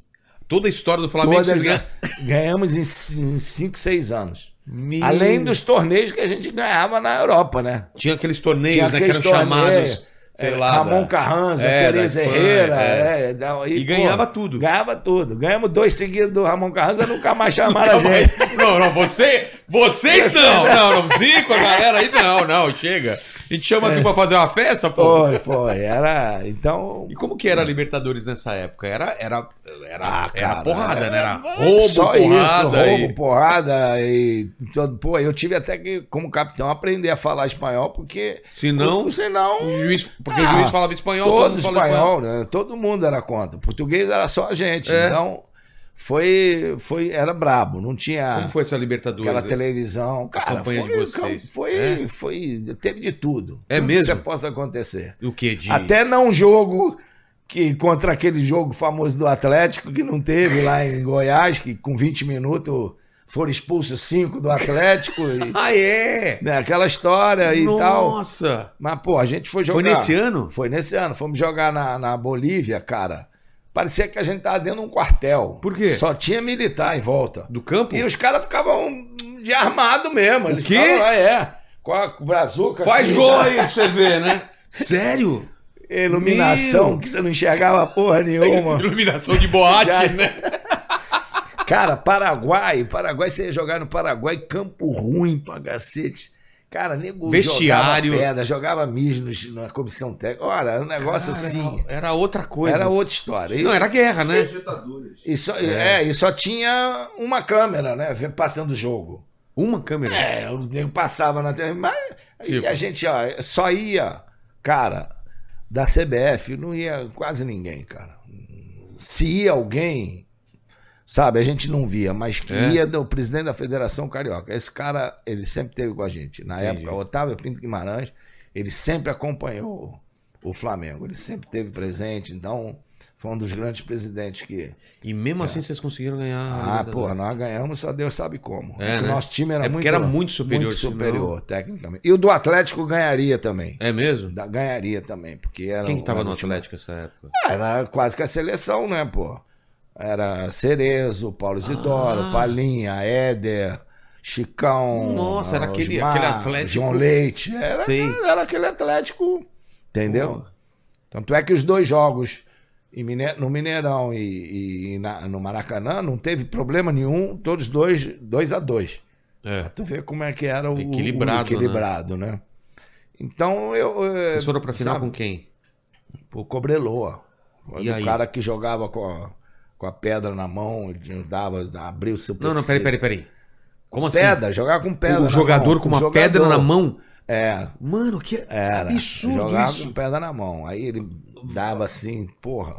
[SPEAKER 1] Toda a história do Flamengo
[SPEAKER 3] Todas
[SPEAKER 1] vocês ganham.
[SPEAKER 3] ga- ganhamos em 5, 6 anos.
[SPEAKER 1] Meu-
[SPEAKER 3] Além dos torneios que a gente ganhava na Europa, né?
[SPEAKER 1] Tinha aqueles torneios, né? Que
[SPEAKER 3] aqueles
[SPEAKER 1] eram
[SPEAKER 3] torneios,
[SPEAKER 1] chamados. Sei
[SPEAKER 3] é,
[SPEAKER 1] lá.
[SPEAKER 3] Ramon
[SPEAKER 1] da-
[SPEAKER 3] Carranza,
[SPEAKER 1] É, da
[SPEAKER 3] Tereza
[SPEAKER 1] Espanha,
[SPEAKER 3] Herrera.
[SPEAKER 1] é.
[SPEAKER 3] é, da-
[SPEAKER 1] E
[SPEAKER 3] pô,
[SPEAKER 1] ganhava tudo.
[SPEAKER 3] Ganhava tudo. Ganhamos dois seguidos do Ramon Carranza, nunca
[SPEAKER 1] <laughs>
[SPEAKER 3] mais chamaram a gente. é.
[SPEAKER 1] Não, não, você, vocês não, não, não, Zico, a galera aí não, não, chega. A gente
[SPEAKER 3] É.
[SPEAKER 1] chama aqui pra fazer uma festa, pô.
[SPEAKER 3] Foi, foi. Era. Então.
[SPEAKER 1] E como que era a Libertadores nessa época? Era, era, era,
[SPEAKER 3] Ah,
[SPEAKER 1] era
[SPEAKER 3] cara, é,
[SPEAKER 1] porrada, né? Era roubo,
[SPEAKER 3] Só
[SPEAKER 1] porrada.
[SPEAKER 3] isso, roubo,
[SPEAKER 1] e...
[SPEAKER 3] porrada e todo. Pô, eu tive até que, como capitão, aprender a falar espanhol, porque.
[SPEAKER 1] Se não,
[SPEAKER 3] senão.
[SPEAKER 1] o juiz, porque o
[SPEAKER 3] Ah,
[SPEAKER 1] juiz falava espanhol,
[SPEAKER 3] todo
[SPEAKER 1] mundo falava
[SPEAKER 3] espanhol, né? todo mundo era contra. Português era só a gente.
[SPEAKER 1] É.
[SPEAKER 3] Então, foi, foi, era brabo. Não
[SPEAKER 1] Como
[SPEAKER 3] tinha
[SPEAKER 1] foi essa Libertadores?
[SPEAKER 3] Ah, aquela televisão. Cara,
[SPEAKER 1] campanha
[SPEAKER 3] foi,
[SPEAKER 1] de vocês.
[SPEAKER 3] foi,
[SPEAKER 1] É?
[SPEAKER 3] foi- teve de tudo.
[SPEAKER 1] É
[SPEAKER 3] Tudo
[SPEAKER 1] mesmo?
[SPEAKER 3] Que você possa acontecer.
[SPEAKER 1] O que? De...
[SPEAKER 3] Até não jogo que contra aquele jogo famoso do Atlético que não teve lá em Goiás, que com 20 minutos foram expulsos cinco do Atlético.
[SPEAKER 1] <laughs>
[SPEAKER 3] e,
[SPEAKER 1] Ah, é?
[SPEAKER 3] né, aquela história e tal.
[SPEAKER 1] Nossa!
[SPEAKER 3] Mas, pô, a gente foi jogar.
[SPEAKER 1] Foi nesse ano?
[SPEAKER 3] Foi nesse ano. Fomos jogar na, na Bolívia, cara. Parecia que a gente tava dentro de um quartel.
[SPEAKER 1] Por quê?
[SPEAKER 3] Só tinha militar em volta.
[SPEAKER 1] Do campo?
[SPEAKER 3] E os caras ficavam um, de armado mesmo. Eles
[SPEAKER 1] O quê?
[SPEAKER 3] ficavam lá, é. Com a com o brazuca.
[SPEAKER 1] Faz
[SPEAKER 3] aqui,
[SPEAKER 1] gol
[SPEAKER 3] né?
[SPEAKER 1] aí pra você ver, né?
[SPEAKER 3] <laughs>
[SPEAKER 1] Sério?
[SPEAKER 3] Iluminação
[SPEAKER 1] Meu.
[SPEAKER 3] que você não enxergava porra nenhuma.
[SPEAKER 1] Iluminação de boate,
[SPEAKER 3] Já-
[SPEAKER 1] né?
[SPEAKER 3] Cara, Paraguai. Paraguai, você ia jogar no Paraguai, campo ruim pra cacete. Cara, nego
[SPEAKER 1] Vestiário.
[SPEAKER 3] jogava pedra, jogava mis nos- na comissão técnica. Olha, era um negócio
[SPEAKER 1] Cara,
[SPEAKER 3] assim.
[SPEAKER 1] Era, era outra coisa.
[SPEAKER 3] Era outra história. E-
[SPEAKER 1] Não, era guerra,
[SPEAKER 4] Três
[SPEAKER 1] né?
[SPEAKER 4] ditaduras.
[SPEAKER 3] E só,
[SPEAKER 1] É.
[SPEAKER 3] é. e só tinha uma câmera, né? vendo- Passando o jogo.
[SPEAKER 1] Uma câmera.
[SPEAKER 3] É, o nego passava na TV, mas
[SPEAKER 1] Tipo.
[SPEAKER 3] e a gente ó, só ia, cara, da CBF, não ia quase ninguém, cara. Se ia alguém, sabe, a gente não via, mas que
[SPEAKER 1] É.
[SPEAKER 3] ia do presidente da Federação Carioca. Esse cara, ele sempre teve com a gente. Na
[SPEAKER 1] Entendi.
[SPEAKER 3] época, Otávio Pinto Guimarães, ele sempre acompanhou o Flamengo, ele sempre teve presente, então Foi um dos grandes presidentes que.
[SPEAKER 1] E mesmo assim vocês conseguiram ganhar. a
[SPEAKER 3] É. Ah,
[SPEAKER 1] Libertadores.
[SPEAKER 3] porra, nós ganhamos, só Deus sabe como.
[SPEAKER 1] É,
[SPEAKER 3] É que
[SPEAKER 1] né?
[SPEAKER 3] O nosso time era
[SPEAKER 1] É
[SPEAKER 3] muito.
[SPEAKER 1] porque era muito superior,
[SPEAKER 3] Muito
[SPEAKER 1] senão-
[SPEAKER 3] superior, tecnicamente. E o do Atlético ganharia também.
[SPEAKER 1] É mesmo?
[SPEAKER 3] Da- Ganharia também, porque era.
[SPEAKER 1] Quem que tava
[SPEAKER 3] era
[SPEAKER 1] no
[SPEAKER 3] um time-
[SPEAKER 1] Atlético nessa época?
[SPEAKER 3] Ah, Era quase que a seleção, né, pô? Era Cerezo, Paulo Isidoro,
[SPEAKER 1] Ah.
[SPEAKER 3] Palinha, Éder, Chicão.
[SPEAKER 1] Nossa, era aquele-
[SPEAKER 3] Osmar,
[SPEAKER 1] aquele Atlético-
[SPEAKER 3] João Leite. Era,
[SPEAKER 1] Sei.
[SPEAKER 3] era aquele Atlético, entendeu? Tanto é que os dois jogos em Mine- no Mineirão e, e na- no Maracanã não teve problema nenhum, todos dois, dois a dois.
[SPEAKER 1] É.
[SPEAKER 3] Tu vê como é que era o o
[SPEAKER 1] Equilibrado,
[SPEAKER 3] equilibrado, né? Então eu. eh,
[SPEAKER 1] Vocês foram pra final
[SPEAKER 3] sabe,
[SPEAKER 1] com quem?
[SPEAKER 3] Pô, Cobreloa.
[SPEAKER 1] E aí?
[SPEAKER 3] O cara que jogava com a, com a pedra na mão, ele dava, abriu o seu
[SPEAKER 1] Não, não, peraí, peraí, peraí. Como assim?
[SPEAKER 3] Pedra, jogava com pedra.
[SPEAKER 1] o
[SPEAKER 3] na
[SPEAKER 1] jogador
[SPEAKER 3] mão,
[SPEAKER 1] com uma
[SPEAKER 3] jogador.
[SPEAKER 1] pedra na mão?
[SPEAKER 3] É,
[SPEAKER 1] Mano, que
[SPEAKER 3] era.
[SPEAKER 1] absurdo
[SPEAKER 3] jogava
[SPEAKER 1] isso.
[SPEAKER 3] com pedra na mão. Aí ele dava assim, porra.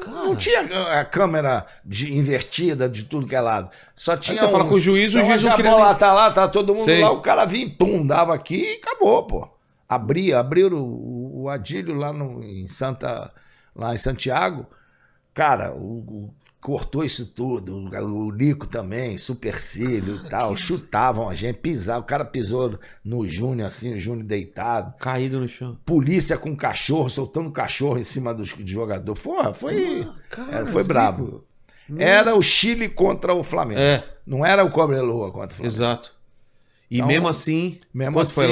[SPEAKER 1] Cara.
[SPEAKER 3] Não tinha a câmera de- invertida de tudo que é lado. Só
[SPEAKER 1] Aí
[SPEAKER 3] tinha.
[SPEAKER 1] você fala com o juiz, o
[SPEAKER 3] Então,
[SPEAKER 1] juiz
[SPEAKER 3] hoje
[SPEAKER 1] não
[SPEAKER 3] a
[SPEAKER 1] queria
[SPEAKER 3] bola
[SPEAKER 1] nem...
[SPEAKER 3] tá lá, tá todo mundo
[SPEAKER 1] Sei.
[SPEAKER 3] lá, o cara vinha, pum, dava aqui e acabou, pô. Abria, abriram o, o Adílio lá no, em Santa, lá em Santiago. Cara, o- o- cortou isso tudo, o, o Nico também, supercílio e tal, chutavam a gente, pisava, o cara pisou no Júnior assim, o Júnior deitado.
[SPEAKER 1] Caído no chão.
[SPEAKER 3] Polícia com cachorro, soltando cachorro em cima dos do jogador. Porra, foi,
[SPEAKER 1] Ah, cara,
[SPEAKER 3] é, foi
[SPEAKER 1] Zico.
[SPEAKER 3] brabo. Era o Chile contra o Flamengo.
[SPEAKER 1] É,
[SPEAKER 3] Não era o Cobreloa contra o Flamengo.
[SPEAKER 1] exato. E
[SPEAKER 3] Então,
[SPEAKER 1] mesmo assim,
[SPEAKER 3] Mesmo
[SPEAKER 1] Quanto
[SPEAKER 3] assim,
[SPEAKER 1] foi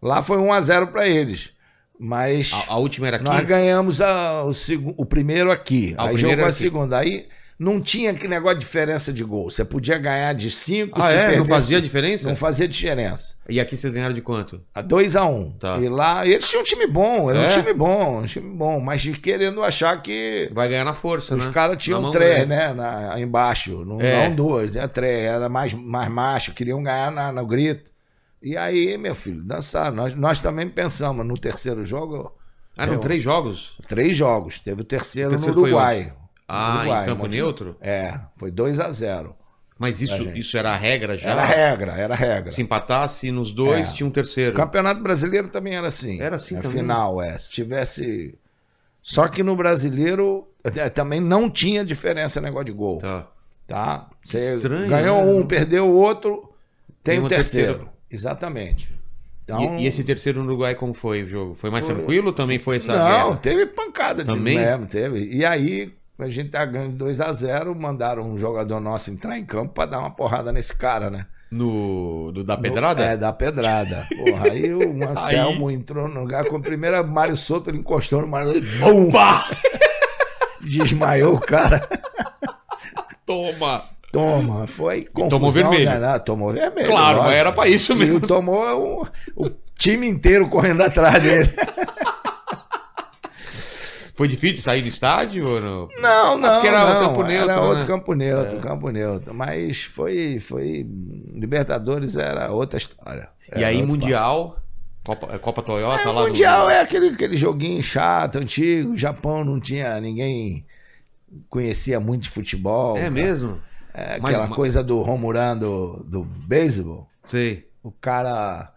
[SPEAKER 1] lá?
[SPEAKER 3] foi 1 a 0 para eles. Mas
[SPEAKER 1] a, a última era aqui?
[SPEAKER 3] nós ganhamos a- o, segu- o primeiro aqui.
[SPEAKER 1] Ah, o
[SPEAKER 3] aí
[SPEAKER 1] primeiro
[SPEAKER 3] jogou
[SPEAKER 1] era
[SPEAKER 3] a
[SPEAKER 1] aqui.
[SPEAKER 3] segunda. Aí não tinha aquele negócio de diferença de gol. Você podia ganhar de 5,
[SPEAKER 1] Ah,
[SPEAKER 3] se
[SPEAKER 1] é? Não
[SPEAKER 3] perdesse-
[SPEAKER 1] fazia diferença?
[SPEAKER 3] Não fazia diferença.
[SPEAKER 1] E aqui vocês ganharam de quanto?
[SPEAKER 3] A 2 a 1 um.
[SPEAKER 1] Tá.
[SPEAKER 3] E lá, eles tinham um time bom, era
[SPEAKER 1] É?
[SPEAKER 3] um time bom, um time bom, mas de- querendo achar que
[SPEAKER 1] Vai ganhar na força,
[SPEAKER 3] os
[SPEAKER 1] né?
[SPEAKER 3] caras
[SPEAKER 1] Na
[SPEAKER 3] tinham
[SPEAKER 1] mão
[SPEAKER 3] três,
[SPEAKER 1] grande.
[SPEAKER 3] né? na- embaixo. Não,
[SPEAKER 1] É.
[SPEAKER 3] não dois, né? Três. Era mais, mais macho, queriam ganhar na- no grito. E aí, meu filho, dançar. Nós, nós também pensamos no terceiro jogo,
[SPEAKER 1] Ah, eram
[SPEAKER 3] Eu-
[SPEAKER 1] três jogos?
[SPEAKER 3] três jogos. Teve o terceiro,
[SPEAKER 1] O terceiro
[SPEAKER 3] no
[SPEAKER 1] foi
[SPEAKER 3] Uruguai.
[SPEAKER 1] Ah,
[SPEAKER 3] Uruguai,
[SPEAKER 1] em campo
[SPEAKER 3] Monte-
[SPEAKER 1] neutro?
[SPEAKER 3] É, foi 2 a 0
[SPEAKER 1] Mas isso,
[SPEAKER 3] É, gente.
[SPEAKER 1] isso era a regra já?
[SPEAKER 3] Era regra, era regra.
[SPEAKER 1] Se empatasse nos dois,
[SPEAKER 3] É.
[SPEAKER 1] tinha um
[SPEAKER 3] O
[SPEAKER 1] terceiro.
[SPEAKER 3] Campeonato Brasileiro também era assim.
[SPEAKER 1] Era assim
[SPEAKER 3] é,
[SPEAKER 1] também?
[SPEAKER 3] Final, é. Se tivesse... Só que no Brasileiro eh, também não tinha diferença negócio de gol.
[SPEAKER 1] Tá.
[SPEAKER 3] tá? Você
[SPEAKER 1] Estranho,
[SPEAKER 3] ganhou
[SPEAKER 1] né?
[SPEAKER 3] um, perdeu o outro, tem
[SPEAKER 1] Tem
[SPEAKER 3] o
[SPEAKER 1] um
[SPEAKER 3] terceiro.
[SPEAKER 1] terceiro.
[SPEAKER 3] Exatamente. Então,
[SPEAKER 1] E, e esse terceiro no Uruguai, como foi o jogo? Foi mais tranquilo ou também foi essa
[SPEAKER 3] não,
[SPEAKER 1] guerra?
[SPEAKER 3] teve pancada de
[SPEAKER 1] né? Também?
[SPEAKER 3] mesmo, teve. E aí, a gente tá ganhando 2 a 0 mandaram um jogador nosso entrar em campo pra dar uma porrada nesse cara, né?
[SPEAKER 1] No, do, da pedrada?
[SPEAKER 3] É, da pedrada. Porra, aí o
[SPEAKER 1] <laughs>
[SPEAKER 3] Anselmo entrou no lugar, com a primeira Mário Soto, ele encostou no Mário e bum! Desmaiou o cara.
[SPEAKER 1] Toma!
[SPEAKER 3] Toma, foi confusão.
[SPEAKER 1] tomou vermelho.
[SPEAKER 3] né? Tomou vermelho.
[SPEAKER 1] Claro,
[SPEAKER 3] lógico.
[SPEAKER 1] mas era pra isso mesmo.
[SPEAKER 3] E tomou um- o time inteiro correndo atrás dele.
[SPEAKER 1] Foi difícil sair do estádio ou não?
[SPEAKER 3] <laughs> Não, não.
[SPEAKER 1] porque era
[SPEAKER 3] não,
[SPEAKER 1] campo neutro,
[SPEAKER 3] Era outro
[SPEAKER 1] né?
[SPEAKER 3] campo É. neutro, campo neutro. Mas foi, foi. Libertadores era outra história.
[SPEAKER 1] E
[SPEAKER 3] Era
[SPEAKER 1] aí,
[SPEAKER 3] outro
[SPEAKER 1] Mundial, Copa, Copa Toyota tá
[SPEAKER 3] papo. É,
[SPEAKER 1] lá
[SPEAKER 3] mundial
[SPEAKER 1] no...
[SPEAKER 3] é aquele, aquele joguinho chato, antigo. O Japão não tinha ninguém. Conhecia muito de futebol.
[SPEAKER 1] É
[SPEAKER 3] cara.
[SPEAKER 1] mesmo?
[SPEAKER 3] É,
[SPEAKER 1] Mas-
[SPEAKER 3] aquela
[SPEAKER 1] mas-
[SPEAKER 3] coisa do Romuran do, do beisebol.
[SPEAKER 1] Sei.
[SPEAKER 3] O cara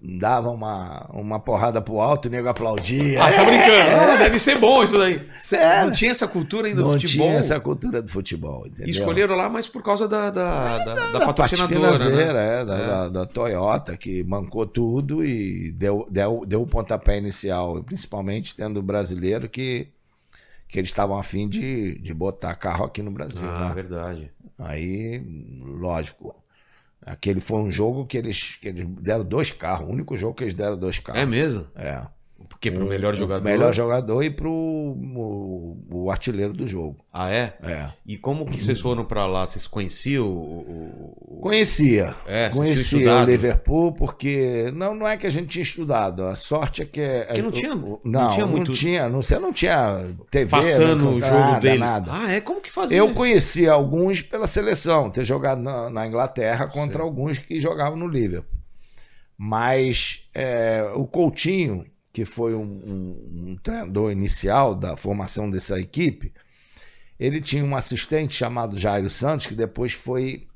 [SPEAKER 3] dava uma, uma porrada pro alto, o nego aplaudia. <laughs>
[SPEAKER 1] Ah, você tá brincando? Ah, deve ser bom isso daí.
[SPEAKER 3] Era.
[SPEAKER 1] Não tinha essa cultura ainda
[SPEAKER 3] É. Não
[SPEAKER 1] do futebol.
[SPEAKER 3] tinha essa cultura do futebol, entendeu?
[SPEAKER 1] Escolheram lá, mas por causa da, da, da, da
[SPEAKER 3] a parte
[SPEAKER 1] patrocinadora,
[SPEAKER 3] financeira,
[SPEAKER 1] né?
[SPEAKER 3] é, da,
[SPEAKER 1] É.
[SPEAKER 3] Da, da Toyota, que bancou tudo e deu, deu, deu o pontapé inicial, principalmente tendo o brasileiro que, que eles estavam afim de, de botar carro aqui no Brasil.
[SPEAKER 1] Ah,
[SPEAKER 3] né?
[SPEAKER 1] verdade.
[SPEAKER 3] Aí, lógico, aquele foi um jogo que eles, que eles deram dois carros, o único jogo que eles deram dois carros.
[SPEAKER 1] É mesmo?
[SPEAKER 3] É.
[SPEAKER 1] Porque pro melhor jogador...
[SPEAKER 3] Melhor jogador e pro o, o artilheiro do jogo.
[SPEAKER 1] Ah, é?
[SPEAKER 3] É.
[SPEAKER 1] E como que vocês foram pra lá? Vocês conheciam o... o- o-
[SPEAKER 3] Conhecia.
[SPEAKER 1] É, vocês tinham
[SPEAKER 3] Conhecia o
[SPEAKER 1] estudado?
[SPEAKER 3] Liverpool porque não, não é que a gente tinha estudado. A sorte é que
[SPEAKER 1] Porque não tinha-
[SPEAKER 3] não,
[SPEAKER 1] não
[SPEAKER 3] não
[SPEAKER 1] tinha
[SPEAKER 3] tinha,
[SPEAKER 1] muito-
[SPEAKER 3] não, você não tinha TV
[SPEAKER 1] Passando
[SPEAKER 3] não
[SPEAKER 1] o
[SPEAKER 3] tinha
[SPEAKER 1] jogo
[SPEAKER 3] nada,
[SPEAKER 1] deles.
[SPEAKER 3] Nada.
[SPEAKER 1] Ah, é? Como que fazia?
[SPEAKER 3] Eu conhecia alguns pela seleção, ter jogado na, na Inglaterra contra alguns que jogavam no Liverpool. Mas é, o Coutinho, que foi um, um- um treinador inicial da formação dessa equipe, ele tinha um assistente chamado Jairo Santos, que depois foi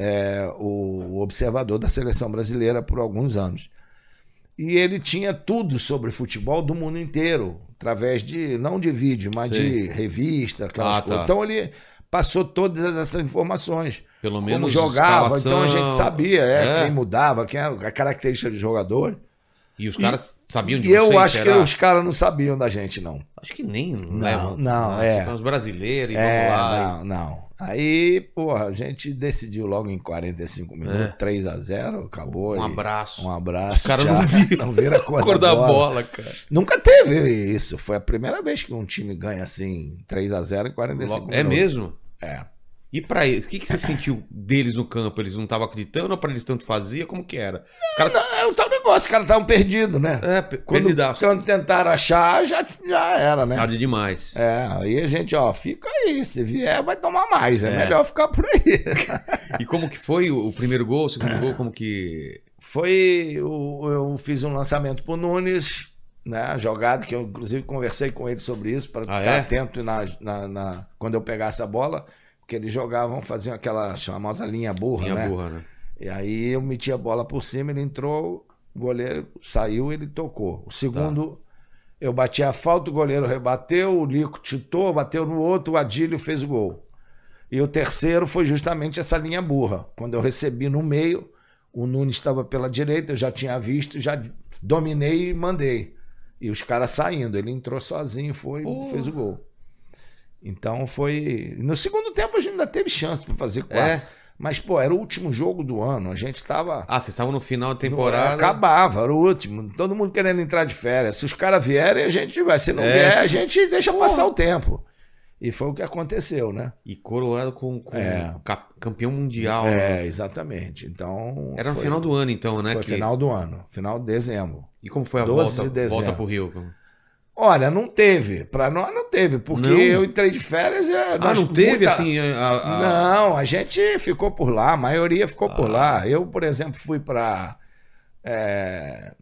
[SPEAKER 3] é, o observador da seleção brasileira por alguns anos. E ele tinha tudo sobre futebol do mundo inteiro. através de, não de vídeo, mas
[SPEAKER 1] Sim.
[SPEAKER 3] de revista, aquelas
[SPEAKER 1] Ah, tá.
[SPEAKER 3] coisas. Então ele passou todas essas informações.
[SPEAKER 1] Pelo menos.
[SPEAKER 3] Como jogava, então a
[SPEAKER 1] escalação.
[SPEAKER 3] gente sabia é,
[SPEAKER 1] É.
[SPEAKER 3] quem mudava, quem era a característica do jogador.
[SPEAKER 1] E os caras sabiam de
[SPEAKER 3] E eu
[SPEAKER 1] vocês,
[SPEAKER 3] acho que
[SPEAKER 1] será?
[SPEAKER 3] os caras não sabiam da gente, não.
[SPEAKER 1] Acho que nem. levam.
[SPEAKER 3] não,
[SPEAKER 1] Ah,
[SPEAKER 3] é.
[SPEAKER 1] tipo, Os brasileiros, e
[SPEAKER 3] É,
[SPEAKER 1] vamos lá.
[SPEAKER 3] não, não. Aí, porra, a gente decidiu logo em 45 minutos, 3 a 0 acabou.
[SPEAKER 1] É. Um
[SPEAKER 3] e-
[SPEAKER 1] abraço.
[SPEAKER 3] Um abraço.
[SPEAKER 1] Os caras não
[SPEAKER 3] tchau.
[SPEAKER 1] viram.
[SPEAKER 3] Não
[SPEAKER 1] <laughs>
[SPEAKER 3] viram a cor,
[SPEAKER 1] Cor da bola, cara.
[SPEAKER 3] Nunca teve isso. Foi a primeira vez que um time ganha assim, 3 a 0 em 45
[SPEAKER 1] Logo-
[SPEAKER 3] minutos.
[SPEAKER 1] É mesmo?
[SPEAKER 3] É.
[SPEAKER 1] E pra eles, o que, que você sentiu deles no campo? Eles não estavam acreditando ou pra eles tanto fazia? Como que era?
[SPEAKER 3] É o tal negócio, os caras estavam perdidos, né?
[SPEAKER 1] É, pe-
[SPEAKER 3] Quando,
[SPEAKER 1] perdidaço.
[SPEAKER 3] quando tentaram achar, já, já era, né?
[SPEAKER 1] Tarde demais.
[SPEAKER 3] É, aí a gente, ó, fica aí. Se vier, vai tomar mais. É,
[SPEAKER 1] É.
[SPEAKER 3] melhor ficar por aí.
[SPEAKER 1] E como que foi o o primeiro gol, o segundo gol, como que...
[SPEAKER 3] Foi. Eu, eu fiz um lançamento pro Nunes, né? Jogado, que eu inclusive conversei com ele sobre isso, para
[SPEAKER 1] Ah,
[SPEAKER 3] ficar
[SPEAKER 1] é?
[SPEAKER 3] atento na, na- na- quando eu pegasse a bola. Porque eles jogavam, faziam aquela famosa linha burra,
[SPEAKER 1] Minha
[SPEAKER 3] né?
[SPEAKER 1] burra, né?
[SPEAKER 3] E aí eu meti a bola por cima, ele entrou, o goleiro saiu, ele tocou. O segundo, eu bati a falta, o goleiro rebateu, o Lico chutou, bateu no outro, o Adílio fez o gol. E o terceiro foi justamente essa linha burra. Quando eu recebi no meio, o Nunes estava pela direita, eu já tinha visto, já dominei e mandei. E os caras saindo, ele entrou sozinho, foi
[SPEAKER 1] Pô.
[SPEAKER 3] fez o gol. Então foi. No segundo tempo a gente ainda teve chance para fazer quatro.
[SPEAKER 1] É.
[SPEAKER 3] Mas, pô, era o último jogo do ano. A gente tava.
[SPEAKER 1] Ah, vocês estavam no final da temporada.
[SPEAKER 3] Acabava, era o último. Todo mundo querendo entrar de férias. Se os caras vierem, a gente vai. Se não
[SPEAKER 1] É.
[SPEAKER 3] vier, a gente deixa passar o tempo. E foi o que aconteceu, né?
[SPEAKER 1] E coroado com, com
[SPEAKER 3] É.
[SPEAKER 1] cap- campeão mundial. né?
[SPEAKER 3] É, exatamente. Então.
[SPEAKER 1] Era no
[SPEAKER 3] foi-
[SPEAKER 1] final do ano, então, né?
[SPEAKER 3] Foi
[SPEAKER 1] que-
[SPEAKER 3] final do ano, final de dezembro.
[SPEAKER 1] E como foi a
[SPEAKER 3] 12
[SPEAKER 1] volta,
[SPEAKER 3] de dezembro.
[SPEAKER 1] volta pro Rio?
[SPEAKER 3] Olha, não teve. Pra nós não teve, porque
[SPEAKER 1] Não?
[SPEAKER 3] eu entrei de férias. É,
[SPEAKER 1] Ah, não teve, assim, a- a-
[SPEAKER 3] Não, a gente ficou por lá, a maioria ficou por lá.
[SPEAKER 1] Ah.
[SPEAKER 3] Eu, por exemplo, fui para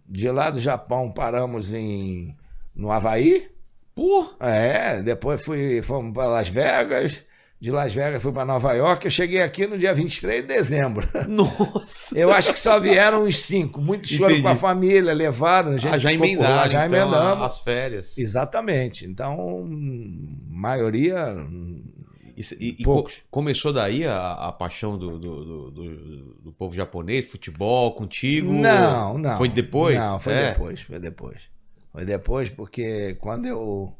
[SPEAKER 3] de lá do Japão, paramos em no Havaí.
[SPEAKER 1] Pô,
[SPEAKER 3] <laughs> É, depois fui, fomos para Las Vegas. De Las Vegas fui para Nova York. Eu cheguei aqui no dia 23 de dezembro.
[SPEAKER 1] nossa!
[SPEAKER 3] Eu acho que só vieram uns cinco. Muitos foram
[SPEAKER 1] Entendi.
[SPEAKER 3] com a família, levaram. A gente
[SPEAKER 1] ah, já
[SPEAKER 3] ficou por
[SPEAKER 1] emendaram,
[SPEAKER 3] lá, já
[SPEAKER 1] então,
[SPEAKER 3] emendamos.
[SPEAKER 1] as férias.
[SPEAKER 3] Exatamente. Então, maioria.
[SPEAKER 1] E, e- e
[SPEAKER 3] Poucos.
[SPEAKER 1] co- começou daí a, a paixão do, do, do- do- do povo japonês, futebol, contigo?
[SPEAKER 3] Não, não.
[SPEAKER 1] Foi depois?
[SPEAKER 3] Não, foi
[SPEAKER 1] É.
[SPEAKER 3] depois, foi depois. Foi depois porque quando eu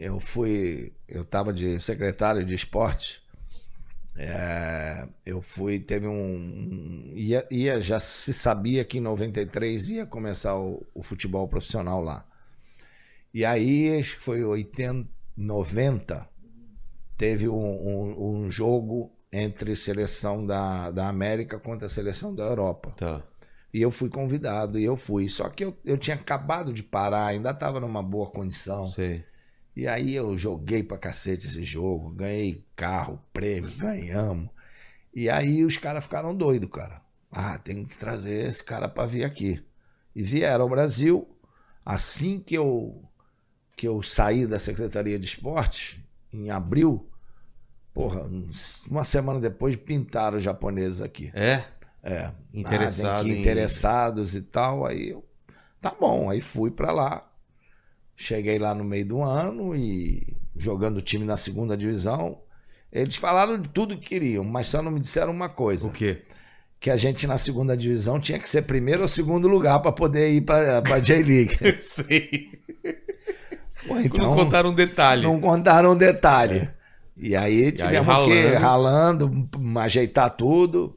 [SPEAKER 3] eu fui, eu estava de secretário de esportes, é, eu fui, teve um, ia, ia- já se sabia que em 93 ia começar o, o futebol profissional lá. E aí, acho que foi 80, 90, teve um, um- um jogo entre seleção da, da América contra a seleção da Europa.
[SPEAKER 1] Tá.
[SPEAKER 3] E eu fui convidado, e eu fui. Só que eu, eu tinha acabado de parar, ainda estava numa boa condição.
[SPEAKER 1] Sei.
[SPEAKER 3] E aí eu joguei pra cacete esse jogo, ganhei carro, prêmio, ganhamos. E aí os caras ficaram doidos, cara. Ah, tem que trazer esse cara pra vir aqui. E vieram ao Brasil. Assim que eu, que eu saí da Secretaria de Esporte, em abril, porra, uns- uma semana depois pintaram os japoneses aqui.
[SPEAKER 1] É?
[SPEAKER 3] É,
[SPEAKER 1] Interessado
[SPEAKER 3] ah, tem que
[SPEAKER 1] em-
[SPEAKER 3] <laughs> interessados e tal. Aí eu, tá bom, aí fui pra lá. Cheguei lá no meio do ano e jogando o time na segunda divisão. Eles falaram de tudo que queriam, mas só não me disseram uma coisa:
[SPEAKER 1] O quê?
[SPEAKER 3] que a gente na segunda divisão tinha que ser primeiro ou segundo lugar pra poder ir pra pra J-League.
[SPEAKER 1] Sei.
[SPEAKER 3] <laughs> Pô,
[SPEAKER 1] não contaram um detalhe.
[SPEAKER 3] Então, Não contaram um detalhe. E aí tivemos
[SPEAKER 1] ralando.
[SPEAKER 3] que ralando, ajeitar tudo.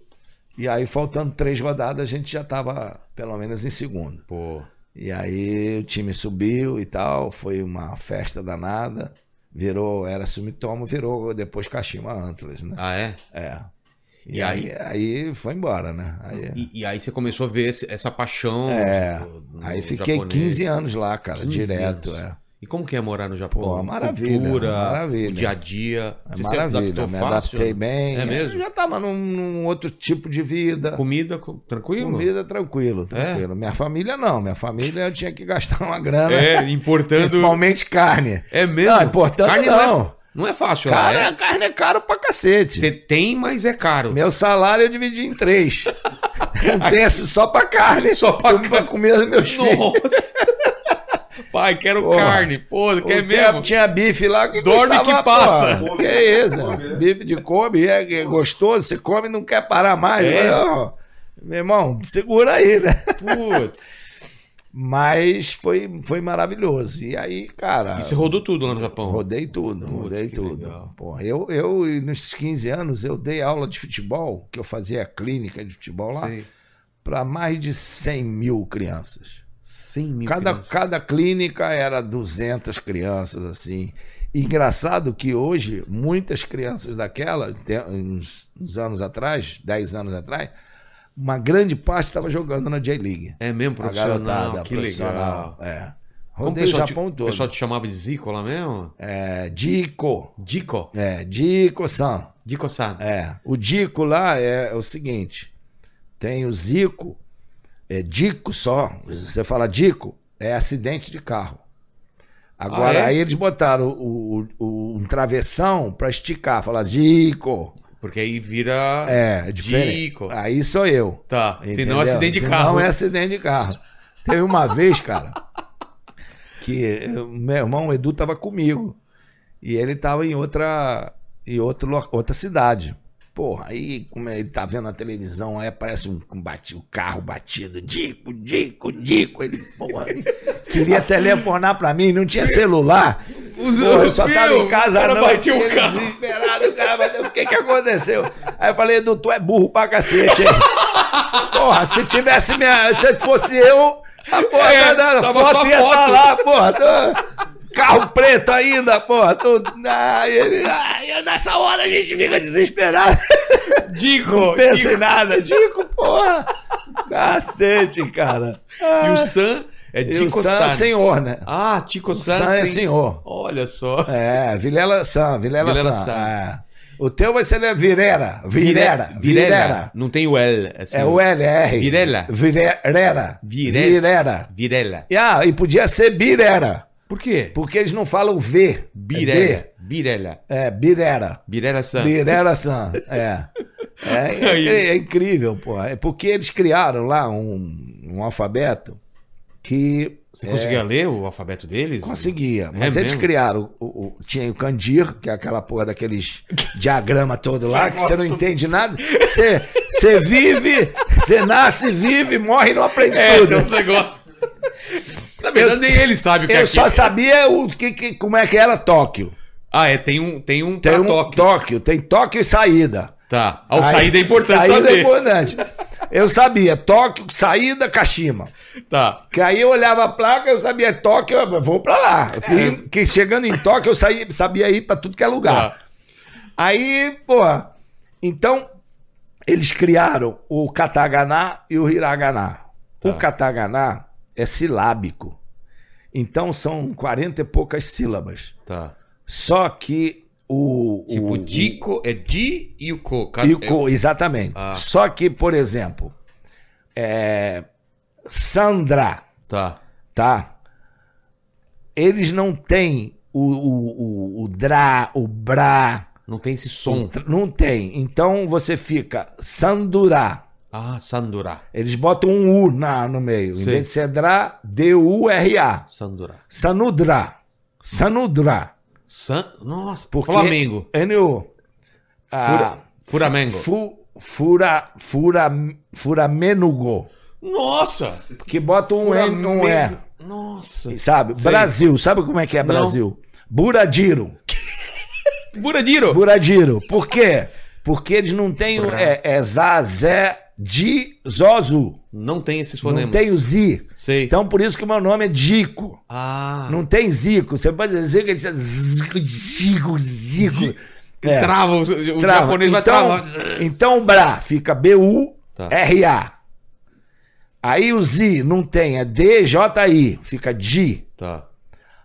[SPEAKER 3] E aí, faltando três rodadas, a gente já estava pelo menos em segundo.
[SPEAKER 1] Pô.
[SPEAKER 3] E aí o time subiu e tal, foi uma festa danada. Virou, era Sumitomo, virou depois Kashima Antlers, né?
[SPEAKER 1] Ah, é?
[SPEAKER 3] É. E,
[SPEAKER 1] E
[SPEAKER 3] aí, aí, foi embora, né? Aí,
[SPEAKER 1] E, e aí você começou a ver esse- essa paixão.
[SPEAKER 3] É.
[SPEAKER 1] do- do
[SPEAKER 3] aí fiquei
[SPEAKER 1] japonês.
[SPEAKER 3] 15 anos lá, cara,
[SPEAKER 1] 15
[SPEAKER 3] direto.
[SPEAKER 1] anos.
[SPEAKER 3] É.
[SPEAKER 1] E como que é morar no Japão?
[SPEAKER 3] Pô, maravilha,
[SPEAKER 1] Cultura,
[SPEAKER 3] maravilha.
[SPEAKER 1] o dia a dia.
[SPEAKER 3] É maravilha, me adaptei bem.
[SPEAKER 1] É mesmo?
[SPEAKER 3] Eu já estava num, num outro tipo de vida.
[SPEAKER 1] Comida, co- tranquilo? É?
[SPEAKER 3] Comida tranquilo, tranquilo. Minha família não, minha família eu tinha que gastar uma grana,
[SPEAKER 1] É, importando.
[SPEAKER 3] principalmente carne.
[SPEAKER 1] É mesmo?
[SPEAKER 3] né? Não, importante
[SPEAKER 1] carne
[SPEAKER 3] não.
[SPEAKER 1] é, não é fácil,
[SPEAKER 3] Cara,
[SPEAKER 1] lá, é.
[SPEAKER 3] a carne é caro pra cacete.
[SPEAKER 1] Você tem, mas é caro.
[SPEAKER 3] Meu salário eu dividi em três. Um terço só pra carne, só pra, pra comer os meus filhos.
[SPEAKER 1] Nossa! <laughs> Pai, quero
[SPEAKER 3] Porra.
[SPEAKER 1] carne. Pô, quer
[SPEAKER 3] O
[SPEAKER 1] é mesmo?
[SPEAKER 3] Tinha, tinha bife lá que
[SPEAKER 1] Dorme
[SPEAKER 3] custava,
[SPEAKER 1] que passa.
[SPEAKER 3] porra, Que isso? mano? bife de Kobe é, é gostoso, você come e não quer parar mais.
[SPEAKER 1] É.
[SPEAKER 3] Mas, ó, meu irmão, segura aí, né?
[SPEAKER 1] Putz.
[SPEAKER 3] Mas foi, foi maravilhoso. E aí, cara,
[SPEAKER 1] E você Ah, rodou tudo lá no Japão?
[SPEAKER 3] rodei tudo, rodei
[SPEAKER 1] que
[SPEAKER 3] tudo.
[SPEAKER 1] legal.
[SPEAKER 3] Pô, eu, eu, nos 15 anos, eu dei aula de futebol, que eu fazia clínica de futebol lá,
[SPEAKER 1] Sei.
[SPEAKER 3] para mais de 100 mil crianças.
[SPEAKER 1] 100 mil
[SPEAKER 3] Cada,
[SPEAKER 1] crianças.
[SPEAKER 3] cada clínica era 200 crianças, assim. E Engraçado que hoje, muitas crianças daquelas, te- uns, uns anos atrás, 10 anos atrás, uma grande parte estava jogando na J-League.
[SPEAKER 1] É mesmo,
[SPEAKER 3] A
[SPEAKER 1] profissional.
[SPEAKER 3] garotada,
[SPEAKER 1] que
[SPEAKER 3] profissional.
[SPEAKER 1] legal.
[SPEAKER 3] É.
[SPEAKER 1] Como
[SPEAKER 3] Rodei o
[SPEAKER 1] pessoal
[SPEAKER 3] Japão
[SPEAKER 1] te,
[SPEAKER 3] todo.
[SPEAKER 1] O pessoal te chamava de Zico lá mesmo?
[SPEAKER 3] É, Dico.
[SPEAKER 1] Dico?
[SPEAKER 3] É, Dico-san.
[SPEAKER 1] Dico-san.
[SPEAKER 3] É. O Dico lá é, é o seguinte: tem o Zico, é Dico só. Você fala Dico, é acidente de carro. Agora,
[SPEAKER 1] Ah, é?
[SPEAKER 3] aí eles botaram o, o- o- um travessão pra esticar, falar Dico.
[SPEAKER 1] Porque aí vira...
[SPEAKER 3] É, é diferente.
[SPEAKER 1] Dico.
[SPEAKER 3] Aí sou eu.
[SPEAKER 1] Tá, senão é
[SPEAKER 3] Entendeu?
[SPEAKER 1] acidente de
[SPEAKER 3] Senão
[SPEAKER 1] carro.
[SPEAKER 3] é acidente de carro. Teve uma vez, cara, que eu- meu irmão o Edu tava comigo. E ele tava em outra em outro, lo- outra cidade. Porra, aí como ele tá vendo na televisão, aí aparece um, um, bati- um carro batido, dico, dico, dico. Ele, porra, queria telefonar pra mim, não tinha celular.
[SPEAKER 1] <laughs> Os-
[SPEAKER 3] Porra, eu
[SPEAKER 1] os
[SPEAKER 3] só tava
[SPEAKER 1] meus,
[SPEAKER 3] em casa,
[SPEAKER 1] o cara
[SPEAKER 3] não,
[SPEAKER 1] bateu o
[SPEAKER 3] aquele
[SPEAKER 1] carro.
[SPEAKER 3] Desesperado, o cara bateu. O que que aconteceu? Aí eu falei, Edu, tu é burro pra cacete. hein? Porra, se tivesse minha. Se fosse eu, a porra
[SPEAKER 1] É,
[SPEAKER 3] da, da
[SPEAKER 1] tava
[SPEAKER 3] foto
[SPEAKER 1] só
[SPEAKER 3] ia estar
[SPEAKER 1] foto.
[SPEAKER 3] lá, porra. tô- Carro preto ainda, porra. Tô... Ah, ele- ah, e nessa hora a gente fica desesperado.
[SPEAKER 1] Dico!
[SPEAKER 3] Não pensa em
[SPEAKER 1] Dico.
[SPEAKER 3] nada. Dico, porra. Cacete, cara. Ah,
[SPEAKER 1] E
[SPEAKER 3] <laughs>
[SPEAKER 1] o San é
[SPEAKER 3] E o
[SPEAKER 1] Dico-san.
[SPEAKER 3] Sam, senhor, né?
[SPEAKER 1] Ah,
[SPEAKER 3] O
[SPEAKER 1] Dico-san
[SPEAKER 3] Sam é
[SPEAKER 1] sem-
[SPEAKER 3] senhor.
[SPEAKER 1] Olha só.
[SPEAKER 3] É, Vilela Sam, Vilela,
[SPEAKER 1] Vilela
[SPEAKER 3] Sam.
[SPEAKER 1] Sam.
[SPEAKER 3] é. O teu vai ser né, Virera. Virera. Virera.
[SPEAKER 1] Virela. Não tem o L. assim.
[SPEAKER 3] É o LR.
[SPEAKER 1] Virela.
[SPEAKER 3] Virera.
[SPEAKER 1] Vire-
[SPEAKER 3] Virera.
[SPEAKER 1] Virela.
[SPEAKER 3] E, ah, e podia ser Birera,
[SPEAKER 1] Por quê?
[SPEAKER 3] porque eles não falam V. é
[SPEAKER 1] Birela.
[SPEAKER 3] D.
[SPEAKER 1] Birela.
[SPEAKER 3] É, Birera.
[SPEAKER 1] Birela San.
[SPEAKER 3] Birera Sam. É.
[SPEAKER 1] <laughs>
[SPEAKER 3] É, é
[SPEAKER 1] Aí.
[SPEAKER 3] incri- é incrível, pô. É porque eles criaram lá um, um alfabeto que
[SPEAKER 1] Você
[SPEAKER 3] É.
[SPEAKER 1] conseguia ler o alfabeto deles?
[SPEAKER 3] Conseguia, mas
[SPEAKER 1] É
[SPEAKER 3] eles
[SPEAKER 1] mesmo?
[SPEAKER 3] criaram. O, o- tinha o Candir, que é aquela porra daqueles diagrama todo lá, que você não entende nada. Você, você vive, você nasce, vive, morre e não aprende
[SPEAKER 1] <laughs> É, tem uns
[SPEAKER 3] tudo.
[SPEAKER 1] negócios. Na verdade, nem ele sabe o que é
[SPEAKER 3] Eu
[SPEAKER 1] aqui.
[SPEAKER 3] só sabia o que, que- como é que era Tóquio.
[SPEAKER 1] Ah, é, tem um, tem um
[SPEAKER 3] Tem
[SPEAKER 1] pra
[SPEAKER 3] um Tóquio.
[SPEAKER 1] toque.
[SPEAKER 3] tem Tóquio e saída.
[SPEAKER 1] Tá. Ah, o
[SPEAKER 3] Aí-
[SPEAKER 1] saída é importante
[SPEAKER 3] saída
[SPEAKER 1] saber.
[SPEAKER 3] é importante. Eu sabia Tóquio, saída, Kashima.
[SPEAKER 1] Tá.
[SPEAKER 3] Que aí eu olhava a placa, eu sabia "É Tóquio, eu vou pra lá.
[SPEAKER 1] É.
[SPEAKER 3] E, que chegando em Tóquio, eu saí, sabia ir pra tudo que é lugar.
[SPEAKER 1] Tá.
[SPEAKER 3] Aí, porra, então eles criaram o katagana e o hiragana. O
[SPEAKER 1] Tá.
[SPEAKER 3] katagana é silábico. Então são 40 e poucas sílabas.
[SPEAKER 1] Tá.
[SPEAKER 3] Só que o.
[SPEAKER 1] Tipo,
[SPEAKER 3] o,
[SPEAKER 1] Dico é Di e o Co. Ca-
[SPEAKER 3] e o co- exatamente.
[SPEAKER 1] Ah.
[SPEAKER 3] Só que, por exemplo, é,
[SPEAKER 1] é-
[SPEAKER 3] Sandra
[SPEAKER 1] Tá.
[SPEAKER 3] tá? Eles não têm o, o, o, o drá, o brá,
[SPEAKER 1] Não tem esse
[SPEAKER 3] o
[SPEAKER 1] som.
[SPEAKER 3] tr- não tem. Então você fica sandurá.
[SPEAKER 1] Ah, Sandura.
[SPEAKER 3] Eles botam um U na, no meio. Em
[SPEAKER 1] Sim.
[SPEAKER 3] vez de ser drá, D-U-R-A.
[SPEAKER 1] Sandura.
[SPEAKER 3] Sanudrá. Sanudrá.
[SPEAKER 1] San... Nossa,
[SPEAKER 3] Porque-
[SPEAKER 1] Flamengo.
[SPEAKER 3] N-U. Ah,
[SPEAKER 1] Furamengo.
[SPEAKER 3] fu, fura, fura, furamenugo.
[SPEAKER 1] Nossa!
[SPEAKER 3] Que bota um N, um E.
[SPEAKER 1] Flamengo. Nossa.
[SPEAKER 3] Sabe?
[SPEAKER 1] Sei.
[SPEAKER 3] Brasil. Sabe como é que é
[SPEAKER 1] Não.
[SPEAKER 3] Brasil? Buradiro.
[SPEAKER 1] Buradiro.
[SPEAKER 3] Buradiro. Por quê? Porque eles não têm o. É, é Zá, Zé, Di, Zozu.
[SPEAKER 1] Não tem esses
[SPEAKER 3] Não
[SPEAKER 1] fonemas.
[SPEAKER 3] tem o Zi.
[SPEAKER 1] Sei.
[SPEAKER 3] Então por isso que o meu nome é Dico.
[SPEAKER 1] Ah.
[SPEAKER 3] Não tem Zico. Você pode dizer que ele diz Zico, Zico, Zico. É,
[SPEAKER 1] Trava. O, o
[SPEAKER 3] trava.
[SPEAKER 1] japonês vai
[SPEAKER 3] então,
[SPEAKER 1] travar.
[SPEAKER 3] Então o Bra fica
[SPEAKER 1] Tá.
[SPEAKER 3] B-U-R-A. Aí o Z não tem, é D-J-I. Fica Di.
[SPEAKER 1] Tá.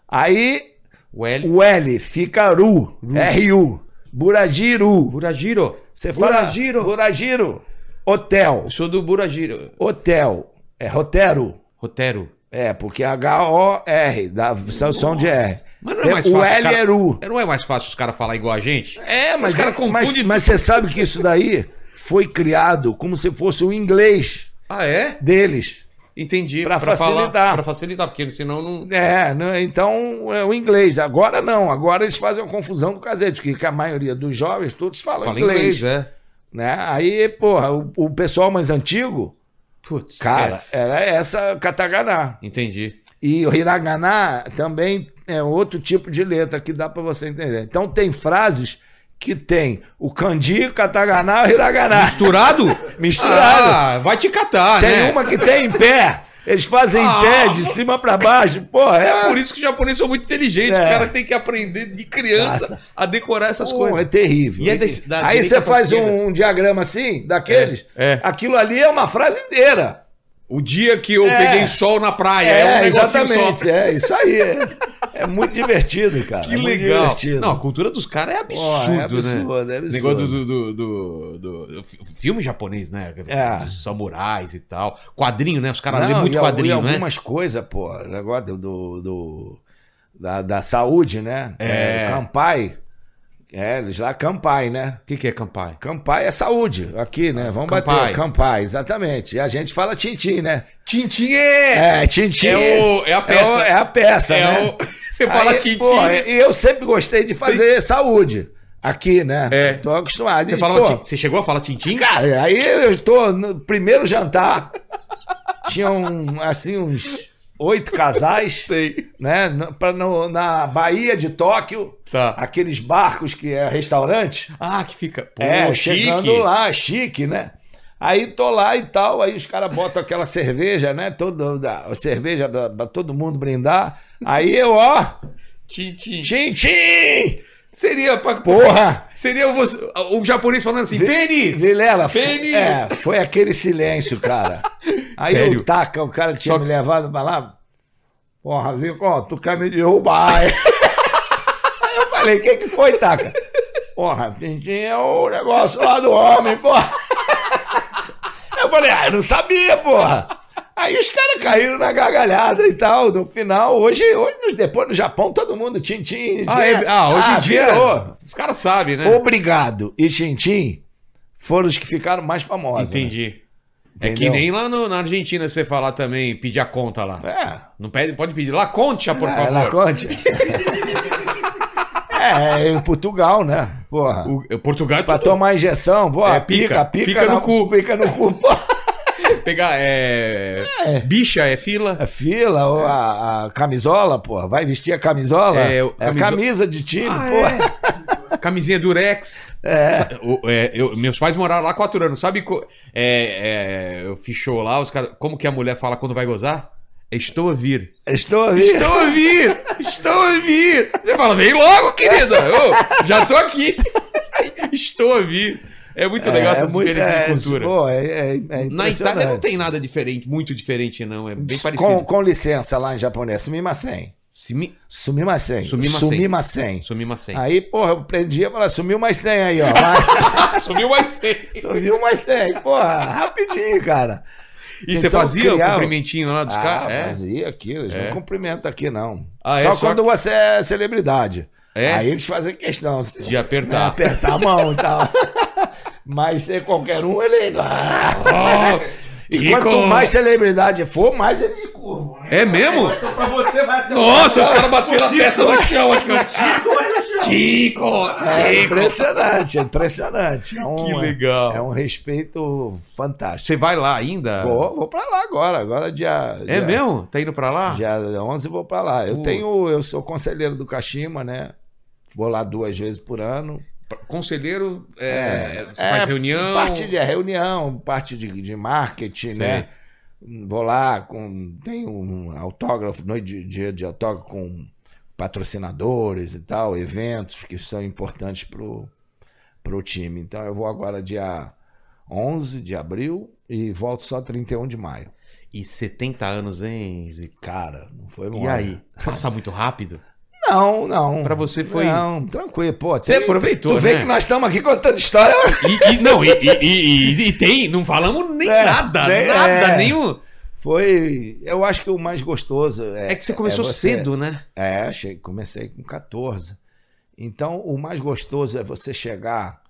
[SPEAKER 3] Aí
[SPEAKER 1] O L.
[SPEAKER 3] o L fica Ru. R-U. Buradiru.
[SPEAKER 1] Buragiro.
[SPEAKER 3] Você fala
[SPEAKER 1] Buragiro.
[SPEAKER 3] Buragiro. Hotel.
[SPEAKER 1] Eu sou do Buragiro.
[SPEAKER 3] Hotel. É Rotero.
[SPEAKER 1] Rotero.
[SPEAKER 3] É, porque é H-O-R, dá o som de R.
[SPEAKER 1] Mas não é mais
[SPEAKER 3] o
[SPEAKER 1] fácil.
[SPEAKER 3] L
[SPEAKER 1] cara...
[SPEAKER 3] é Ru.
[SPEAKER 1] Não é mais fácil os caras falar igual a gente?
[SPEAKER 3] É, mas,
[SPEAKER 1] Os cara confunde
[SPEAKER 3] mas,
[SPEAKER 1] tudo.
[SPEAKER 3] mas você sabe que isso daí foi criado como se fosse o inglês
[SPEAKER 1] Ah, é?
[SPEAKER 3] deles.
[SPEAKER 1] Entendi.
[SPEAKER 3] Pra
[SPEAKER 1] falar-
[SPEAKER 3] facilitar.
[SPEAKER 1] Pra facilitar, porque senão não.
[SPEAKER 3] É, né, então é o inglês. Agora não, agora eles fazem uma confusão do cacete, porque a maioria dos jovens todos falam
[SPEAKER 1] Fala
[SPEAKER 3] inglês.
[SPEAKER 1] inglês, é.
[SPEAKER 3] né? Aí, porra, o, o pessoal mais antigo,
[SPEAKER 1] Putz.
[SPEAKER 3] cara,
[SPEAKER 1] é.
[SPEAKER 3] era essa kataganá.
[SPEAKER 1] Entendi.
[SPEAKER 3] E o hiragana também é outro tipo de letra que dá pra você entender. Então tem frases que tem o kanji, o kataganá e o
[SPEAKER 1] <laughs>
[SPEAKER 3] hiragana.
[SPEAKER 1] Misturado?
[SPEAKER 3] <laughs> Misturado.
[SPEAKER 1] Ah, vai te catar,
[SPEAKER 3] tem
[SPEAKER 1] né?
[SPEAKER 3] uma que tem em pé. Eles fazem
[SPEAKER 1] Ah.
[SPEAKER 3] em pé, de cima pra baixo. Porra, é,
[SPEAKER 1] É por isso que os japoneses são muito inteligentes.
[SPEAKER 3] É.
[SPEAKER 1] O cara tem que aprender de criança a decorar essas
[SPEAKER 3] Pô,
[SPEAKER 1] coisas.
[SPEAKER 3] É terrível.
[SPEAKER 1] E é desse- da
[SPEAKER 3] Aí
[SPEAKER 1] direita
[SPEAKER 3] você faz
[SPEAKER 1] pra
[SPEAKER 3] um, um diagrama assim, daqueles.
[SPEAKER 1] É, é.
[SPEAKER 3] Aquilo ali é uma frase inteira.
[SPEAKER 1] O dia que eu
[SPEAKER 3] É.
[SPEAKER 1] peguei sol na praia, é, um negocinho
[SPEAKER 3] exatamente.
[SPEAKER 1] só.
[SPEAKER 3] É isso aí. <laughs> É, é muito divertido, cara.
[SPEAKER 1] Que
[SPEAKER 3] é muito
[SPEAKER 1] legal.
[SPEAKER 3] divertido.
[SPEAKER 1] Não, a cultura dos caras é
[SPEAKER 3] Pô,
[SPEAKER 1] absurdo,
[SPEAKER 3] é
[SPEAKER 1] né?
[SPEAKER 3] absurdo, é
[SPEAKER 1] O
[SPEAKER 3] absurdo.
[SPEAKER 1] negócio do, do, do, do- do fi- filme japonês, né?
[SPEAKER 3] É.
[SPEAKER 1] Dos samurais e tal. Quadrinho, né? Os caras
[SPEAKER 3] Não,
[SPEAKER 1] lêem muito
[SPEAKER 3] e al-
[SPEAKER 1] quadrinho,
[SPEAKER 3] e
[SPEAKER 1] né?
[SPEAKER 3] algumas coisas, pô. O negócio do. do- do- da, da saúde, né?
[SPEAKER 1] É.
[SPEAKER 3] Campai. É, eles lá, Campai, né?
[SPEAKER 1] O que, que é Kampai?
[SPEAKER 3] Campai é saúde aqui, né?
[SPEAKER 1] Ah,
[SPEAKER 3] Vamos
[SPEAKER 1] Campai.
[SPEAKER 3] bater. Campai, exatamente. E a gente fala tintim, né?
[SPEAKER 1] Tintin é...
[SPEAKER 3] É, tintim.
[SPEAKER 1] É, o, é a
[SPEAKER 3] É,
[SPEAKER 1] peça.
[SPEAKER 3] o- é a peça,
[SPEAKER 1] É
[SPEAKER 3] né?
[SPEAKER 1] o- <laughs> Você fala
[SPEAKER 3] Aí,
[SPEAKER 1] Tintin.
[SPEAKER 3] pô,
[SPEAKER 1] né?
[SPEAKER 3] E eu sempre gostei de fazer saúde aqui, né?
[SPEAKER 1] É.
[SPEAKER 3] Tô acostumado.
[SPEAKER 1] Você,
[SPEAKER 3] E,
[SPEAKER 1] fala,
[SPEAKER 3] pô,
[SPEAKER 1] Tin- você chegou a falar Tintin?
[SPEAKER 3] Cara, aí eu tô no primeiro jantar. tinha um, assim, uns oito casais,
[SPEAKER 1] Sei.
[SPEAKER 3] né? no- pra no- na Bahia de Tóquio,
[SPEAKER 1] Tá.
[SPEAKER 3] aqueles barcos que é restaurante.
[SPEAKER 1] Ah, que fica. Pô,
[SPEAKER 3] é,
[SPEAKER 1] chique.
[SPEAKER 3] chegando lá, chique, né? Aí tô lá e tal, aí os caras botam aquela cerveja, né? Toda, da- cerveja da- pra todo mundo brindar. Aí eu, ó,
[SPEAKER 1] Tintin.
[SPEAKER 3] tchim, tchim!
[SPEAKER 1] Seria pra...
[SPEAKER 3] Porra!
[SPEAKER 1] Seria você, o japonês falando assim,
[SPEAKER 3] Vê-
[SPEAKER 1] pênis!
[SPEAKER 3] Vilela, foi-
[SPEAKER 1] Pênis!
[SPEAKER 3] é, foi aquele
[SPEAKER 1] <laughs>
[SPEAKER 3] silêncio, cara. Aí
[SPEAKER 1] Sério?
[SPEAKER 3] eu taca o cara que tinha
[SPEAKER 1] Só-
[SPEAKER 3] me levado pra lá. Porra, viu, ó, tu quer me derrubar. hein? <laughs> Aí eu falei, o que que foi, taca? Porra, Tintin é o negócio lá do homem, porra. <laughs> Eu falei, ah, eu não sabia, porra. Aí os caras caíram na gargalhada e tal. No final, hoje, hoje depois no Japão, todo mundo tintim.
[SPEAKER 1] Ah, é- ah, hoje em dia.
[SPEAKER 3] virou.
[SPEAKER 1] Os caras sabem, né?
[SPEAKER 3] Obrigado e Tintim foram os que ficaram mais famosos. né?
[SPEAKER 1] Entendi. É que
[SPEAKER 3] Entendeu?
[SPEAKER 1] nem lá no- na Argentina você falar também, pedir a conta lá.
[SPEAKER 3] Né? É.
[SPEAKER 1] Não pede, pode pedir. La concha, por
[SPEAKER 3] é,
[SPEAKER 1] favor. <laughs>
[SPEAKER 3] La Conte. é, em Portugal, né? Porra.
[SPEAKER 1] O, o Portugal é
[SPEAKER 3] Pra
[SPEAKER 1] tudo-
[SPEAKER 3] tomar injeção, porra,
[SPEAKER 1] É, pica.
[SPEAKER 3] pica, pica,
[SPEAKER 1] Pica no
[SPEAKER 3] na-
[SPEAKER 1] cu.
[SPEAKER 3] Pica no cu, porra.
[SPEAKER 1] pegar. É,
[SPEAKER 3] É.
[SPEAKER 1] Bicha é fila.
[SPEAKER 3] A fila, ou a, a camisola, porra. Vai vestir a camisola?
[SPEAKER 1] É,
[SPEAKER 3] É,
[SPEAKER 1] o-
[SPEAKER 3] a
[SPEAKER 1] camiso- Ah,
[SPEAKER 3] camisa de time, porra.
[SPEAKER 1] é. Camisinha durex. Sa- o- é, eu- meus pais moraram lá quatro anos. Sabe? co- é, é, eu fiz show lá, os caras. Como que a mulher fala quando vai gozar? É, Estou a
[SPEAKER 3] <laughs>
[SPEAKER 1] vir.
[SPEAKER 3] Estou a ver.
[SPEAKER 1] Estou a vir! Estou a vir! Você fala, vem logo, querida!
[SPEAKER 3] <laughs>
[SPEAKER 1] Ô, já tô aqui! <laughs> Estou a vir! É muito legal essas diferenças de cultura.
[SPEAKER 3] Pô, é, é, é
[SPEAKER 1] Na Itália não
[SPEAKER 3] impressionante.
[SPEAKER 1] tem nada diferente, muito diferente, não. É bem
[SPEAKER 3] com,
[SPEAKER 1] parecido.
[SPEAKER 3] com licença lá em japonês, sumimasen.
[SPEAKER 1] Sumi...
[SPEAKER 3] Sumimasen.
[SPEAKER 1] Sumimasen.
[SPEAKER 3] Sumimasen.
[SPEAKER 1] Sumiu sem.
[SPEAKER 3] Aí, porra, eu prendia e falava, sumiu mais 100 aí, ó.
[SPEAKER 1] <laughs>
[SPEAKER 3] Vai,
[SPEAKER 1] Sumiu mais 100.
[SPEAKER 3] sumiu mais 100. Porra, rapidinho, cara.
[SPEAKER 1] E você
[SPEAKER 3] Então,
[SPEAKER 1] fazia o
[SPEAKER 3] criava-
[SPEAKER 1] cumprimentinho lá dos
[SPEAKER 3] ah,
[SPEAKER 1] caras? É.
[SPEAKER 3] fazia aquilo. Eles
[SPEAKER 1] É.
[SPEAKER 3] não cumprimentam aqui, não.
[SPEAKER 1] Ah, é?
[SPEAKER 3] só,
[SPEAKER 1] Só-
[SPEAKER 3] quando você é celebridade.
[SPEAKER 1] É?
[SPEAKER 3] Aí eles fazem questão assim,
[SPEAKER 1] De
[SPEAKER 3] né,
[SPEAKER 1] apertar.
[SPEAKER 3] apertar a mão
[SPEAKER 1] <laughs>
[SPEAKER 3] e tal. Mas ser qualquer um, ele...
[SPEAKER 1] Ó,
[SPEAKER 3] e
[SPEAKER 1] Chico.
[SPEAKER 3] quanto mais celebridade for, mais eles curvam, né?
[SPEAKER 1] É mesmo?
[SPEAKER 4] Então pra você vai até
[SPEAKER 1] Nossa, os caras bateram a peça no chão aqui. ó.
[SPEAKER 4] Chico vai no chão.
[SPEAKER 1] Chico!
[SPEAKER 3] É
[SPEAKER 1] Chico!
[SPEAKER 3] impressionante, é impressionante. É
[SPEAKER 1] <laughs>
[SPEAKER 3] um,
[SPEAKER 1] Que legal.
[SPEAKER 3] É um respeito fantástico.
[SPEAKER 1] Você vai lá ainda?
[SPEAKER 3] Vou, vou pra lá agora, agora dia...
[SPEAKER 1] É
[SPEAKER 3] dia-
[SPEAKER 1] mesmo? Tá indo pra lá?
[SPEAKER 3] Dia 11 eu vou pra lá. Eu
[SPEAKER 1] Putz.
[SPEAKER 3] tenho, eu sou conselheiro do Caxima, né? Vou lá duas vezes por ano.
[SPEAKER 1] Pra- Conselheiro é,
[SPEAKER 3] É,
[SPEAKER 1] você faz
[SPEAKER 3] é,
[SPEAKER 1] reunião.
[SPEAKER 3] Parte de reunião, parte de, de marketing,
[SPEAKER 1] Sei.
[SPEAKER 3] né? Vou lá com tem um autógrafo, noite de dia de autógrafo com patrocinadores e tal, eventos que são importantes pro pro time. Então eu vou agora dia 11 de abril e volto só 31 de maio.
[SPEAKER 1] E 70 anos, hein, Zico?
[SPEAKER 3] Cara, não foi bom.
[SPEAKER 1] E aí? Passa muito
[SPEAKER 3] <laughs>
[SPEAKER 1] rápido?
[SPEAKER 3] Não, não.
[SPEAKER 1] Pra você foi-
[SPEAKER 3] Não, tranquilo, pô.
[SPEAKER 1] Você
[SPEAKER 3] tem-
[SPEAKER 1] aproveitou,
[SPEAKER 3] Tu vê
[SPEAKER 1] né?
[SPEAKER 3] que nós estamos aqui contando história.
[SPEAKER 1] E, e- não, e, e- e- e- e tem, não falamos nem
[SPEAKER 3] É,
[SPEAKER 1] nada,
[SPEAKER 3] nem-
[SPEAKER 1] nada,
[SPEAKER 3] é.
[SPEAKER 2] um,
[SPEAKER 1] nenhum.
[SPEAKER 3] Foi. Eu acho que o mais gostoso. É,
[SPEAKER 1] É que você começou
[SPEAKER 3] é você-
[SPEAKER 1] cedo, né?
[SPEAKER 3] É, che- comecei com 14. Então, o mais gostoso é você chegar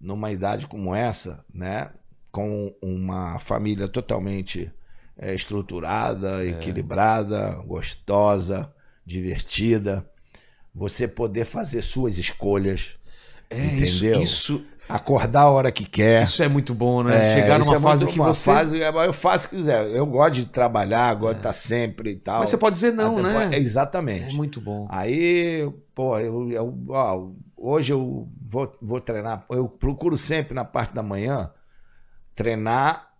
[SPEAKER 3] numa idade como essa, né? Com uma família totalmente é,
[SPEAKER 1] É.
[SPEAKER 3] estruturada, equilibrada, gostosa, divertida. Você poder fazer suas escolhas,
[SPEAKER 1] É, Isso,
[SPEAKER 3] Entendeu?
[SPEAKER 1] isso,
[SPEAKER 3] acordar a hora que quer.
[SPEAKER 1] isso é muito bom, né? Chegar
[SPEAKER 3] isso
[SPEAKER 1] numa
[SPEAKER 3] é
[SPEAKER 1] fase
[SPEAKER 3] muito
[SPEAKER 1] que
[SPEAKER 3] uma
[SPEAKER 1] você. É.
[SPEAKER 3] fase- é, eu faço o que quiser. Eu gosto de trabalhar, gosto de estar sempre e tal.
[SPEAKER 1] Mas você pode dizer não,
[SPEAKER 3] Até
[SPEAKER 1] né?
[SPEAKER 3] pode- Exatamente.
[SPEAKER 1] É muito bom.
[SPEAKER 3] Ah, Aí, pô, eu, eu- ó, hoje eu vou, vou treinar. Eu procuro sempre na parte da manhã treinar,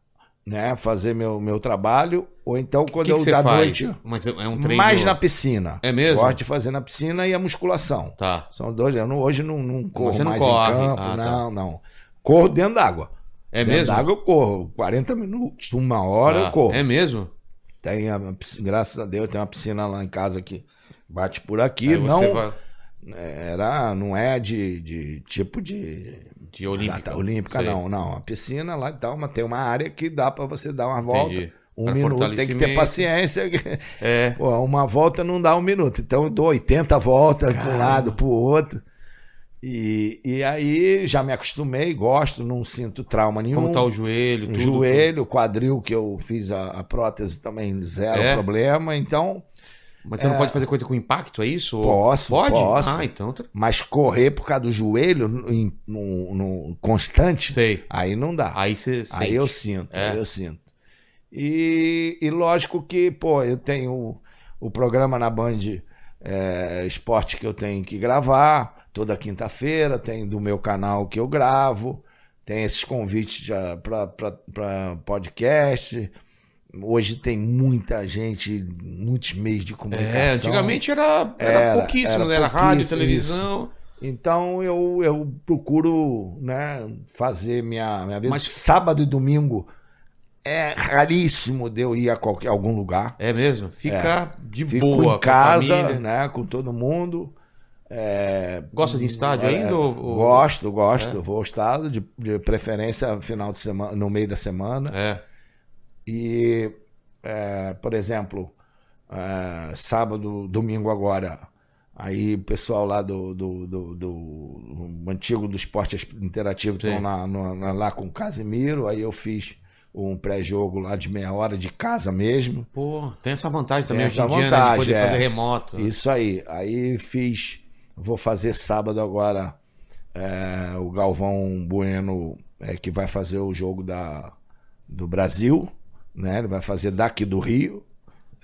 [SPEAKER 3] né? Fazer meu, meu trabalho. Ou então
[SPEAKER 1] O
[SPEAKER 3] quando
[SPEAKER 1] que,
[SPEAKER 3] eu
[SPEAKER 1] que você
[SPEAKER 3] da
[SPEAKER 1] faz?
[SPEAKER 3] noite.
[SPEAKER 1] Mas é é um treino.
[SPEAKER 3] Mais na piscina.
[SPEAKER 1] É mesmo?
[SPEAKER 3] Gosto de fazer na piscina e a musculação.
[SPEAKER 1] Tá.
[SPEAKER 3] São dois. Eu não- hoje não, não corro
[SPEAKER 1] você não
[SPEAKER 3] mais
[SPEAKER 1] corre.
[SPEAKER 3] em campo,
[SPEAKER 1] Ah, tá.
[SPEAKER 3] não, não. Corro dentro d'água.
[SPEAKER 1] É
[SPEAKER 3] dentro
[SPEAKER 1] mesmo?
[SPEAKER 3] d'água eu corro. 40 minutos, uma hora
[SPEAKER 1] Tá.
[SPEAKER 3] eu corro.
[SPEAKER 1] É mesmo?
[SPEAKER 3] Tem a, piscina- graças a Deus, tem uma piscina lá em casa que bate por
[SPEAKER 1] Aí
[SPEAKER 3] aqui.
[SPEAKER 1] você
[SPEAKER 3] Não,
[SPEAKER 1] vai
[SPEAKER 3] era, não é de, de tipo de
[SPEAKER 1] De olímpica.
[SPEAKER 3] data Ah, tá, olímpica,
[SPEAKER 1] Sei.
[SPEAKER 3] não. Não, a piscina lá e tal, mas tem uma área que dá pra você dar uma volta.
[SPEAKER 1] Entendi.
[SPEAKER 3] Um
[SPEAKER 1] Pra
[SPEAKER 3] minuto, tem que ter
[SPEAKER 1] fortalecimento.
[SPEAKER 3] paciência. <laughs>
[SPEAKER 1] É.
[SPEAKER 3] Pô, uma volta não dá um minuto, então eu dou 80 voltas de um
[SPEAKER 1] Caramba.
[SPEAKER 3] lado pro outro. E, e aí já me acostumei, gosto, não sinto trauma nenhum.
[SPEAKER 1] Como tá o joelho,
[SPEAKER 3] O
[SPEAKER 1] tudo.
[SPEAKER 3] um joelho, quadril que eu fiz a, a prótese também zero
[SPEAKER 1] É?
[SPEAKER 3] problema, então,
[SPEAKER 1] Mas você não pode fazer coisa com impacto, é isso? Ou-
[SPEAKER 3] Posso,
[SPEAKER 1] Pode?
[SPEAKER 3] posso.
[SPEAKER 1] Ah, então. tra-
[SPEAKER 3] mas correr por causa do joelho no, no- no constante,
[SPEAKER 1] Sei.
[SPEAKER 3] aí não dá.
[SPEAKER 1] Aí você.
[SPEAKER 3] Aí eu sinto,
[SPEAKER 1] É.
[SPEAKER 3] aí eu sinto. E, e lógico que, pô, eu tenho o, o programa na Band é, Esporte que eu tenho que gravar toda quinta-feira, tem do meu canal que eu gravo, tem esses convites para podcast. Hoje tem muita gente, muitos meios de
[SPEAKER 1] É,
[SPEAKER 3] comunicação.
[SPEAKER 1] antigamente era, era,
[SPEAKER 3] Era,
[SPEAKER 1] pouquíssimo, né? era,
[SPEAKER 3] era
[SPEAKER 1] rádio,
[SPEAKER 3] pouquíssimo,
[SPEAKER 1] televisão.
[SPEAKER 3] Então eu, eu procuro né, fazer minha, minha vida.
[SPEAKER 1] Mas-
[SPEAKER 3] sábado e domingo é raríssimo de eu ir a qualquer, algum lugar.
[SPEAKER 1] É mesmo? Fica de
[SPEAKER 3] Fico
[SPEAKER 1] boa. com a
[SPEAKER 3] em casa,
[SPEAKER 1] família.
[SPEAKER 3] né, com todo mundo. É,
[SPEAKER 1] Gosta de estádio
[SPEAKER 3] é,
[SPEAKER 1] ainda? Ou... É. ou-
[SPEAKER 3] Gosto, gosto. Vou ao estado, de, de preferência final de semana, no meio da semana.
[SPEAKER 1] É.
[SPEAKER 3] E, é, por exemplo, é, sábado, domingo agora, aí o pessoal lá do, do, do, do- do antigo do esporte interativo
[SPEAKER 1] Sim.
[SPEAKER 3] estão lá, no- na- lá com o Casimiro, aí eu fiz um pré-jogo lá de meia hora de casa mesmo.
[SPEAKER 1] Pô, tem essa vantagem também
[SPEAKER 3] Tem
[SPEAKER 1] hoje
[SPEAKER 3] essa
[SPEAKER 1] em dia, né? De
[SPEAKER 3] vantagem,
[SPEAKER 1] poder
[SPEAKER 3] é.
[SPEAKER 1] fazer remoto.
[SPEAKER 3] Isso aí. Aí fiz, vou fazer sábado agora é, o Galvão Bueno, é, que vai fazer o jogo da, do Brasil, né? Ele vai fazer daqui do Rio.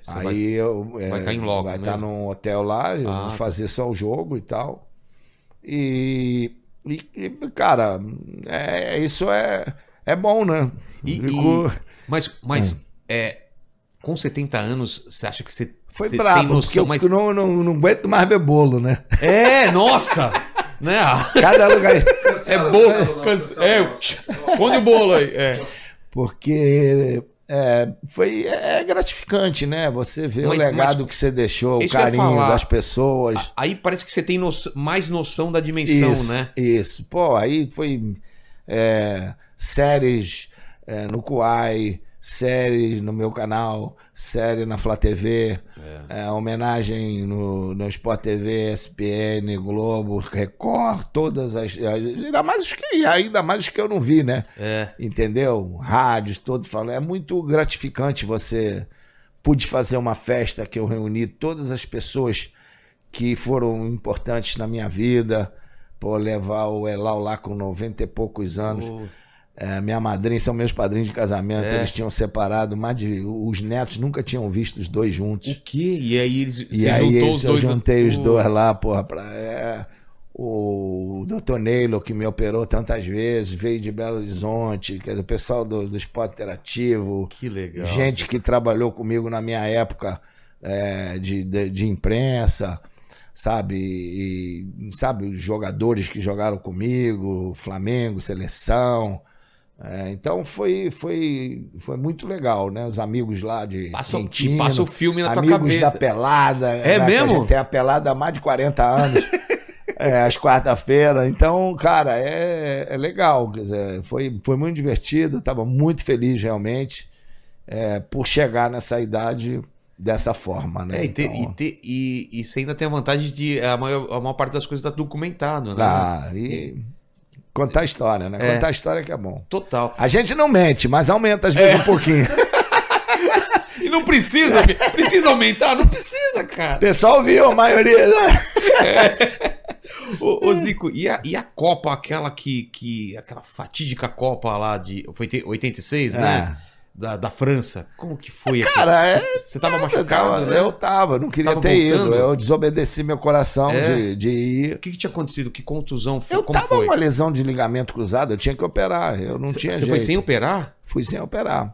[SPEAKER 1] Você
[SPEAKER 3] aí
[SPEAKER 1] vai-
[SPEAKER 3] eu. é,
[SPEAKER 1] vai tá em loco,
[SPEAKER 3] Vai
[SPEAKER 1] né?
[SPEAKER 3] estar num hotel lá, eu
[SPEAKER 1] Ah,
[SPEAKER 3] vou
[SPEAKER 1] tá.
[SPEAKER 3] fazer só o jogo e tal. E. e- e, cara, é, isso é, é bom, né?
[SPEAKER 1] E- e-
[SPEAKER 3] Ficou-
[SPEAKER 1] Mas, mas
[SPEAKER 3] Hum.
[SPEAKER 1] é, com 70 anos, você acha que você,
[SPEAKER 3] foi
[SPEAKER 1] você
[SPEAKER 3] brabo,
[SPEAKER 1] tem noção?
[SPEAKER 3] porque
[SPEAKER 1] Mas...
[SPEAKER 3] eu não, não, não aguento mais ver bolo, né?
[SPEAKER 1] É, nossa! <laughs> né?
[SPEAKER 3] Cada lugar.
[SPEAKER 1] É bolo. Canse- É, eu- esconde o bolo aí. É.
[SPEAKER 3] Porque é, foi, é gratificante, né? Você vê
[SPEAKER 1] Mas-
[SPEAKER 3] o legado que você deixou, o
[SPEAKER 1] isso que eu ia
[SPEAKER 3] carinho
[SPEAKER 1] falar.
[SPEAKER 3] das pessoas.
[SPEAKER 1] Aí parece que você tem noção- mais noção da dimensão,
[SPEAKER 3] isso,
[SPEAKER 1] né?
[SPEAKER 3] isso. Pô, aí foi é, séries é, no Kuai, séries no meu canal, série na Flá TV, é, homenagem no, no Sport TV, SPN, Globo, Record, todas as, as- Ainda mais os que, ainda mais os que eu não vi, né?
[SPEAKER 1] É.
[SPEAKER 3] entendeu? Rádios, todos falam. É muito gratificante você. Pude fazer uma festa que eu reuni todas as pessoas que foram importantes na minha vida. Pô, levar o Elal lá com 90 e poucos anos.
[SPEAKER 1] Pô,
[SPEAKER 3] É, minha madrinha, são meus padrinhos de casamento.
[SPEAKER 1] É.
[SPEAKER 3] Eles tinham separado, mas de- os netos nunca tinham visto os dois juntos.
[SPEAKER 1] O quê? E aí eles
[SPEAKER 3] E aí eles, eu juntei os dois lá, porra, pra, é, o doutor Neilo, que me operou tantas vezes, veio de Belo Horizonte, quer dizer, o pessoal do, do esporte interativo,
[SPEAKER 1] Que legal.
[SPEAKER 3] gente que trabalhou comigo na minha época é, de, de, de imprensa, sabe? E, sabe, os jogadores que jogaram comigo, Flamengo, seleção. É, então foi, foi, foi muito legal, né? Os amigos lá de
[SPEAKER 1] Passa, o- e
[SPEAKER 3] Quintino,
[SPEAKER 1] passa o filme na tua
[SPEAKER 3] Amigos
[SPEAKER 1] cabeça.
[SPEAKER 3] da Pelada. né,
[SPEAKER 1] É
[SPEAKER 3] que
[SPEAKER 1] mesmo?
[SPEAKER 3] A gente tem a Pelada há mais de 40
[SPEAKER 1] <laughs>
[SPEAKER 3] anos. é, às quarta-feira. Então, cara, é, é legal. Quer dizer, foi, foi muito divertido. Estava muito feliz, realmente, é, por chegar nessa idade dessa forma, né?
[SPEAKER 1] É, e, ter-
[SPEAKER 3] Então,
[SPEAKER 1] e, ter- e- e você ainda tem a vantagem de é, a maior, a maior parte das coisas tá documentado, né?
[SPEAKER 3] ah, e contar a história, né?
[SPEAKER 1] É.
[SPEAKER 3] Contar a história que é bom.
[SPEAKER 1] Total. É.
[SPEAKER 3] A gente não mente, mas aumenta às vezes um pouquinho.
[SPEAKER 1] E não precisa, <laughs> precisa aumentar? Não precisa, cara.
[SPEAKER 3] O pessoal viu a maioria. né?
[SPEAKER 1] Ô,
[SPEAKER 3] É.
[SPEAKER 1] ô, Zico, e a, e a Copa, aquela que, que. Aquela fatídica Copa lá de. Foi em 86, né? Da, da França. Como que foi aquilo?
[SPEAKER 3] É. Cara, é-
[SPEAKER 1] Você tava
[SPEAKER 3] Eu
[SPEAKER 1] machucado,
[SPEAKER 3] tava,
[SPEAKER 1] né?
[SPEAKER 3] eu tava, não queria
[SPEAKER 1] Tava
[SPEAKER 3] ter
[SPEAKER 1] voltando?
[SPEAKER 3] ido. Eu desobedeci meu coração
[SPEAKER 1] É?
[SPEAKER 3] de, de ir.
[SPEAKER 1] O que, que tinha acontecido? Que contusão foi?
[SPEAKER 3] Eu
[SPEAKER 1] Como
[SPEAKER 3] tava com
[SPEAKER 1] foi?
[SPEAKER 3] uma lesão de ligamento cruzado, eu tinha que operar. Eu não
[SPEAKER 1] Você-
[SPEAKER 3] tinha
[SPEAKER 1] Você
[SPEAKER 3] jeito.
[SPEAKER 1] foi sem operar?
[SPEAKER 3] Fui sem operar.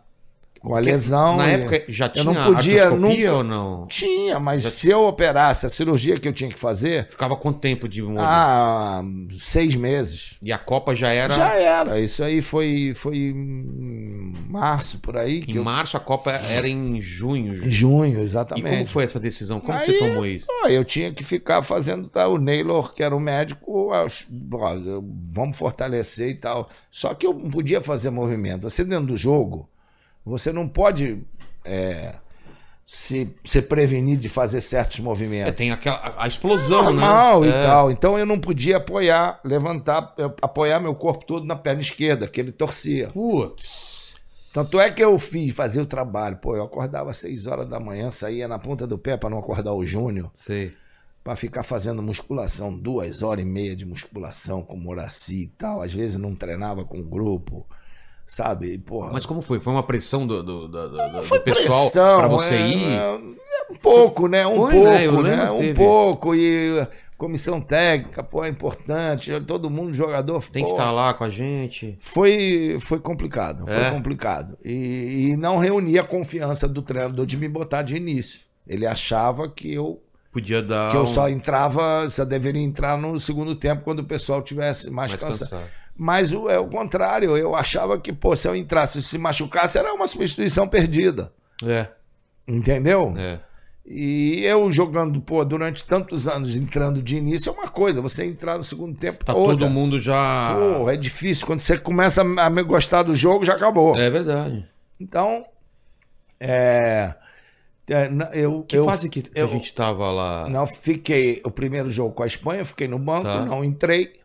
[SPEAKER 3] Com a
[SPEAKER 1] Porque
[SPEAKER 3] lesão.
[SPEAKER 1] Na
[SPEAKER 3] e-
[SPEAKER 1] época já tinha
[SPEAKER 3] eu não podia
[SPEAKER 1] artroscopia
[SPEAKER 3] nunca-
[SPEAKER 1] ou não?
[SPEAKER 3] Tinha, mas
[SPEAKER 1] Já-
[SPEAKER 3] se eu operasse a cirurgia que eu tinha que fazer,
[SPEAKER 1] Ficava quanto tempo de molho?
[SPEAKER 3] Ah. há seis meses.
[SPEAKER 1] E a Copa já era.
[SPEAKER 3] Já era. Isso aí foi, foi em março por aí. que
[SPEAKER 1] Em
[SPEAKER 3] eu-
[SPEAKER 1] março, a Copa era em junho.
[SPEAKER 3] em junho,
[SPEAKER 1] E como
[SPEAKER 3] exatamente.
[SPEAKER 1] foi essa decisão? Como
[SPEAKER 3] Aí-
[SPEAKER 1] você tomou isso?
[SPEAKER 3] Pô, eu tinha que ficar fazendo tá, o Naylor, que era o médico, ach- ó, eu- vamos fortalecer e tal. Só que eu não podia fazer movimento. Você dentro do jogo, você não pode é, se, se prevenir de fazer certos
[SPEAKER 1] É,
[SPEAKER 3] movimentos.
[SPEAKER 1] tem aquela, a- a explosão, né?
[SPEAKER 3] normal e
[SPEAKER 1] É.
[SPEAKER 3] tal. Então eu não podia apoiar, levantar, eh, apoiar meu corpo todo na perna esquerda, que ele torcia.
[SPEAKER 1] Putz.
[SPEAKER 3] Tanto é que eu fiz fazer o trabalho. Pô, eu acordava às 6 horas da manhã, saía na ponta do pé para não acordar o Júnior,
[SPEAKER 1] Sei.
[SPEAKER 3] para ficar fazendo musculação, duas horas e meia de musculação com o Moraci e tal. Às vezes não treinava com o grupo, sabe? E, porra,
[SPEAKER 1] Mas como foi? Foi uma pressão do, do, do, do- do
[SPEAKER 3] foi
[SPEAKER 1] pessoal
[SPEAKER 3] pressão,
[SPEAKER 1] pra você
[SPEAKER 3] é,
[SPEAKER 1] ir?
[SPEAKER 3] é, um pouco, né? Um
[SPEAKER 1] Foi,
[SPEAKER 3] pouco,
[SPEAKER 1] né?
[SPEAKER 3] né?
[SPEAKER 1] Eu lembro que
[SPEAKER 3] Um
[SPEAKER 1] teve.
[SPEAKER 3] pouco. E comissão técnica, pô, é importante. Todo mundo jogador.
[SPEAKER 1] Tem que
[SPEAKER 3] pô,
[SPEAKER 1] estar lá com a gente.
[SPEAKER 3] Foi, foi complicado,
[SPEAKER 1] É.
[SPEAKER 3] foi complicado. E, e não reunia a confiança do treinador de me botar de início. Ele achava que eu,
[SPEAKER 1] Podia dar.
[SPEAKER 3] que
[SPEAKER 1] um-
[SPEAKER 3] eu só entrava, só deveria entrar no segundo tempo quando o pessoal tivesse mais,
[SPEAKER 1] mais
[SPEAKER 3] cansado.
[SPEAKER 1] cansado.
[SPEAKER 3] Mas o, é o contrário, eu achava que, pô, se eu entrasse e se machucasse, era uma substituição perdida.
[SPEAKER 1] É,
[SPEAKER 3] Entendeu?
[SPEAKER 1] é.
[SPEAKER 3] E eu jogando, pô, durante tantos anos entrando de início é uma coisa, você entrar no segundo tempo
[SPEAKER 1] Tá
[SPEAKER 3] outra.
[SPEAKER 1] todo mundo já.
[SPEAKER 3] Pô, é difícil. Quando você começa a me gostar do jogo, já acabou.
[SPEAKER 1] É verdade.
[SPEAKER 3] Então, é, é, na- eu,
[SPEAKER 1] Que
[SPEAKER 3] eu,
[SPEAKER 1] fase que, que
[SPEAKER 3] eu-
[SPEAKER 1] a gente tava lá?
[SPEAKER 3] não fiquei o primeiro jogo com a Espanha, eu fiquei no banco,
[SPEAKER 1] Tá.
[SPEAKER 3] não entrei.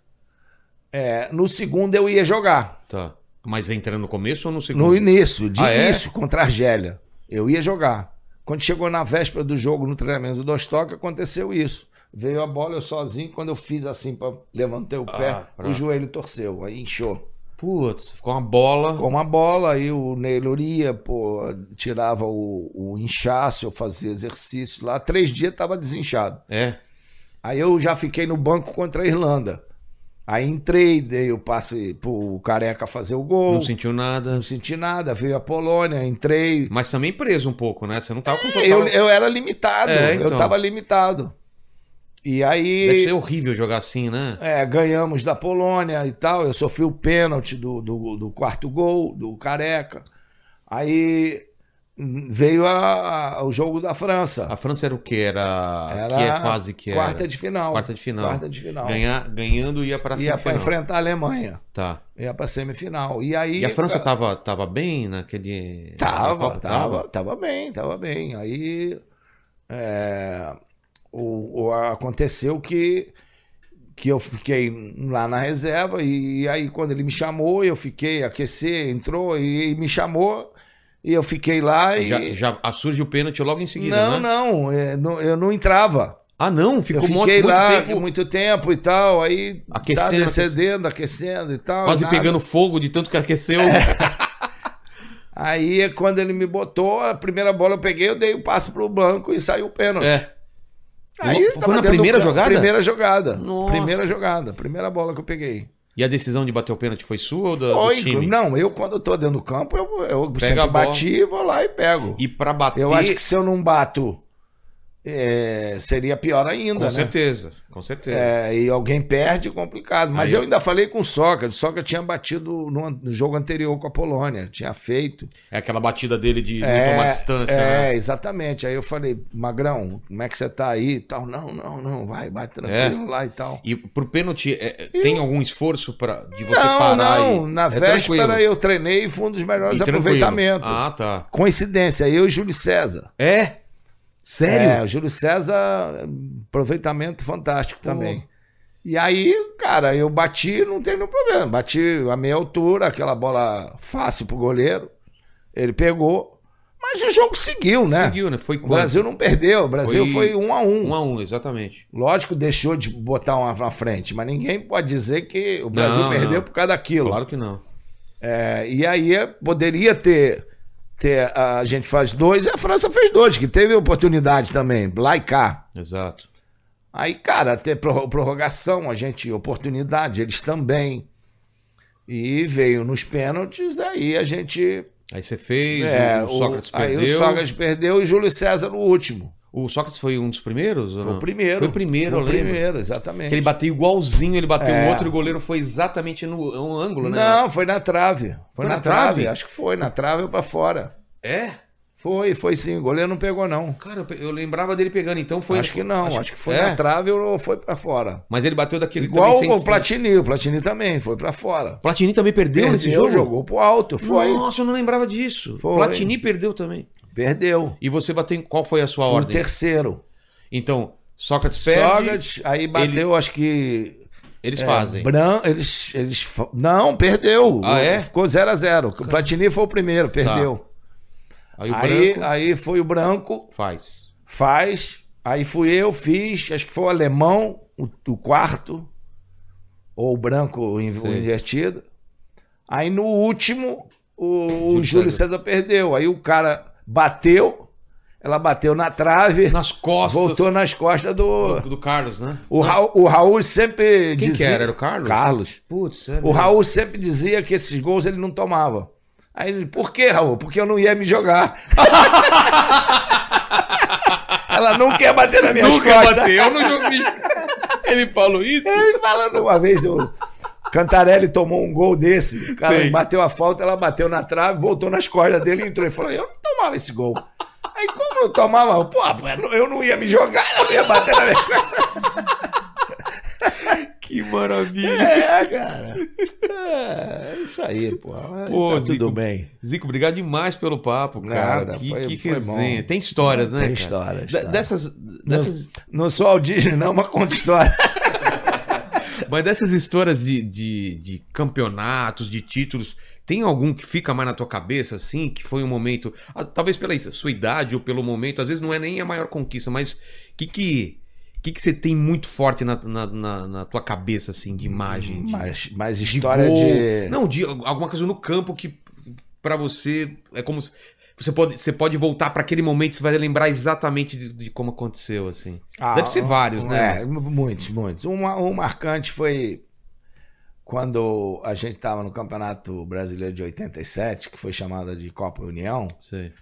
[SPEAKER 3] É, no segundo eu ia jogar,
[SPEAKER 1] Tá. Mas entrando no começo ou no segundo?
[SPEAKER 3] no início, de
[SPEAKER 1] Ah, é?
[SPEAKER 3] início contra a Argélia, eu ia jogar. Quando chegou na véspera do jogo no treinamento do Dostoque, aconteceu isso. Veio a bola eu sozinho, quando eu fiz assim para levantei o
[SPEAKER 1] Ah,
[SPEAKER 3] pé,
[SPEAKER 1] pra-
[SPEAKER 3] o joelho torceu, aí inchou.
[SPEAKER 1] Putz, ficou uma bola.
[SPEAKER 3] com uma bola, aí o Neylor ia, pô, tirava o, o inchaço, eu fazia exercício lá, três dias tava desinchado.
[SPEAKER 1] É.
[SPEAKER 3] Aí eu já fiquei no banco contra a Irlanda. Aí entrei, dei o passe pro Careca fazer o gol,
[SPEAKER 1] Não
[SPEAKER 3] não senti,
[SPEAKER 1] sentiu nada.
[SPEAKER 3] nada, veio a Polônia, entrei.
[SPEAKER 1] Mas também preso um pouco, né? Você não tava com total...
[SPEAKER 3] É, Eu, eu era limitado,
[SPEAKER 1] É, então.
[SPEAKER 3] eu tava limitado. E
[SPEAKER 1] Deve
[SPEAKER 3] aí
[SPEAKER 1] ser horrível jogar assim, né?
[SPEAKER 3] é, ganhamos da Polônia e tal, eu sofri o pênalti do, do, do quarto gol, do Careca. Aí hum, veio a- a- o jogo da França.
[SPEAKER 1] A França era o que? Era...
[SPEAKER 3] Era
[SPEAKER 1] Que é a fase que era?
[SPEAKER 3] quarta de final.
[SPEAKER 1] Quarta de final.
[SPEAKER 3] Quarta de final.
[SPEAKER 1] Ganhar, ganhando ia pra
[SPEAKER 3] Ia pra
[SPEAKER 1] semifinal.
[SPEAKER 3] enfrentar a Alemanha.
[SPEAKER 1] Tá.
[SPEAKER 3] Ia pra semifinal. E aí. tá,
[SPEAKER 1] E a França tá tava, tava bem naquele... naquela
[SPEAKER 3] Tava,
[SPEAKER 1] Copa?
[SPEAKER 3] tava, tava bem, tava bem. Aí é, o, o- aconteceu que, que eu fiquei lá na reserva e aí quando ele me chamou, eu fiquei aquecer, entrou e, me chamou e eu fiquei lá e...
[SPEAKER 1] Já, já ah, surge o pênalti logo em seguida,
[SPEAKER 3] não,
[SPEAKER 1] né?
[SPEAKER 3] não, é, não, eu não entrava.
[SPEAKER 1] Ah, não?
[SPEAKER 3] Eu
[SPEAKER 1] Ficou
[SPEAKER 3] fiquei
[SPEAKER 1] muito, muito
[SPEAKER 3] lá
[SPEAKER 1] tempo
[SPEAKER 3] muito tempo e tal, aí
[SPEAKER 1] Aquecendo,
[SPEAKER 3] tá descendendo, aquecendo e tal.
[SPEAKER 1] quase
[SPEAKER 3] nada. É.
[SPEAKER 1] pegando fogo de tanto que aqueceu.
[SPEAKER 3] Aí quando ele me botou, a primeira bola eu peguei, eu dei o passo pro banco e saiu o pênalti.
[SPEAKER 1] <laughs> É.
[SPEAKER 3] Aí
[SPEAKER 1] Foi
[SPEAKER 3] tava
[SPEAKER 1] na
[SPEAKER 3] dentro do
[SPEAKER 1] primeira
[SPEAKER 3] campo.
[SPEAKER 1] jogada?
[SPEAKER 3] Primeira jogada.
[SPEAKER 1] Nossa.
[SPEAKER 3] Primeira jogada. Primeira bola que eu peguei.
[SPEAKER 1] E a decisão de bater o pênalti foi sua ou da- do,
[SPEAKER 3] Oi,
[SPEAKER 1] time?
[SPEAKER 3] não, eu quando eu tô dentro do campo, eu, eu
[SPEAKER 1] Pega a
[SPEAKER 3] sempre
[SPEAKER 1] bola.
[SPEAKER 3] bati, vou lá e pego.
[SPEAKER 1] E pra bater,
[SPEAKER 3] Eu acho que se eu não bato, é, seria pior ainda,
[SPEAKER 1] com
[SPEAKER 3] né?
[SPEAKER 1] certeza, com certeza.
[SPEAKER 3] É, e alguém perde, complicado. Mas
[SPEAKER 1] Aí-
[SPEAKER 3] eu ainda falei com o Sócrates. O Sócrates tinha batido no, no jogo anterior com a Polônia, tinha feito.
[SPEAKER 1] É aquela batida dele de não
[SPEAKER 3] É,
[SPEAKER 1] tomar distância, né?
[SPEAKER 3] É, exatamente. Aí eu falei, Magrão, como é que você tá aí e tal? Não, não, não, vai, vai tranquilo
[SPEAKER 1] É.
[SPEAKER 3] lá e tal.
[SPEAKER 1] E pro pênalti, é, é, tem algum esforço para de você
[SPEAKER 3] não,
[SPEAKER 1] parar
[SPEAKER 3] não,
[SPEAKER 1] e...
[SPEAKER 3] na
[SPEAKER 1] É
[SPEAKER 3] véspera
[SPEAKER 1] tranquilo.
[SPEAKER 3] eu treinei e foi um dos
[SPEAKER 1] E
[SPEAKER 3] melhores
[SPEAKER 1] tranquilo.
[SPEAKER 3] aproveitamentos.
[SPEAKER 1] Ah, tá.
[SPEAKER 3] Coincidência, eu e Júlio César.
[SPEAKER 1] É?
[SPEAKER 3] É,
[SPEAKER 1] Sério?
[SPEAKER 3] o Júlio César, aproveitamento fantástico também. E aí, cara, eu bati, não tem nenhum problema. Bati a meia altura, aquela bola fácil pro goleiro. Ele pegou. Mas o jogo seguiu, né?
[SPEAKER 1] Seguiu, né? Foi
[SPEAKER 3] O
[SPEAKER 1] quanto?
[SPEAKER 3] Brasil não perdeu, o Brasil
[SPEAKER 1] Foi-
[SPEAKER 3] foi, um a um.
[SPEAKER 1] 1 a 1, exatamente.
[SPEAKER 3] Lógico, deixou de botar uma na frente, mas ninguém pode dizer que o Brasil
[SPEAKER 1] Não,
[SPEAKER 3] perdeu
[SPEAKER 1] não.
[SPEAKER 3] por causa daquilo.
[SPEAKER 1] Claro que não.
[SPEAKER 3] É, e aí é, poderia ter, ter. A gente faz dois e a França fez dois, que teve oportunidade também, lá e cá.
[SPEAKER 1] Exato.
[SPEAKER 3] Aí, cara, ter pro- prorrogação, a gente, oportunidade, eles também. E veio nos pênaltis, aí a gente.
[SPEAKER 1] Aí você fez,
[SPEAKER 3] é,
[SPEAKER 1] o Sócrates
[SPEAKER 3] aí
[SPEAKER 1] perdeu.
[SPEAKER 3] o Sócrates perdeu e o Júlio César no último.
[SPEAKER 1] O Sócrates foi um dos primeiros? ou
[SPEAKER 3] Foi o
[SPEAKER 1] não?
[SPEAKER 3] primeiro.
[SPEAKER 1] Foi o primeiro,
[SPEAKER 3] Foi
[SPEAKER 1] eu
[SPEAKER 3] o
[SPEAKER 1] lembro.
[SPEAKER 3] primeiro, exatamente.
[SPEAKER 1] Que ele bateu igualzinho, ele bateu
[SPEAKER 3] É.
[SPEAKER 1] o outro e o goleiro foi exatamente no um ângulo, né?
[SPEAKER 3] Não, foi na trave. Foi, na, trave? Acho que foi, na trave ou pra fora.
[SPEAKER 1] É?
[SPEAKER 3] Foi, foi sim. O goleiro não pegou, não.
[SPEAKER 1] Cara, eu pe- eu lembrava dele pegando, então foi.
[SPEAKER 3] acho que não, acho, que foi
[SPEAKER 1] é?
[SPEAKER 3] na trave ou foi pra fora.
[SPEAKER 1] Mas ele bateu daquele
[SPEAKER 3] Igual
[SPEAKER 1] também
[SPEAKER 3] o Platini, o Platini também foi pra fora.
[SPEAKER 1] Platini também perdeu, nesse jogo?
[SPEAKER 3] jogou pro alto, foi.
[SPEAKER 1] Nossa, eu não lembrava disso.
[SPEAKER 3] Foi.
[SPEAKER 1] Platini perdeu também.
[SPEAKER 3] Perdeu.
[SPEAKER 1] E você bateu em qual foi a sua
[SPEAKER 3] Foi o
[SPEAKER 1] ordem?
[SPEAKER 3] terceiro.
[SPEAKER 1] Então, Sócrates perde,
[SPEAKER 3] Sócrates, aí bateu, acho que.
[SPEAKER 1] eles
[SPEAKER 3] é,
[SPEAKER 1] fazem.
[SPEAKER 3] Bran, eles, eles. fa- Não, perdeu.
[SPEAKER 1] Ah, é? Tá.
[SPEAKER 3] Ficou 0x0. O Platini foi o primeiro, perdeu.
[SPEAKER 1] Aí o
[SPEAKER 3] Aí,
[SPEAKER 1] branco
[SPEAKER 3] aí foi o branco,
[SPEAKER 1] faz.
[SPEAKER 3] faz. Aí fui eu, fiz. Acho que foi o alemão, o, o quarto. Ou o branco o in- o
[SPEAKER 1] Sei.
[SPEAKER 3] invertido. Aí no último, o,
[SPEAKER 1] Júlio
[SPEAKER 3] o Júlio
[SPEAKER 1] César.
[SPEAKER 3] César perdeu. Aí o cara bateu. Ela bateu na trave,
[SPEAKER 1] Nas costas
[SPEAKER 3] voltou nas costas do.
[SPEAKER 1] do, do Carlos, né?
[SPEAKER 3] O, Raul, o Raul sempre
[SPEAKER 1] Quem que
[SPEAKER 3] dizia.
[SPEAKER 1] era? Era o Carlos?
[SPEAKER 3] Carlos.
[SPEAKER 1] Putz, é sério.
[SPEAKER 3] O Raul sempre dizia que esses gols ele não tomava. Aí ele, por que, Raul? Porque eu não ia me jogar. <laughs> Ela nunca ia bater na minha
[SPEAKER 1] nunca
[SPEAKER 3] costas.
[SPEAKER 1] bateu no jogo. <laughs> Ele falou isso?
[SPEAKER 3] <laughs> Ele falando uma vez, o Cantarelli tomou um gol desse. O cara
[SPEAKER 1] Sei.
[SPEAKER 3] bateu a falta, ela bateu na trave, voltou nas cordas dele e entrou. Ele falou, eu não tomava esse gol. Aí como eu tomava? Pô, eu não ia me jogar, ela não ia bater na minha <laughs>
[SPEAKER 1] Que maravilha.
[SPEAKER 3] É, cara. É, é isso aí, pô.
[SPEAKER 1] Pô,
[SPEAKER 3] tá
[SPEAKER 1] Zico,
[SPEAKER 3] tudo bem.
[SPEAKER 1] Zico, obrigado demais pelo papo, cara.
[SPEAKER 3] Nada,
[SPEAKER 1] que
[SPEAKER 3] foi-
[SPEAKER 1] que
[SPEAKER 3] foi bom.
[SPEAKER 1] resenha. Tem histórias, né?
[SPEAKER 3] Tem
[SPEAKER 1] cara?
[SPEAKER 3] histórias,
[SPEAKER 1] Da-
[SPEAKER 3] tá.
[SPEAKER 1] Dessas, dessas,
[SPEAKER 3] Não sou audígeno, não, mas conta história.
[SPEAKER 1] mas dessas histórias de, de, de campeonatos, de títulos, tem algum que fica mais na tua cabeça, assim, que foi um momento, ah, talvez pela isso, sua idade ou pelo momento, às vezes não é nem a maior conquista, mas que que que, que você tem muito forte na, na, na- na tua cabeça, assim, de imagem? de-
[SPEAKER 3] Mas, mas
[SPEAKER 1] de
[SPEAKER 3] história
[SPEAKER 1] gol.
[SPEAKER 3] de.
[SPEAKER 1] Não, de alguma coisa no campo que pra você é como se você pode, você pode voltar pra aquele momento, você vai lembrar exatamente de, de como aconteceu assim.
[SPEAKER 3] Ah,
[SPEAKER 1] Deve ser vários, né?
[SPEAKER 3] É, muitos, muitos. Um, um marcante foi quando a gente estava no Campeonato Brasileiro de 87, que foi chamada de Copa União.
[SPEAKER 1] Sei.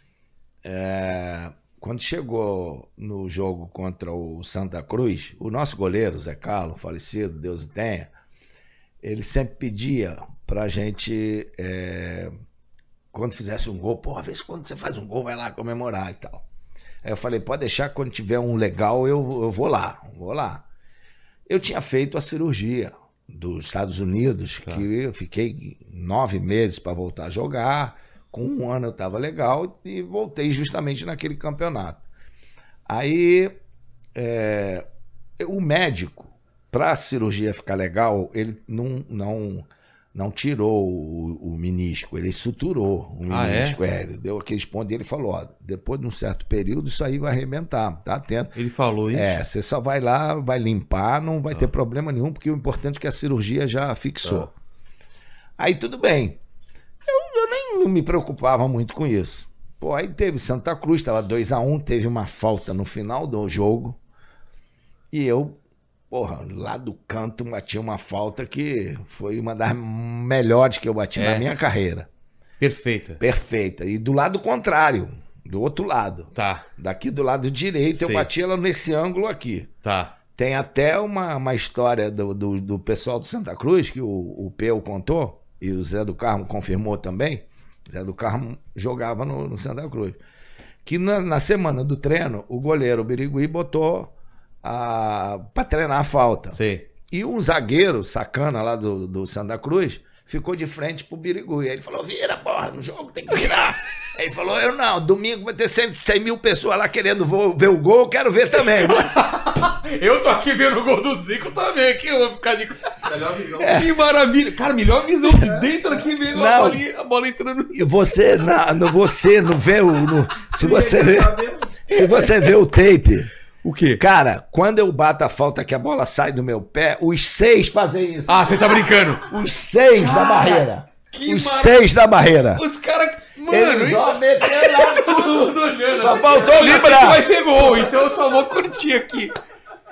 [SPEAKER 3] Quando chegou no jogo contra o Santa Cruz, o nosso goleiro, Zé Carlos, falecido, Deus o tenha, ele sempre pedia pra gente, eh, quando fizesse um gol, pô, às vezes quando você faz um gol, vai lá comemorar e tal. Aí eu falei, pode deixar, quando tiver um legal, eu, eu vou lá, vou lá. Eu tinha feito a cirurgia dos Estados Unidos,
[SPEAKER 1] Tá.
[SPEAKER 3] que eu fiquei nove meses para voltar a jogar. Com um ano eu estava legal e voltei justamente naquele campeonato. Aí é, o médico, para a cirurgia ficar legal, ele não, não, não tirou o, o menisco, ele suturou o
[SPEAKER 1] Ah, é?
[SPEAKER 3] menisco. é? ele deu aqueles pontos e ele falou: ó, depois de um certo período, isso aí vai arrebentar, tá atento.
[SPEAKER 1] Ele falou isso.
[SPEAKER 3] É, você só vai lá, vai limpar, não vai ter problema nenhum, porque o importante é que a cirurgia já fixou. Aí tudo bem. Eu, eu nem não me preocupava muito com isso. Pô, aí teve Santa Cruz, tava 2 a 1 teve uma falta no final do jogo. E eu, porra, lá do canto bati uma falta que foi uma das melhores que eu bati
[SPEAKER 1] É.
[SPEAKER 3] na minha carreira.
[SPEAKER 1] Perfeita.
[SPEAKER 3] Perfeita. E do lado contrário, do outro lado.
[SPEAKER 1] Tá,
[SPEAKER 3] Daqui do lado direito, eu
[SPEAKER 1] Sei.
[SPEAKER 3] bati ela nesse ângulo aqui.
[SPEAKER 1] tá.
[SPEAKER 3] Tem até uma, uma história do, do, do pessoal de Santa Cruz, que o, o Peu contou, e o Zé do Carmo confirmou também. Zé do Carmo jogava no, no Santa Cruz. Que na, na semana do treino, o goleiro Birigui botou a, pra treinar a falta.
[SPEAKER 1] Sei.
[SPEAKER 3] E um zagueiro, sacana lá do, do Santa Cruz, ficou de frente pro Birigui. Aí ele falou: vira, porra, no jogo tem que virar. <laughs> Aí ele falou: eu não, domingo vai ter 100, 100 mil pessoas lá querendo vo- ver o gol, eu quero ver também.
[SPEAKER 1] Eu tô aqui vendo o gol do Zico também, que eu vou ficar de.
[SPEAKER 4] Melhor visão.
[SPEAKER 1] Que maravilha! Cara, melhor visão de dentro aqui vendo a
[SPEAKER 3] Não.
[SPEAKER 1] bolinha, a bola entrando.
[SPEAKER 3] E você, na, no, você não vê o. no- se, você vê, se você vê o tape.
[SPEAKER 1] O quê?
[SPEAKER 3] Cara, quando eu bato a falta que a bola sai do meu pé, os seis fazem isso.
[SPEAKER 1] Ah, você tá brincando!
[SPEAKER 3] Os seis da barreira.
[SPEAKER 1] que
[SPEAKER 3] Os
[SPEAKER 1] mara-
[SPEAKER 3] seis da barreira.
[SPEAKER 1] Os caras. Mano,
[SPEAKER 3] Eles
[SPEAKER 1] isso. <laughs>
[SPEAKER 3] só meteram
[SPEAKER 1] Tá
[SPEAKER 3] lá tudo. é Só
[SPEAKER 1] Eu
[SPEAKER 3] faltou
[SPEAKER 1] já sei que
[SPEAKER 3] vibrar.
[SPEAKER 1] vai ser gol, então eu só vou curtir aqui.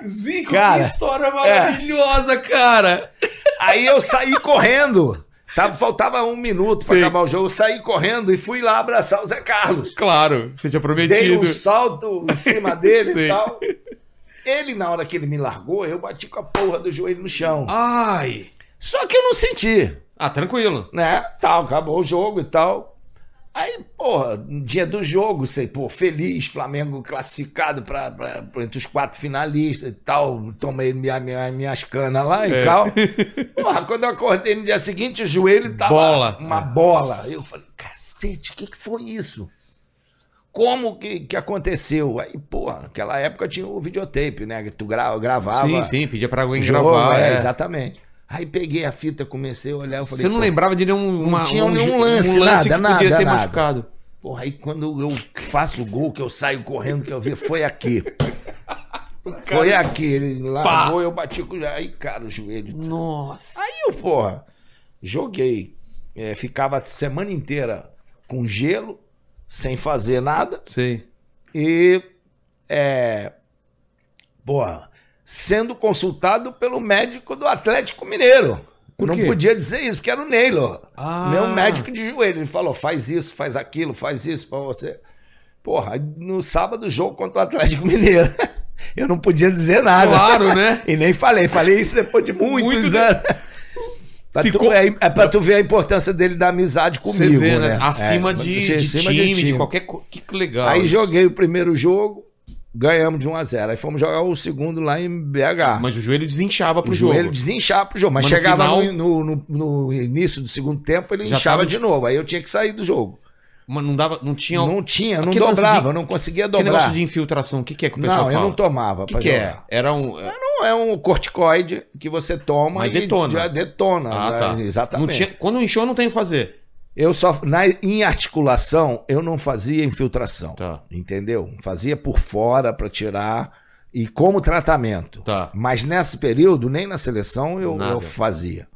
[SPEAKER 1] Zico,
[SPEAKER 3] Cara, é.
[SPEAKER 1] que história maravilhosa, cara!
[SPEAKER 3] Aí eu saí correndo. Tava, faltava um minuto pra
[SPEAKER 1] Sim.
[SPEAKER 3] acabar o jogo. Eu saí correndo e fui lá abraçar o Zé Carlos.
[SPEAKER 1] Claro, você tinha
[SPEAKER 3] Dei um
[SPEAKER 1] prometido.
[SPEAKER 3] salto em cima dele
[SPEAKER 1] <laughs> Sim.
[SPEAKER 3] e tal. Ele, na hora que ele me largou, eu bati com a porra do joelho no chão.
[SPEAKER 1] Ai!
[SPEAKER 3] Só que eu não senti.
[SPEAKER 1] Ah, tranquilo.
[SPEAKER 3] né? Tal, acabou o jogo e tal. Aí, porra, no dia do jogo, sei, pô, feliz, Flamengo classificado pra, pra- pra- entre os quatro finalistas e tal. Tomei minha, minha- minhas canas lá e
[SPEAKER 1] É. <laughs>
[SPEAKER 3] tal. Porra, quando eu acordei no dia seguinte, o joelho tava
[SPEAKER 1] Bola.
[SPEAKER 3] uma bola. Eu falei, cacete, o que, que foi isso? Como que, que aconteceu? Aí, porra, naquela época tinha o videotape, né? Que tu gra- gravava.
[SPEAKER 1] sim, sim, pedia pra alguém
[SPEAKER 3] jogo,
[SPEAKER 1] gravar.
[SPEAKER 3] é,
[SPEAKER 1] é.
[SPEAKER 3] Exatamente. Aí peguei a fita, comecei a olhar, eu falei,
[SPEAKER 1] Você não
[SPEAKER 3] pô,
[SPEAKER 1] lembrava de nenhum, uma,
[SPEAKER 3] tinha
[SPEAKER 1] um,
[SPEAKER 3] nenhum
[SPEAKER 1] ju-
[SPEAKER 3] lance,
[SPEAKER 1] um lance
[SPEAKER 3] nada,
[SPEAKER 1] que podia
[SPEAKER 3] nada,
[SPEAKER 1] ter
[SPEAKER 3] nada.
[SPEAKER 1] machucado.
[SPEAKER 3] Porra, aí quando eu faço o gol, que eu saio correndo, que eu vi,
[SPEAKER 1] <laughs>
[SPEAKER 3] foi aqui. Foi aqui, ele largou, eu bati com o Aí, cara, o joelho.
[SPEAKER 1] Nossa.
[SPEAKER 3] Aí eu, porra, joguei. É, ficava a semana inteira com gelo, sem fazer nada.
[SPEAKER 1] Sei.
[SPEAKER 3] E, é, porra, sendo consultado pelo médico do Atlético Mineiro.
[SPEAKER 1] Por
[SPEAKER 3] Eu não
[SPEAKER 1] quê?
[SPEAKER 3] podia dizer isso, porque era o Neylor.
[SPEAKER 1] Ah.
[SPEAKER 3] Meu médico de joelho. Ele falou, faz isso, faz aquilo, faz isso pra você. Porra, aí no sábado, jogo contra o Atlético Mineiro. <laughs> Eu não podia dizer nada.
[SPEAKER 1] Claro,
[SPEAKER 3] <laughs>
[SPEAKER 1] né?
[SPEAKER 3] E nem falei. Falei isso depois de muitos
[SPEAKER 1] <laughs> Muito de-
[SPEAKER 3] anos. Pra
[SPEAKER 1] Se
[SPEAKER 3] tu,
[SPEAKER 1] co-
[SPEAKER 3] é, é pra tu ver a importância dele da amizade comigo,
[SPEAKER 1] Você vê,
[SPEAKER 3] né?
[SPEAKER 1] né? Acima,
[SPEAKER 3] É,
[SPEAKER 1] de,
[SPEAKER 3] em
[SPEAKER 1] de
[SPEAKER 3] cima
[SPEAKER 1] time, de, qualquer coisa. Que legal.
[SPEAKER 3] Aí
[SPEAKER 1] isso.
[SPEAKER 3] joguei o primeiro jogo, ganhamos de 1 a 0 Aí fomos jogar o segundo lá em BH.
[SPEAKER 1] Mas o joelho desinchava pro
[SPEAKER 3] o
[SPEAKER 1] jogo.
[SPEAKER 3] joelho desinchava pro jogo, mas,
[SPEAKER 1] Mas no
[SPEAKER 3] chegava
[SPEAKER 1] final-
[SPEAKER 3] no, no- no- no início do segundo tempo, ele
[SPEAKER 1] Já
[SPEAKER 3] inchava
[SPEAKER 1] tava-
[SPEAKER 3] de novo. Aí eu tinha que sair do jogo.
[SPEAKER 1] Mas não dava. Não tinha.
[SPEAKER 3] Não tinha, não
[SPEAKER 1] Aquele lance
[SPEAKER 3] dobrava,
[SPEAKER 1] de-
[SPEAKER 3] não conseguia
[SPEAKER 1] que negócio
[SPEAKER 3] dobrar.
[SPEAKER 1] de infiltração? O que, que é que o pessoal
[SPEAKER 3] Não,
[SPEAKER 1] fala?
[SPEAKER 3] eu não tomava.
[SPEAKER 1] O que,
[SPEAKER 3] pra
[SPEAKER 1] que é?
[SPEAKER 3] jogar.
[SPEAKER 1] Era um.
[SPEAKER 3] Não, é um corticoide que você toma
[SPEAKER 1] Mas
[SPEAKER 3] e
[SPEAKER 1] detona.
[SPEAKER 3] já detona.
[SPEAKER 1] Ah,
[SPEAKER 3] né?
[SPEAKER 1] tá.
[SPEAKER 3] Exatamente.
[SPEAKER 1] Não tinha... Quando inchou, não tem o que fazer.
[SPEAKER 3] Eu só na, em articulação eu não fazia infiltração,
[SPEAKER 1] Tá.
[SPEAKER 3] entendeu? Fazia por fora pra tirar e como tratamento.
[SPEAKER 1] Tá.
[SPEAKER 3] Mas nesse período nem na seleção eu,
[SPEAKER 1] Nada.
[SPEAKER 3] eu fazia.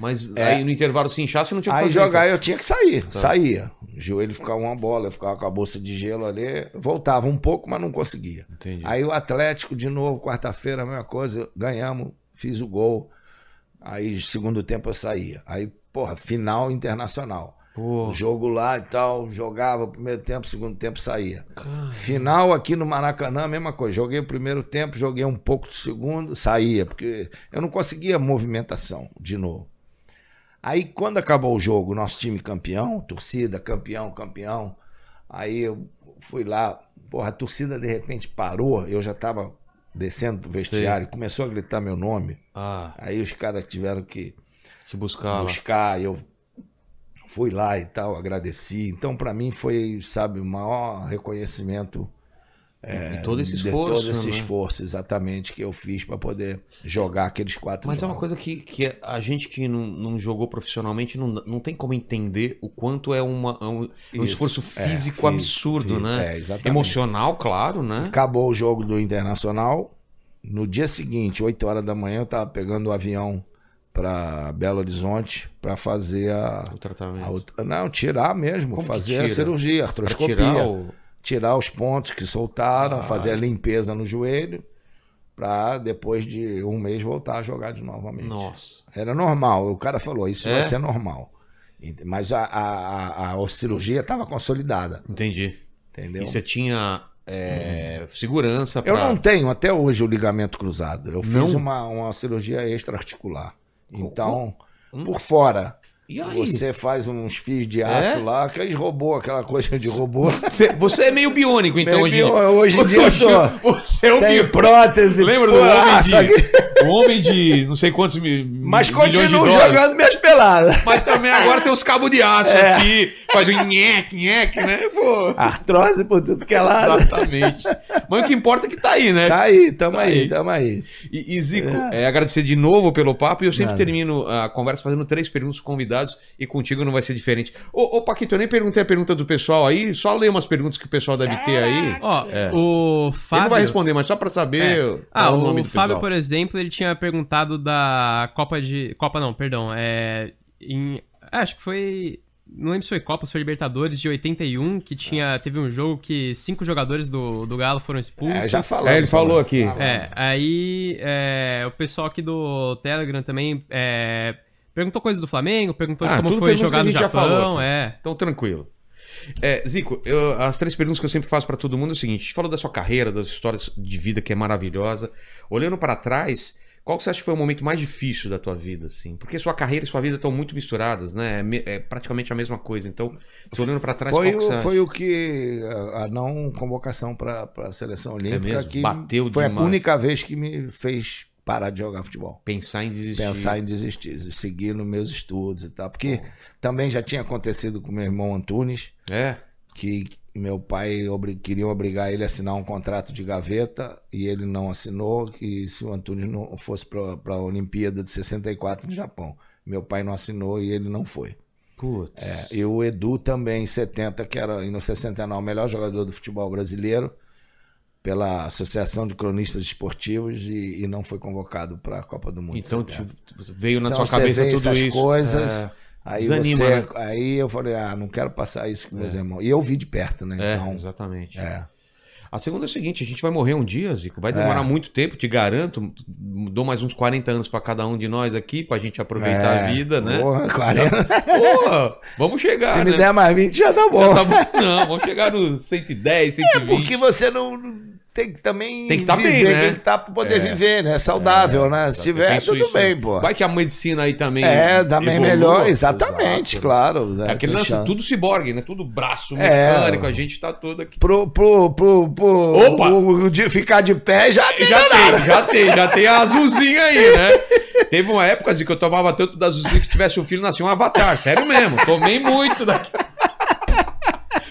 [SPEAKER 1] Mas aí no intervalo se inchasse, não tinha o que
[SPEAKER 3] É. Aí
[SPEAKER 1] fazer. então. Tá.
[SPEAKER 3] jogar eu tinha que sair, saía. O joelho ficava uma bola, eu ficava com a bolsa de gelo ali, voltava um pouco, mas não conseguia.
[SPEAKER 1] então. Entendi.
[SPEAKER 3] Aí o Atlético, de novo, quarta-feira, a mesma coisa, ganhamos, fiz o gol. Aí, segundo tempo, eu saía. Aí, porra, final internacional.
[SPEAKER 1] Pô,
[SPEAKER 3] Jogo lá e tal, jogava primeiro tempo, segundo tempo saía.
[SPEAKER 1] cara.
[SPEAKER 3] Final aqui no Maracanã, mesma coisa. Joguei o primeiro tempo, joguei um pouco do segundo, saía, porque eu não conseguia movimentação de novo. Aí quando acabou o jogo, nosso time campeão, torcida, campeão, campeão. Aí eu fui lá, porra, a torcida de repente parou, eu já tava descendo pro vestiário, começou a gritar meu nome.
[SPEAKER 1] Ah,
[SPEAKER 3] Aí os caras tiveram que
[SPEAKER 1] te buscava.
[SPEAKER 3] buscar. Eu fui lá e tal, agradeci. Então, pra mim, foi, sabe, o maior reconhecimento
[SPEAKER 1] e todo esse
[SPEAKER 3] de
[SPEAKER 1] esforço.
[SPEAKER 3] todo esse
[SPEAKER 1] né?
[SPEAKER 3] esforço, exatamente, que eu fiz pra poder jogar aqueles quatro
[SPEAKER 1] Mas é uma
[SPEAKER 3] jogos.
[SPEAKER 1] coisa que, que a gente que não, não jogou profissionalmente não, não tem como entender o quanto é, uma, é um, é um
[SPEAKER 3] Isso,
[SPEAKER 1] esforço
[SPEAKER 3] é,
[SPEAKER 1] físico
[SPEAKER 3] fiz,
[SPEAKER 1] absurdo,
[SPEAKER 3] fiz,
[SPEAKER 1] né?
[SPEAKER 3] É, exatamente.
[SPEAKER 1] Emocional, claro, né?
[SPEAKER 3] Acabou o jogo do Internacional. No dia seguinte, 8 horas da manhã, eu tava pegando o avião pra Belo Horizonte pra fazer a.
[SPEAKER 1] O tratamento.
[SPEAKER 3] a outra- não, tirar mesmo,
[SPEAKER 1] Como que
[SPEAKER 3] fazer a
[SPEAKER 1] tira?
[SPEAKER 3] cirurgia, a
[SPEAKER 1] Pra
[SPEAKER 3] artroscopia.
[SPEAKER 1] tirar o...
[SPEAKER 3] tirar os pontos que soltaram,
[SPEAKER 1] Ah.
[SPEAKER 3] fazer a limpeza no joelho, pra depois de um mês voltar a jogar de novamente.
[SPEAKER 1] Nossa.
[SPEAKER 3] Era normal, o cara falou, isso
[SPEAKER 1] É?
[SPEAKER 3] vai ser normal. Ent- Mas a, a, a- a cirurgia estava consolidada,
[SPEAKER 1] Entendi.
[SPEAKER 3] entendeu?
[SPEAKER 1] E você tinha é, segurança pra...
[SPEAKER 3] Então. Eu não tenho até hoje o ligamento cruzado.
[SPEAKER 1] Não?
[SPEAKER 3] Eu fiz uma, uma cirurgia extra-articular. Então,
[SPEAKER 1] Hum.
[SPEAKER 3] por fora.
[SPEAKER 1] E aí? Você...
[SPEAKER 3] Você faz uns fios de aço
[SPEAKER 1] É?
[SPEAKER 3] lá, aqueles robô, aquela coisa de robô.
[SPEAKER 1] você é meio biônico, <laughs> então,
[SPEAKER 3] Meio
[SPEAKER 1] hoje em dia.
[SPEAKER 3] bio- hoje
[SPEAKER 1] <laughs>
[SPEAKER 3] em dia eu sou.
[SPEAKER 1] Você é um
[SPEAKER 3] Tem
[SPEAKER 1] biônico.
[SPEAKER 3] prótese.
[SPEAKER 1] Lembra do
[SPEAKER 3] pô,
[SPEAKER 1] homem <laughs>
[SPEAKER 3] aço aqui.
[SPEAKER 1] de, o homem de não sei quantos mil,
[SPEAKER 3] Mas
[SPEAKER 1] milhões de
[SPEAKER 3] continuo
[SPEAKER 1] dólares.
[SPEAKER 3] jogando É. minhas peladas.
[SPEAKER 1] Mas também agora tem uns cabos de
[SPEAKER 3] <laughs>
[SPEAKER 1] aço aqui. Faz um nheque, nheque, né? Pô.
[SPEAKER 3] Artrose por tudo que é lado.
[SPEAKER 1] Exatamente. Mas o que importa é que tá aí, né?
[SPEAKER 3] Tá aí, tamo
[SPEAKER 1] Tá aí.
[SPEAKER 3] aí, tamo aí.
[SPEAKER 1] E, e, Zico, é, agradecer de novo pelo papo e eu sempre
[SPEAKER 3] Nada.
[SPEAKER 1] termino a conversa fazendo três perguntas pros convidados e contigo não vai ser diferente. Ô, ô Paquito, eu nem perguntei a pergunta do pessoal aí, só lê umas perguntas que o pessoal deve ter aí.
[SPEAKER 2] Ó,
[SPEAKER 1] É. Ele
[SPEAKER 2] o
[SPEAKER 1] não vai
[SPEAKER 2] Fábio.
[SPEAKER 1] responder, mas só pra saber
[SPEAKER 2] É.
[SPEAKER 1] qual
[SPEAKER 2] Ah,
[SPEAKER 1] é
[SPEAKER 2] o,
[SPEAKER 1] o nome do
[SPEAKER 2] Fábio,
[SPEAKER 1] pessoal.
[SPEAKER 2] por exemplo, ele tinha perguntado da Copa de. Copa não, perdão. É. Em... ah, acho que foi. Não lembro se foi Copa, se foi Libertadores de 81, que tinha. Teve um jogo que cinco jogadores do, do Galo foram expulsos.
[SPEAKER 3] É, já falou.
[SPEAKER 1] É, ele falou aqui.
[SPEAKER 2] É, aí é, o pessoal aqui do Telegram também é, perguntou coisas do Flamengo, perguntou de
[SPEAKER 1] Ah,
[SPEAKER 2] como
[SPEAKER 1] tudo
[SPEAKER 2] foi
[SPEAKER 1] pergunta que a
[SPEAKER 2] jogar no
[SPEAKER 1] gente já falou
[SPEAKER 2] Japão,
[SPEAKER 1] aqui.
[SPEAKER 2] é.
[SPEAKER 1] Então, tranquilo. É, Zico, eu- as três perguntas que eu sempre faço pra todo mundo é o seguinte: a gente falou da sua carreira, das histórias de vida que é maravilhosa. Olhando pra trás, qual que você acha que foi o momento mais difícil da tua vida, assim? Porque sua carreira e sua vida estão muito misturadas, né? É, me- é praticamente a mesma coisa. Então, se olhando pra trás,
[SPEAKER 3] Foi
[SPEAKER 1] qual que você
[SPEAKER 3] o,
[SPEAKER 1] acha?
[SPEAKER 3] foi o que a a não convocação para a seleção olímpica
[SPEAKER 1] É mesmo?
[SPEAKER 3] que
[SPEAKER 1] Bateu
[SPEAKER 3] foi
[SPEAKER 1] demais.
[SPEAKER 3] a única vez que me fez parar de jogar futebol.
[SPEAKER 1] pensar em desistir?
[SPEAKER 3] Pensar em desistir, seguir nos meus estudos e tal. Porque também já tinha acontecido com meu irmão Antunes,
[SPEAKER 1] É.
[SPEAKER 3] que meu pai obri- queria obrigar ele a assinar um contrato de gaveta e ele não assinou, que se o Antunes não fosse para a Olimpíada de 64 no Japão. Meu pai não assinou e ele não foi.
[SPEAKER 1] Putz.
[SPEAKER 3] E o Edu também, em 70, que era, e no 69, o melhor jogador do futebol brasileiro, pela Associação de Cronistas Esportivos, e, e não foi convocado para a Copa do Mundo. em
[SPEAKER 1] Então,
[SPEAKER 3] 70.
[SPEAKER 1] tipo, veio na
[SPEAKER 3] Então,
[SPEAKER 1] tua
[SPEAKER 3] você
[SPEAKER 1] cabeça
[SPEAKER 3] vê
[SPEAKER 1] tudo
[SPEAKER 3] essas
[SPEAKER 1] isso.
[SPEAKER 3] coisas,
[SPEAKER 1] É.
[SPEAKER 3] aí,
[SPEAKER 1] Desanima,
[SPEAKER 3] você,
[SPEAKER 1] né?
[SPEAKER 3] aí eu falei, ah, não quero passar isso com meus irmãos. E eu vi de perto, né?
[SPEAKER 1] É,
[SPEAKER 3] Então,
[SPEAKER 1] exatamente.
[SPEAKER 3] é.
[SPEAKER 1] A segunda é o seguinte, a gente vai morrer um dia, Zico. Vai demorar
[SPEAKER 3] É.
[SPEAKER 1] muito tempo, te garanto. Dou mais uns 40 anos pra cada um de nós aqui, pra gente aproveitar a
[SPEAKER 3] É.
[SPEAKER 1] vida, né?
[SPEAKER 3] Porra, 40.
[SPEAKER 1] Pô, vamos chegar,
[SPEAKER 3] Se
[SPEAKER 1] né?
[SPEAKER 3] me der mais 20, já tá bom.
[SPEAKER 1] Tá bom, Não, vamos chegar no 110, 120.
[SPEAKER 3] É, Porque você não tem que também
[SPEAKER 1] Tem que tá
[SPEAKER 3] viver,
[SPEAKER 1] bem, né?
[SPEAKER 3] tem que estar pra poder viver, né? Saudável, né? Se
[SPEAKER 1] Eu
[SPEAKER 3] tiver,
[SPEAKER 1] penso
[SPEAKER 3] tudo
[SPEAKER 1] isso.
[SPEAKER 3] bem, pô.
[SPEAKER 1] Vai que a medicina aí também.
[SPEAKER 3] É, também
[SPEAKER 1] evolua.
[SPEAKER 3] melhor, exatamente,
[SPEAKER 1] Exato.
[SPEAKER 3] claro. né,
[SPEAKER 1] É Aquele
[SPEAKER 3] tem
[SPEAKER 1] lance,
[SPEAKER 3] chance.
[SPEAKER 1] tudo ciborgue, né? Tudo braço
[SPEAKER 3] É.
[SPEAKER 1] mecânico, a gente tá todo aqui.
[SPEAKER 3] Pro, pro, pro, pro-
[SPEAKER 1] Opa!
[SPEAKER 3] o- o de ficar de pé já.
[SPEAKER 1] <laughs> Já tem, já tem, já tem a azulzinha aí, né? Teve uma época assim, que eu tomava tanto da azulzinha que tivesse um filho, nascia um avatar. Sério mesmo, tomei muito daqui.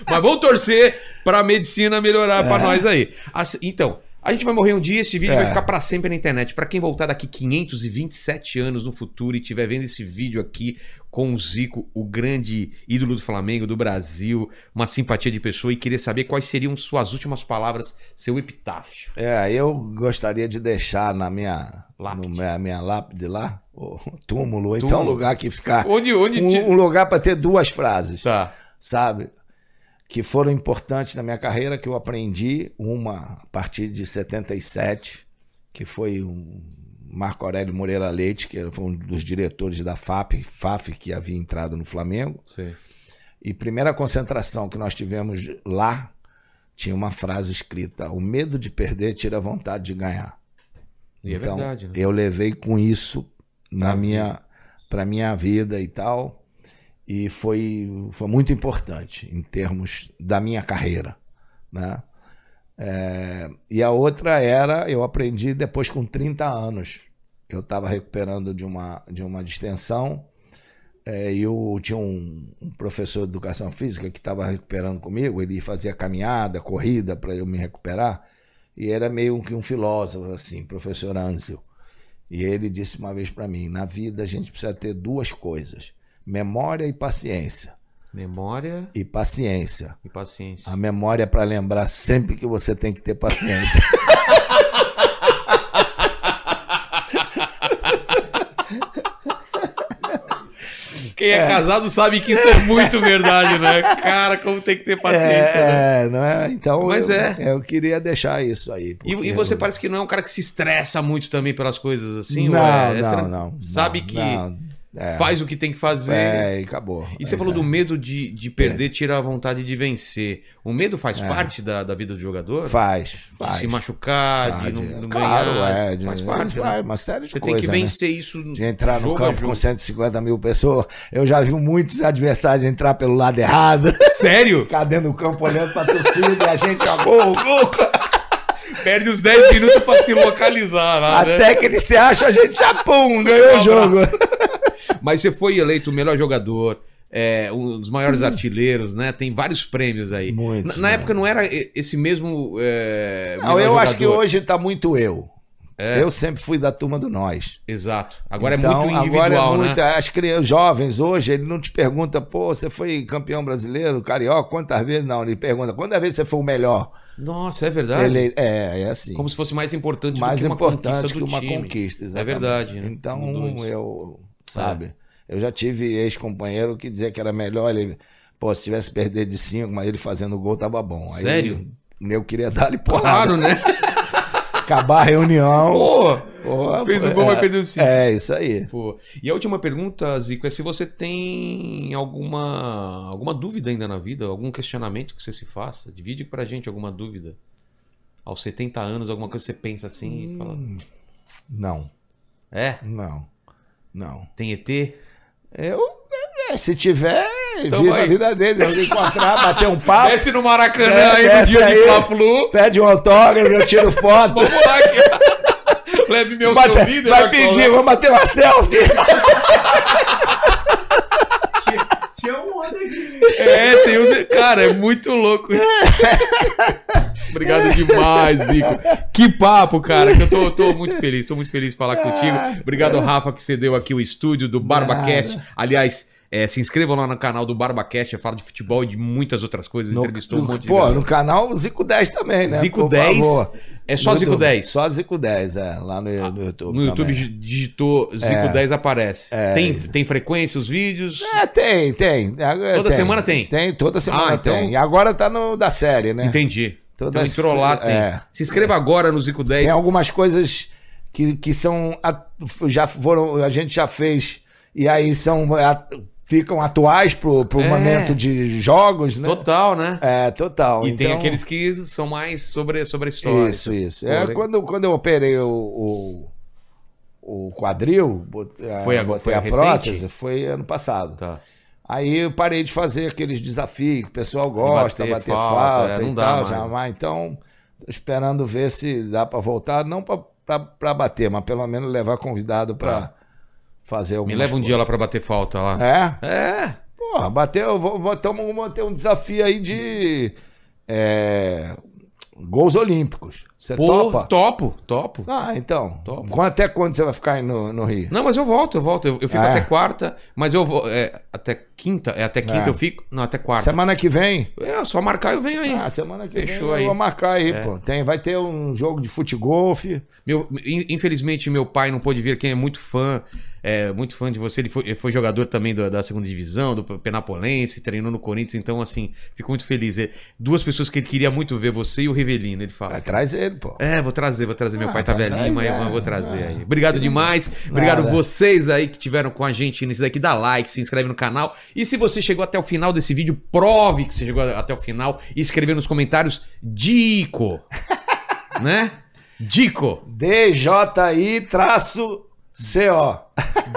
[SPEAKER 1] Mas vamos torcer pra medicina melhorar pra nós aí. Assim, então, a gente vai morrer um dia, esse vídeo
[SPEAKER 3] É.
[SPEAKER 1] vai ficar pra sempre na internet. Pra quem voltar daqui 527 anos no futuro e estiver vendo esse vídeo aqui com o Zico, o grande ídolo do Flamengo, do Brasil, uma simpatia de pessoa e querer saber quais seriam suas últimas palavras, seu epitáfio.
[SPEAKER 3] É, eu gostaria de deixar na minha
[SPEAKER 1] Lápide.
[SPEAKER 3] lápide, no, minha, minha lápide lá, o <laughs> túmulo, ou então um
[SPEAKER 1] Túmulo.
[SPEAKER 3] lugar que ficar.
[SPEAKER 1] Onde, onde te-
[SPEAKER 3] Um, um lugar para ter duas frases,
[SPEAKER 1] Tá.
[SPEAKER 3] sabe? Que foram importantes na minha carreira, que eu aprendi. Uma a partir de 77, que foi um Marco Aurélio Moreira Leite, que era- foi um dos diretores da FAP, FAF, que havia entrado no Flamengo. E primeira concentração que nós tivemos lá tinha uma frase escrita: O medo de perder tira a vontade de ganhar. Então,
[SPEAKER 1] E é verdade, né?
[SPEAKER 3] Eu levei com isso na minha para minha vida e tal. E foi, foi muito importante em termos da minha carreira, né? É, e a outra era, eu aprendi depois com 30 anos. Eu estava recuperando de uma, de uma distensão é, e eu tinha um, um professor de educação física que estava recuperando comigo, ele fazia caminhada, corrida para eu me recuperar, e era meio que um filósofo, assim, professor Ansel. E ele disse uma vez para mim: na vida a gente precisa ter duas coisas, memória e paciência.
[SPEAKER 1] Memória
[SPEAKER 3] E paciência.
[SPEAKER 1] e paciência.
[SPEAKER 3] A memória é para lembrar sempre que você tem que ter paciência.
[SPEAKER 1] Quem é, casado sabe que isso é
[SPEAKER 3] <laughs>
[SPEAKER 1] muito verdade, né? Cara, como tem que ter <laughs> paciência, né?
[SPEAKER 3] é, não é? Então,
[SPEAKER 1] Mas
[SPEAKER 3] eu,
[SPEAKER 1] é.
[SPEAKER 3] eu queria deixar isso aí.
[SPEAKER 1] E,
[SPEAKER 3] porque
[SPEAKER 1] e você
[SPEAKER 3] eu-
[SPEAKER 1] parece que não é um cara que se estressa muito também pelas coisas assim?
[SPEAKER 3] não,
[SPEAKER 1] ou é- é
[SPEAKER 3] não,
[SPEAKER 1] tran-
[SPEAKER 3] não, não,
[SPEAKER 1] Sabe que
[SPEAKER 3] não.
[SPEAKER 1] faz o que tem que fazer.
[SPEAKER 3] É, e acabou.
[SPEAKER 1] E você
[SPEAKER 3] Mas
[SPEAKER 1] falou
[SPEAKER 3] é.
[SPEAKER 1] do medo de, de perder, tira a vontade de vencer. O medo faz parte da, da vida do jogador?
[SPEAKER 3] Faz,
[SPEAKER 1] de
[SPEAKER 3] É. faz.
[SPEAKER 1] se machucar,
[SPEAKER 3] Faz,
[SPEAKER 1] de não, não
[SPEAKER 3] claro,
[SPEAKER 1] ganhar.
[SPEAKER 3] é, de-
[SPEAKER 1] faz parte. né?
[SPEAKER 3] vai, uma série de
[SPEAKER 1] Você tem
[SPEAKER 3] coisas,
[SPEAKER 1] que
[SPEAKER 3] né?
[SPEAKER 1] vencer isso.
[SPEAKER 3] De entrar no
[SPEAKER 1] jogo a
[SPEAKER 3] campo
[SPEAKER 1] jogo.
[SPEAKER 3] com 150 mil pessoas. Eu já vi muitos adversários entrar pelo lado errado, <laughs>
[SPEAKER 1] <laughs> Sério?
[SPEAKER 3] ficar dentro do campo olhando pra torcida e a gente, ó, gol, gol.
[SPEAKER 1] <laughs> Perde uns 10 minutos pra se localizar lá, né?
[SPEAKER 3] Até que ele se acha, a gente já, pum, ganhou
[SPEAKER 1] Um
[SPEAKER 3] o jogo.
[SPEAKER 1] Mas você foi eleito o melhor jogador, é, um dos maiores artilheiros, né? Tem vários prêmios aí.
[SPEAKER 3] Muitos,
[SPEAKER 1] na na
[SPEAKER 3] né?
[SPEAKER 1] época não era e- esse mesmo. é,
[SPEAKER 3] Não,
[SPEAKER 1] melhor
[SPEAKER 3] eu acho que
[SPEAKER 1] jogador.
[SPEAKER 3] hoje tá muito eu. Eu sempre fui da turma do nós.
[SPEAKER 1] Exato. É. Agora é
[SPEAKER 3] Então,
[SPEAKER 1] muito individual,
[SPEAKER 3] agora é
[SPEAKER 1] né?
[SPEAKER 3] muito- As crianças jovens hoje, ele não te pergunta, pô, você foi campeão brasileiro, carioca, quantas vezes? Não, ele pergunta, quantas vezes você foi o melhor?
[SPEAKER 1] Nossa, é verdade.
[SPEAKER 3] Ele, é, é assim.
[SPEAKER 1] Como se fosse mais importante
[SPEAKER 3] mais
[SPEAKER 1] do que uma
[SPEAKER 3] importante
[SPEAKER 1] conquista
[SPEAKER 3] que
[SPEAKER 1] do
[SPEAKER 3] uma
[SPEAKER 1] time.
[SPEAKER 3] conquista, exatamente.
[SPEAKER 1] verdade, né? Mudou
[SPEAKER 3] Então,
[SPEAKER 1] isso. É.
[SPEAKER 3] eu, sabe, eu já tive ex-companheiro que dizia que era melhor ele, pô, se tivesse perdido de cinco, mas ele fazendo gol tava bom. Aí,
[SPEAKER 1] Sério?
[SPEAKER 3] O meu queria dar-lhe
[SPEAKER 1] Claro,
[SPEAKER 3] porrada. <laughs>
[SPEAKER 1] né?
[SPEAKER 3] Acabar a reunião.
[SPEAKER 1] Pô,
[SPEAKER 3] pô,
[SPEAKER 1] fez o
[SPEAKER 3] é,
[SPEAKER 1] gol, mas perdeu o cinco.
[SPEAKER 3] É, isso aí.
[SPEAKER 1] Pô, Tipo, E a última pergunta, Zico, é se você tem alguma, alguma dúvida ainda na vida, algum questionamento que você se faça. Divide pra gente alguma dúvida. Aos 70 anos, alguma coisa que você pensa assim e fala.
[SPEAKER 3] Não,
[SPEAKER 1] É?
[SPEAKER 3] não, não.
[SPEAKER 1] Tem ET?
[SPEAKER 3] Eu, é, se tiver,
[SPEAKER 1] Então
[SPEAKER 3] viva
[SPEAKER 1] vai.
[SPEAKER 3] a vida dele. Eu encontrar,
[SPEAKER 1] <laughs>
[SPEAKER 3] bater um papo,
[SPEAKER 1] Desce no Maracanã
[SPEAKER 3] É,
[SPEAKER 1] aí no
[SPEAKER 3] desce
[SPEAKER 1] dia de
[SPEAKER 3] aí.
[SPEAKER 1] Fla-Flu.
[SPEAKER 3] pede um autógrafo,
[SPEAKER 1] <laughs>
[SPEAKER 3] eu tiro foto.
[SPEAKER 1] Vamos lá,
[SPEAKER 3] <laughs>
[SPEAKER 1] que- Leve meu
[SPEAKER 3] Vai,
[SPEAKER 1] seu líder.
[SPEAKER 3] vai
[SPEAKER 1] na
[SPEAKER 3] pedir, um-
[SPEAKER 1] cola.
[SPEAKER 3] vamos bater uma selfie.
[SPEAKER 4] Tinha um ano aqui.
[SPEAKER 1] É, tem os. Cara, é muito
[SPEAKER 3] <laughs>
[SPEAKER 1] louco isso. Obrigado demais, Zico. Que papo, cara. Que eu tô, tô muito feliz, tô muito feliz de falar contigo. Obrigado, Rafa, que cedeu aqui o estúdio do BarbaCast. Aliás, é, se inscrevam lá no canal do BarbaCast, eu falo de futebol e de muitas outras coisas. Entrevistou um monte de
[SPEAKER 3] Pô,
[SPEAKER 1] galera.
[SPEAKER 3] no canal Zico 10 também, né?
[SPEAKER 1] Zico
[SPEAKER 3] Por
[SPEAKER 1] 10?
[SPEAKER 3] favor.
[SPEAKER 1] É só
[SPEAKER 3] Muito-
[SPEAKER 1] Zico 10.
[SPEAKER 3] Só Zico 10, é. Lá no, no YouTube.
[SPEAKER 1] no YouTube
[SPEAKER 3] também.
[SPEAKER 1] gi- digitou Zico 10 aparece. tem, tem frequência os vídeos?
[SPEAKER 3] É, tem, tem. É,
[SPEAKER 1] Toda semana tem?
[SPEAKER 3] Tem, toda semana
[SPEAKER 1] Ah, então-
[SPEAKER 3] tem. E agora tá no da série, né?
[SPEAKER 1] Entendi.
[SPEAKER 3] Toda
[SPEAKER 1] então entrou lá,
[SPEAKER 3] se-
[SPEAKER 1] tem.
[SPEAKER 3] é.
[SPEAKER 1] Se inscreva agora no Zico 10.
[SPEAKER 3] Tem algumas coisas que, que são. a- Já foram. A gente já fez. E aí são. a- ficam atuais pro, pro
[SPEAKER 1] É.
[SPEAKER 3] momento de jogos, né?
[SPEAKER 1] Total, né?
[SPEAKER 3] É, total.
[SPEAKER 1] E tem
[SPEAKER 3] Então-
[SPEAKER 1] aqueles que são mais sobre, sobre a história.
[SPEAKER 3] Isso, isso.
[SPEAKER 1] Pô,
[SPEAKER 3] É,
[SPEAKER 1] legal.
[SPEAKER 3] quando, quando eu operei o, o, o quadril, botei, a-
[SPEAKER 1] Foi agora- foi
[SPEAKER 3] botei a
[SPEAKER 1] recente?
[SPEAKER 3] prótese, foi ano passado.
[SPEAKER 1] Tá.
[SPEAKER 3] Aí eu parei de fazer aqueles desafios que o pessoal gosta,
[SPEAKER 1] Bater
[SPEAKER 3] bater,
[SPEAKER 1] falta,
[SPEAKER 3] falta,
[SPEAKER 1] é,
[SPEAKER 3] e
[SPEAKER 1] não dá
[SPEAKER 3] tal,
[SPEAKER 1] mais.
[SPEAKER 3] jamais. Então, tô esperando ver se dá para voltar, não para bater, mas pelo menos levar convidado para fazer alguma
[SPEAKER 1] Tá. Me leva um dia lá pra bater falta lá.
[SPEAKER 3] É?
[SPEAKER 1] É.
[SPEAKER 3] Porra, bateu, vou, vou, tamo- vamos ter um desafio aí de é, gols olímpicos. Você
[SPEAKER 1] Pô,
[SPEAKER 3] topa?
[SPEAKER 1] topo, topo.
[SPEAKER 3] Ah, então.
[SPEAKER 1] Topo.
[SPEAKER 3] Qu- Até quando você vai ficar aí no, no Rio?
[SPEAKER 1] Não, mas eu volto, eu volto. Eu, eu fico
[SPEAKER 3] É.
[SPEAKER 1] até quarta, mas eu vou. é, até quinta? É até quinta
[SPEAKER 3] É.
[SPEAKER 1] eu fico? Não, até quarta.
[SPEAKER 3] Semana que vem?
[SPEAKER 1] É, só marcar eu venho aí.
[SPEAKER 3] Ah, semana que
[SPEAKER 1] Fechou
[SPEAKER 3] vem
[SPEAKER 1] aí. É.
[SPEAKER 3] eu vou marcar aí, pô. Tem, vai ter um jogo de futegolfe.
[SPEAKER 1] Meu- in- infelizmente, meu pai não pôde vir, quem é muito fã, é, muito fã de você. Ele foi, ele foi jogador também da, da segunda divisão, do Penapolense, treinou no Corinthians, então, assim, fico muito feliz. É, duas pessoas que ele queria muito ver, você e o Revelino, ele fala.
[SPEAKER 3] Vai, traz ele, pô.
[SPEAKER 1] É, vou trazer, vou trazer. Meu
[SPEAKER 3] Ah,
[SPEAKER 1] pai tá
[SPEAKER 3] vai
[SPEAKER 1] velhinho, mas
[SPEAKER 3] trazer,
[SPEAKER 1] mas eu vou
[SPEAKER 3] é.
[SPEAKER 1] trazer
[SPEAKER 3] Ah,
[SPEAKER 1] aí. Obrigado demais. Obrigado vocês aí que tiveram com a gente nesse daqui. Dá like, se inscreve no canal. E se você chegou até o final desse vídeo, prove que você chegou até o final e escreveu nos comentários
[SPEAKER 3] <laughs>
[SPEAKER 1] Dico. né? Dico.
[SPEAKER 3] DJI traço CO.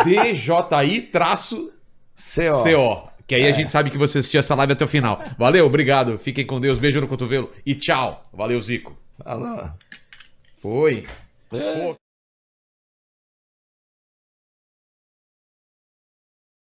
[SPEAKER 1] DJI-CO.
[SPEAKER 3] CO.
[SPEAKER 1] Que
[SPEAKER 3] É.
[SPEAKER 1] aí a gente sabe que você assistiu essa live até o final. Valeu, obrigado. Fiquem com Deus. Beijo no cotovelo e tchau. Valeu, Zico.
[SPEAKER 3] Alô.
[SPEAKER 1] Foi.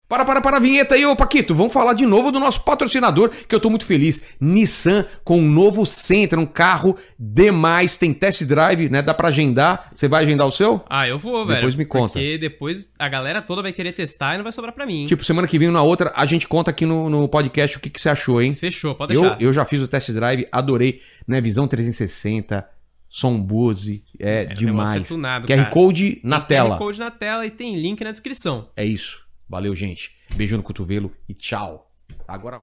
[SPEAKER 1] Para, para, para a vinheta aí, ô Paquito. Vamos falar de novo do nosso patrocinador, que eu tô muito feliz. Nissan com um novo Sentra, um carro demais. Tem test drive, né? Dá pra agendar. Você vai agendar o seu?
[SPEAKER 2] Ah, eu vou, velho.
[SPEAKER 1] Depois me conta.
[SPEAKER 2] Porque depois a galera toda vai querer testar e não vai sobrar pra mim.
[SPEAKER 1] Tipo, semana que vem ou na outra, a gente conta aqui no, no podcast o que, que você achou, hein?
[SPEAKER 2] Fechou, pode
[SPEAKER 1] Eu,
[SPEAKER 2] deixar.
[SPEAKER 1] eu já fiz o test drive, adorei, né? Visão 360, som Bose, é,
[SPEAKER 2] negócio é
[SPEAKER 1] demais.
[SPEAKER 2] tunado,
[SPEAKER 1] QR
[SPEAKER 2] cara.
[SPEAKER 1] Code na
[SPEAKER 2] Tem
[SPEAKER 1] tela.
[SPEAKER 2] code na tela e tem link na descrição.
[SPEAKER 1] É isso. Valeu, gente. Beijo no cotovelo e tchau. Agora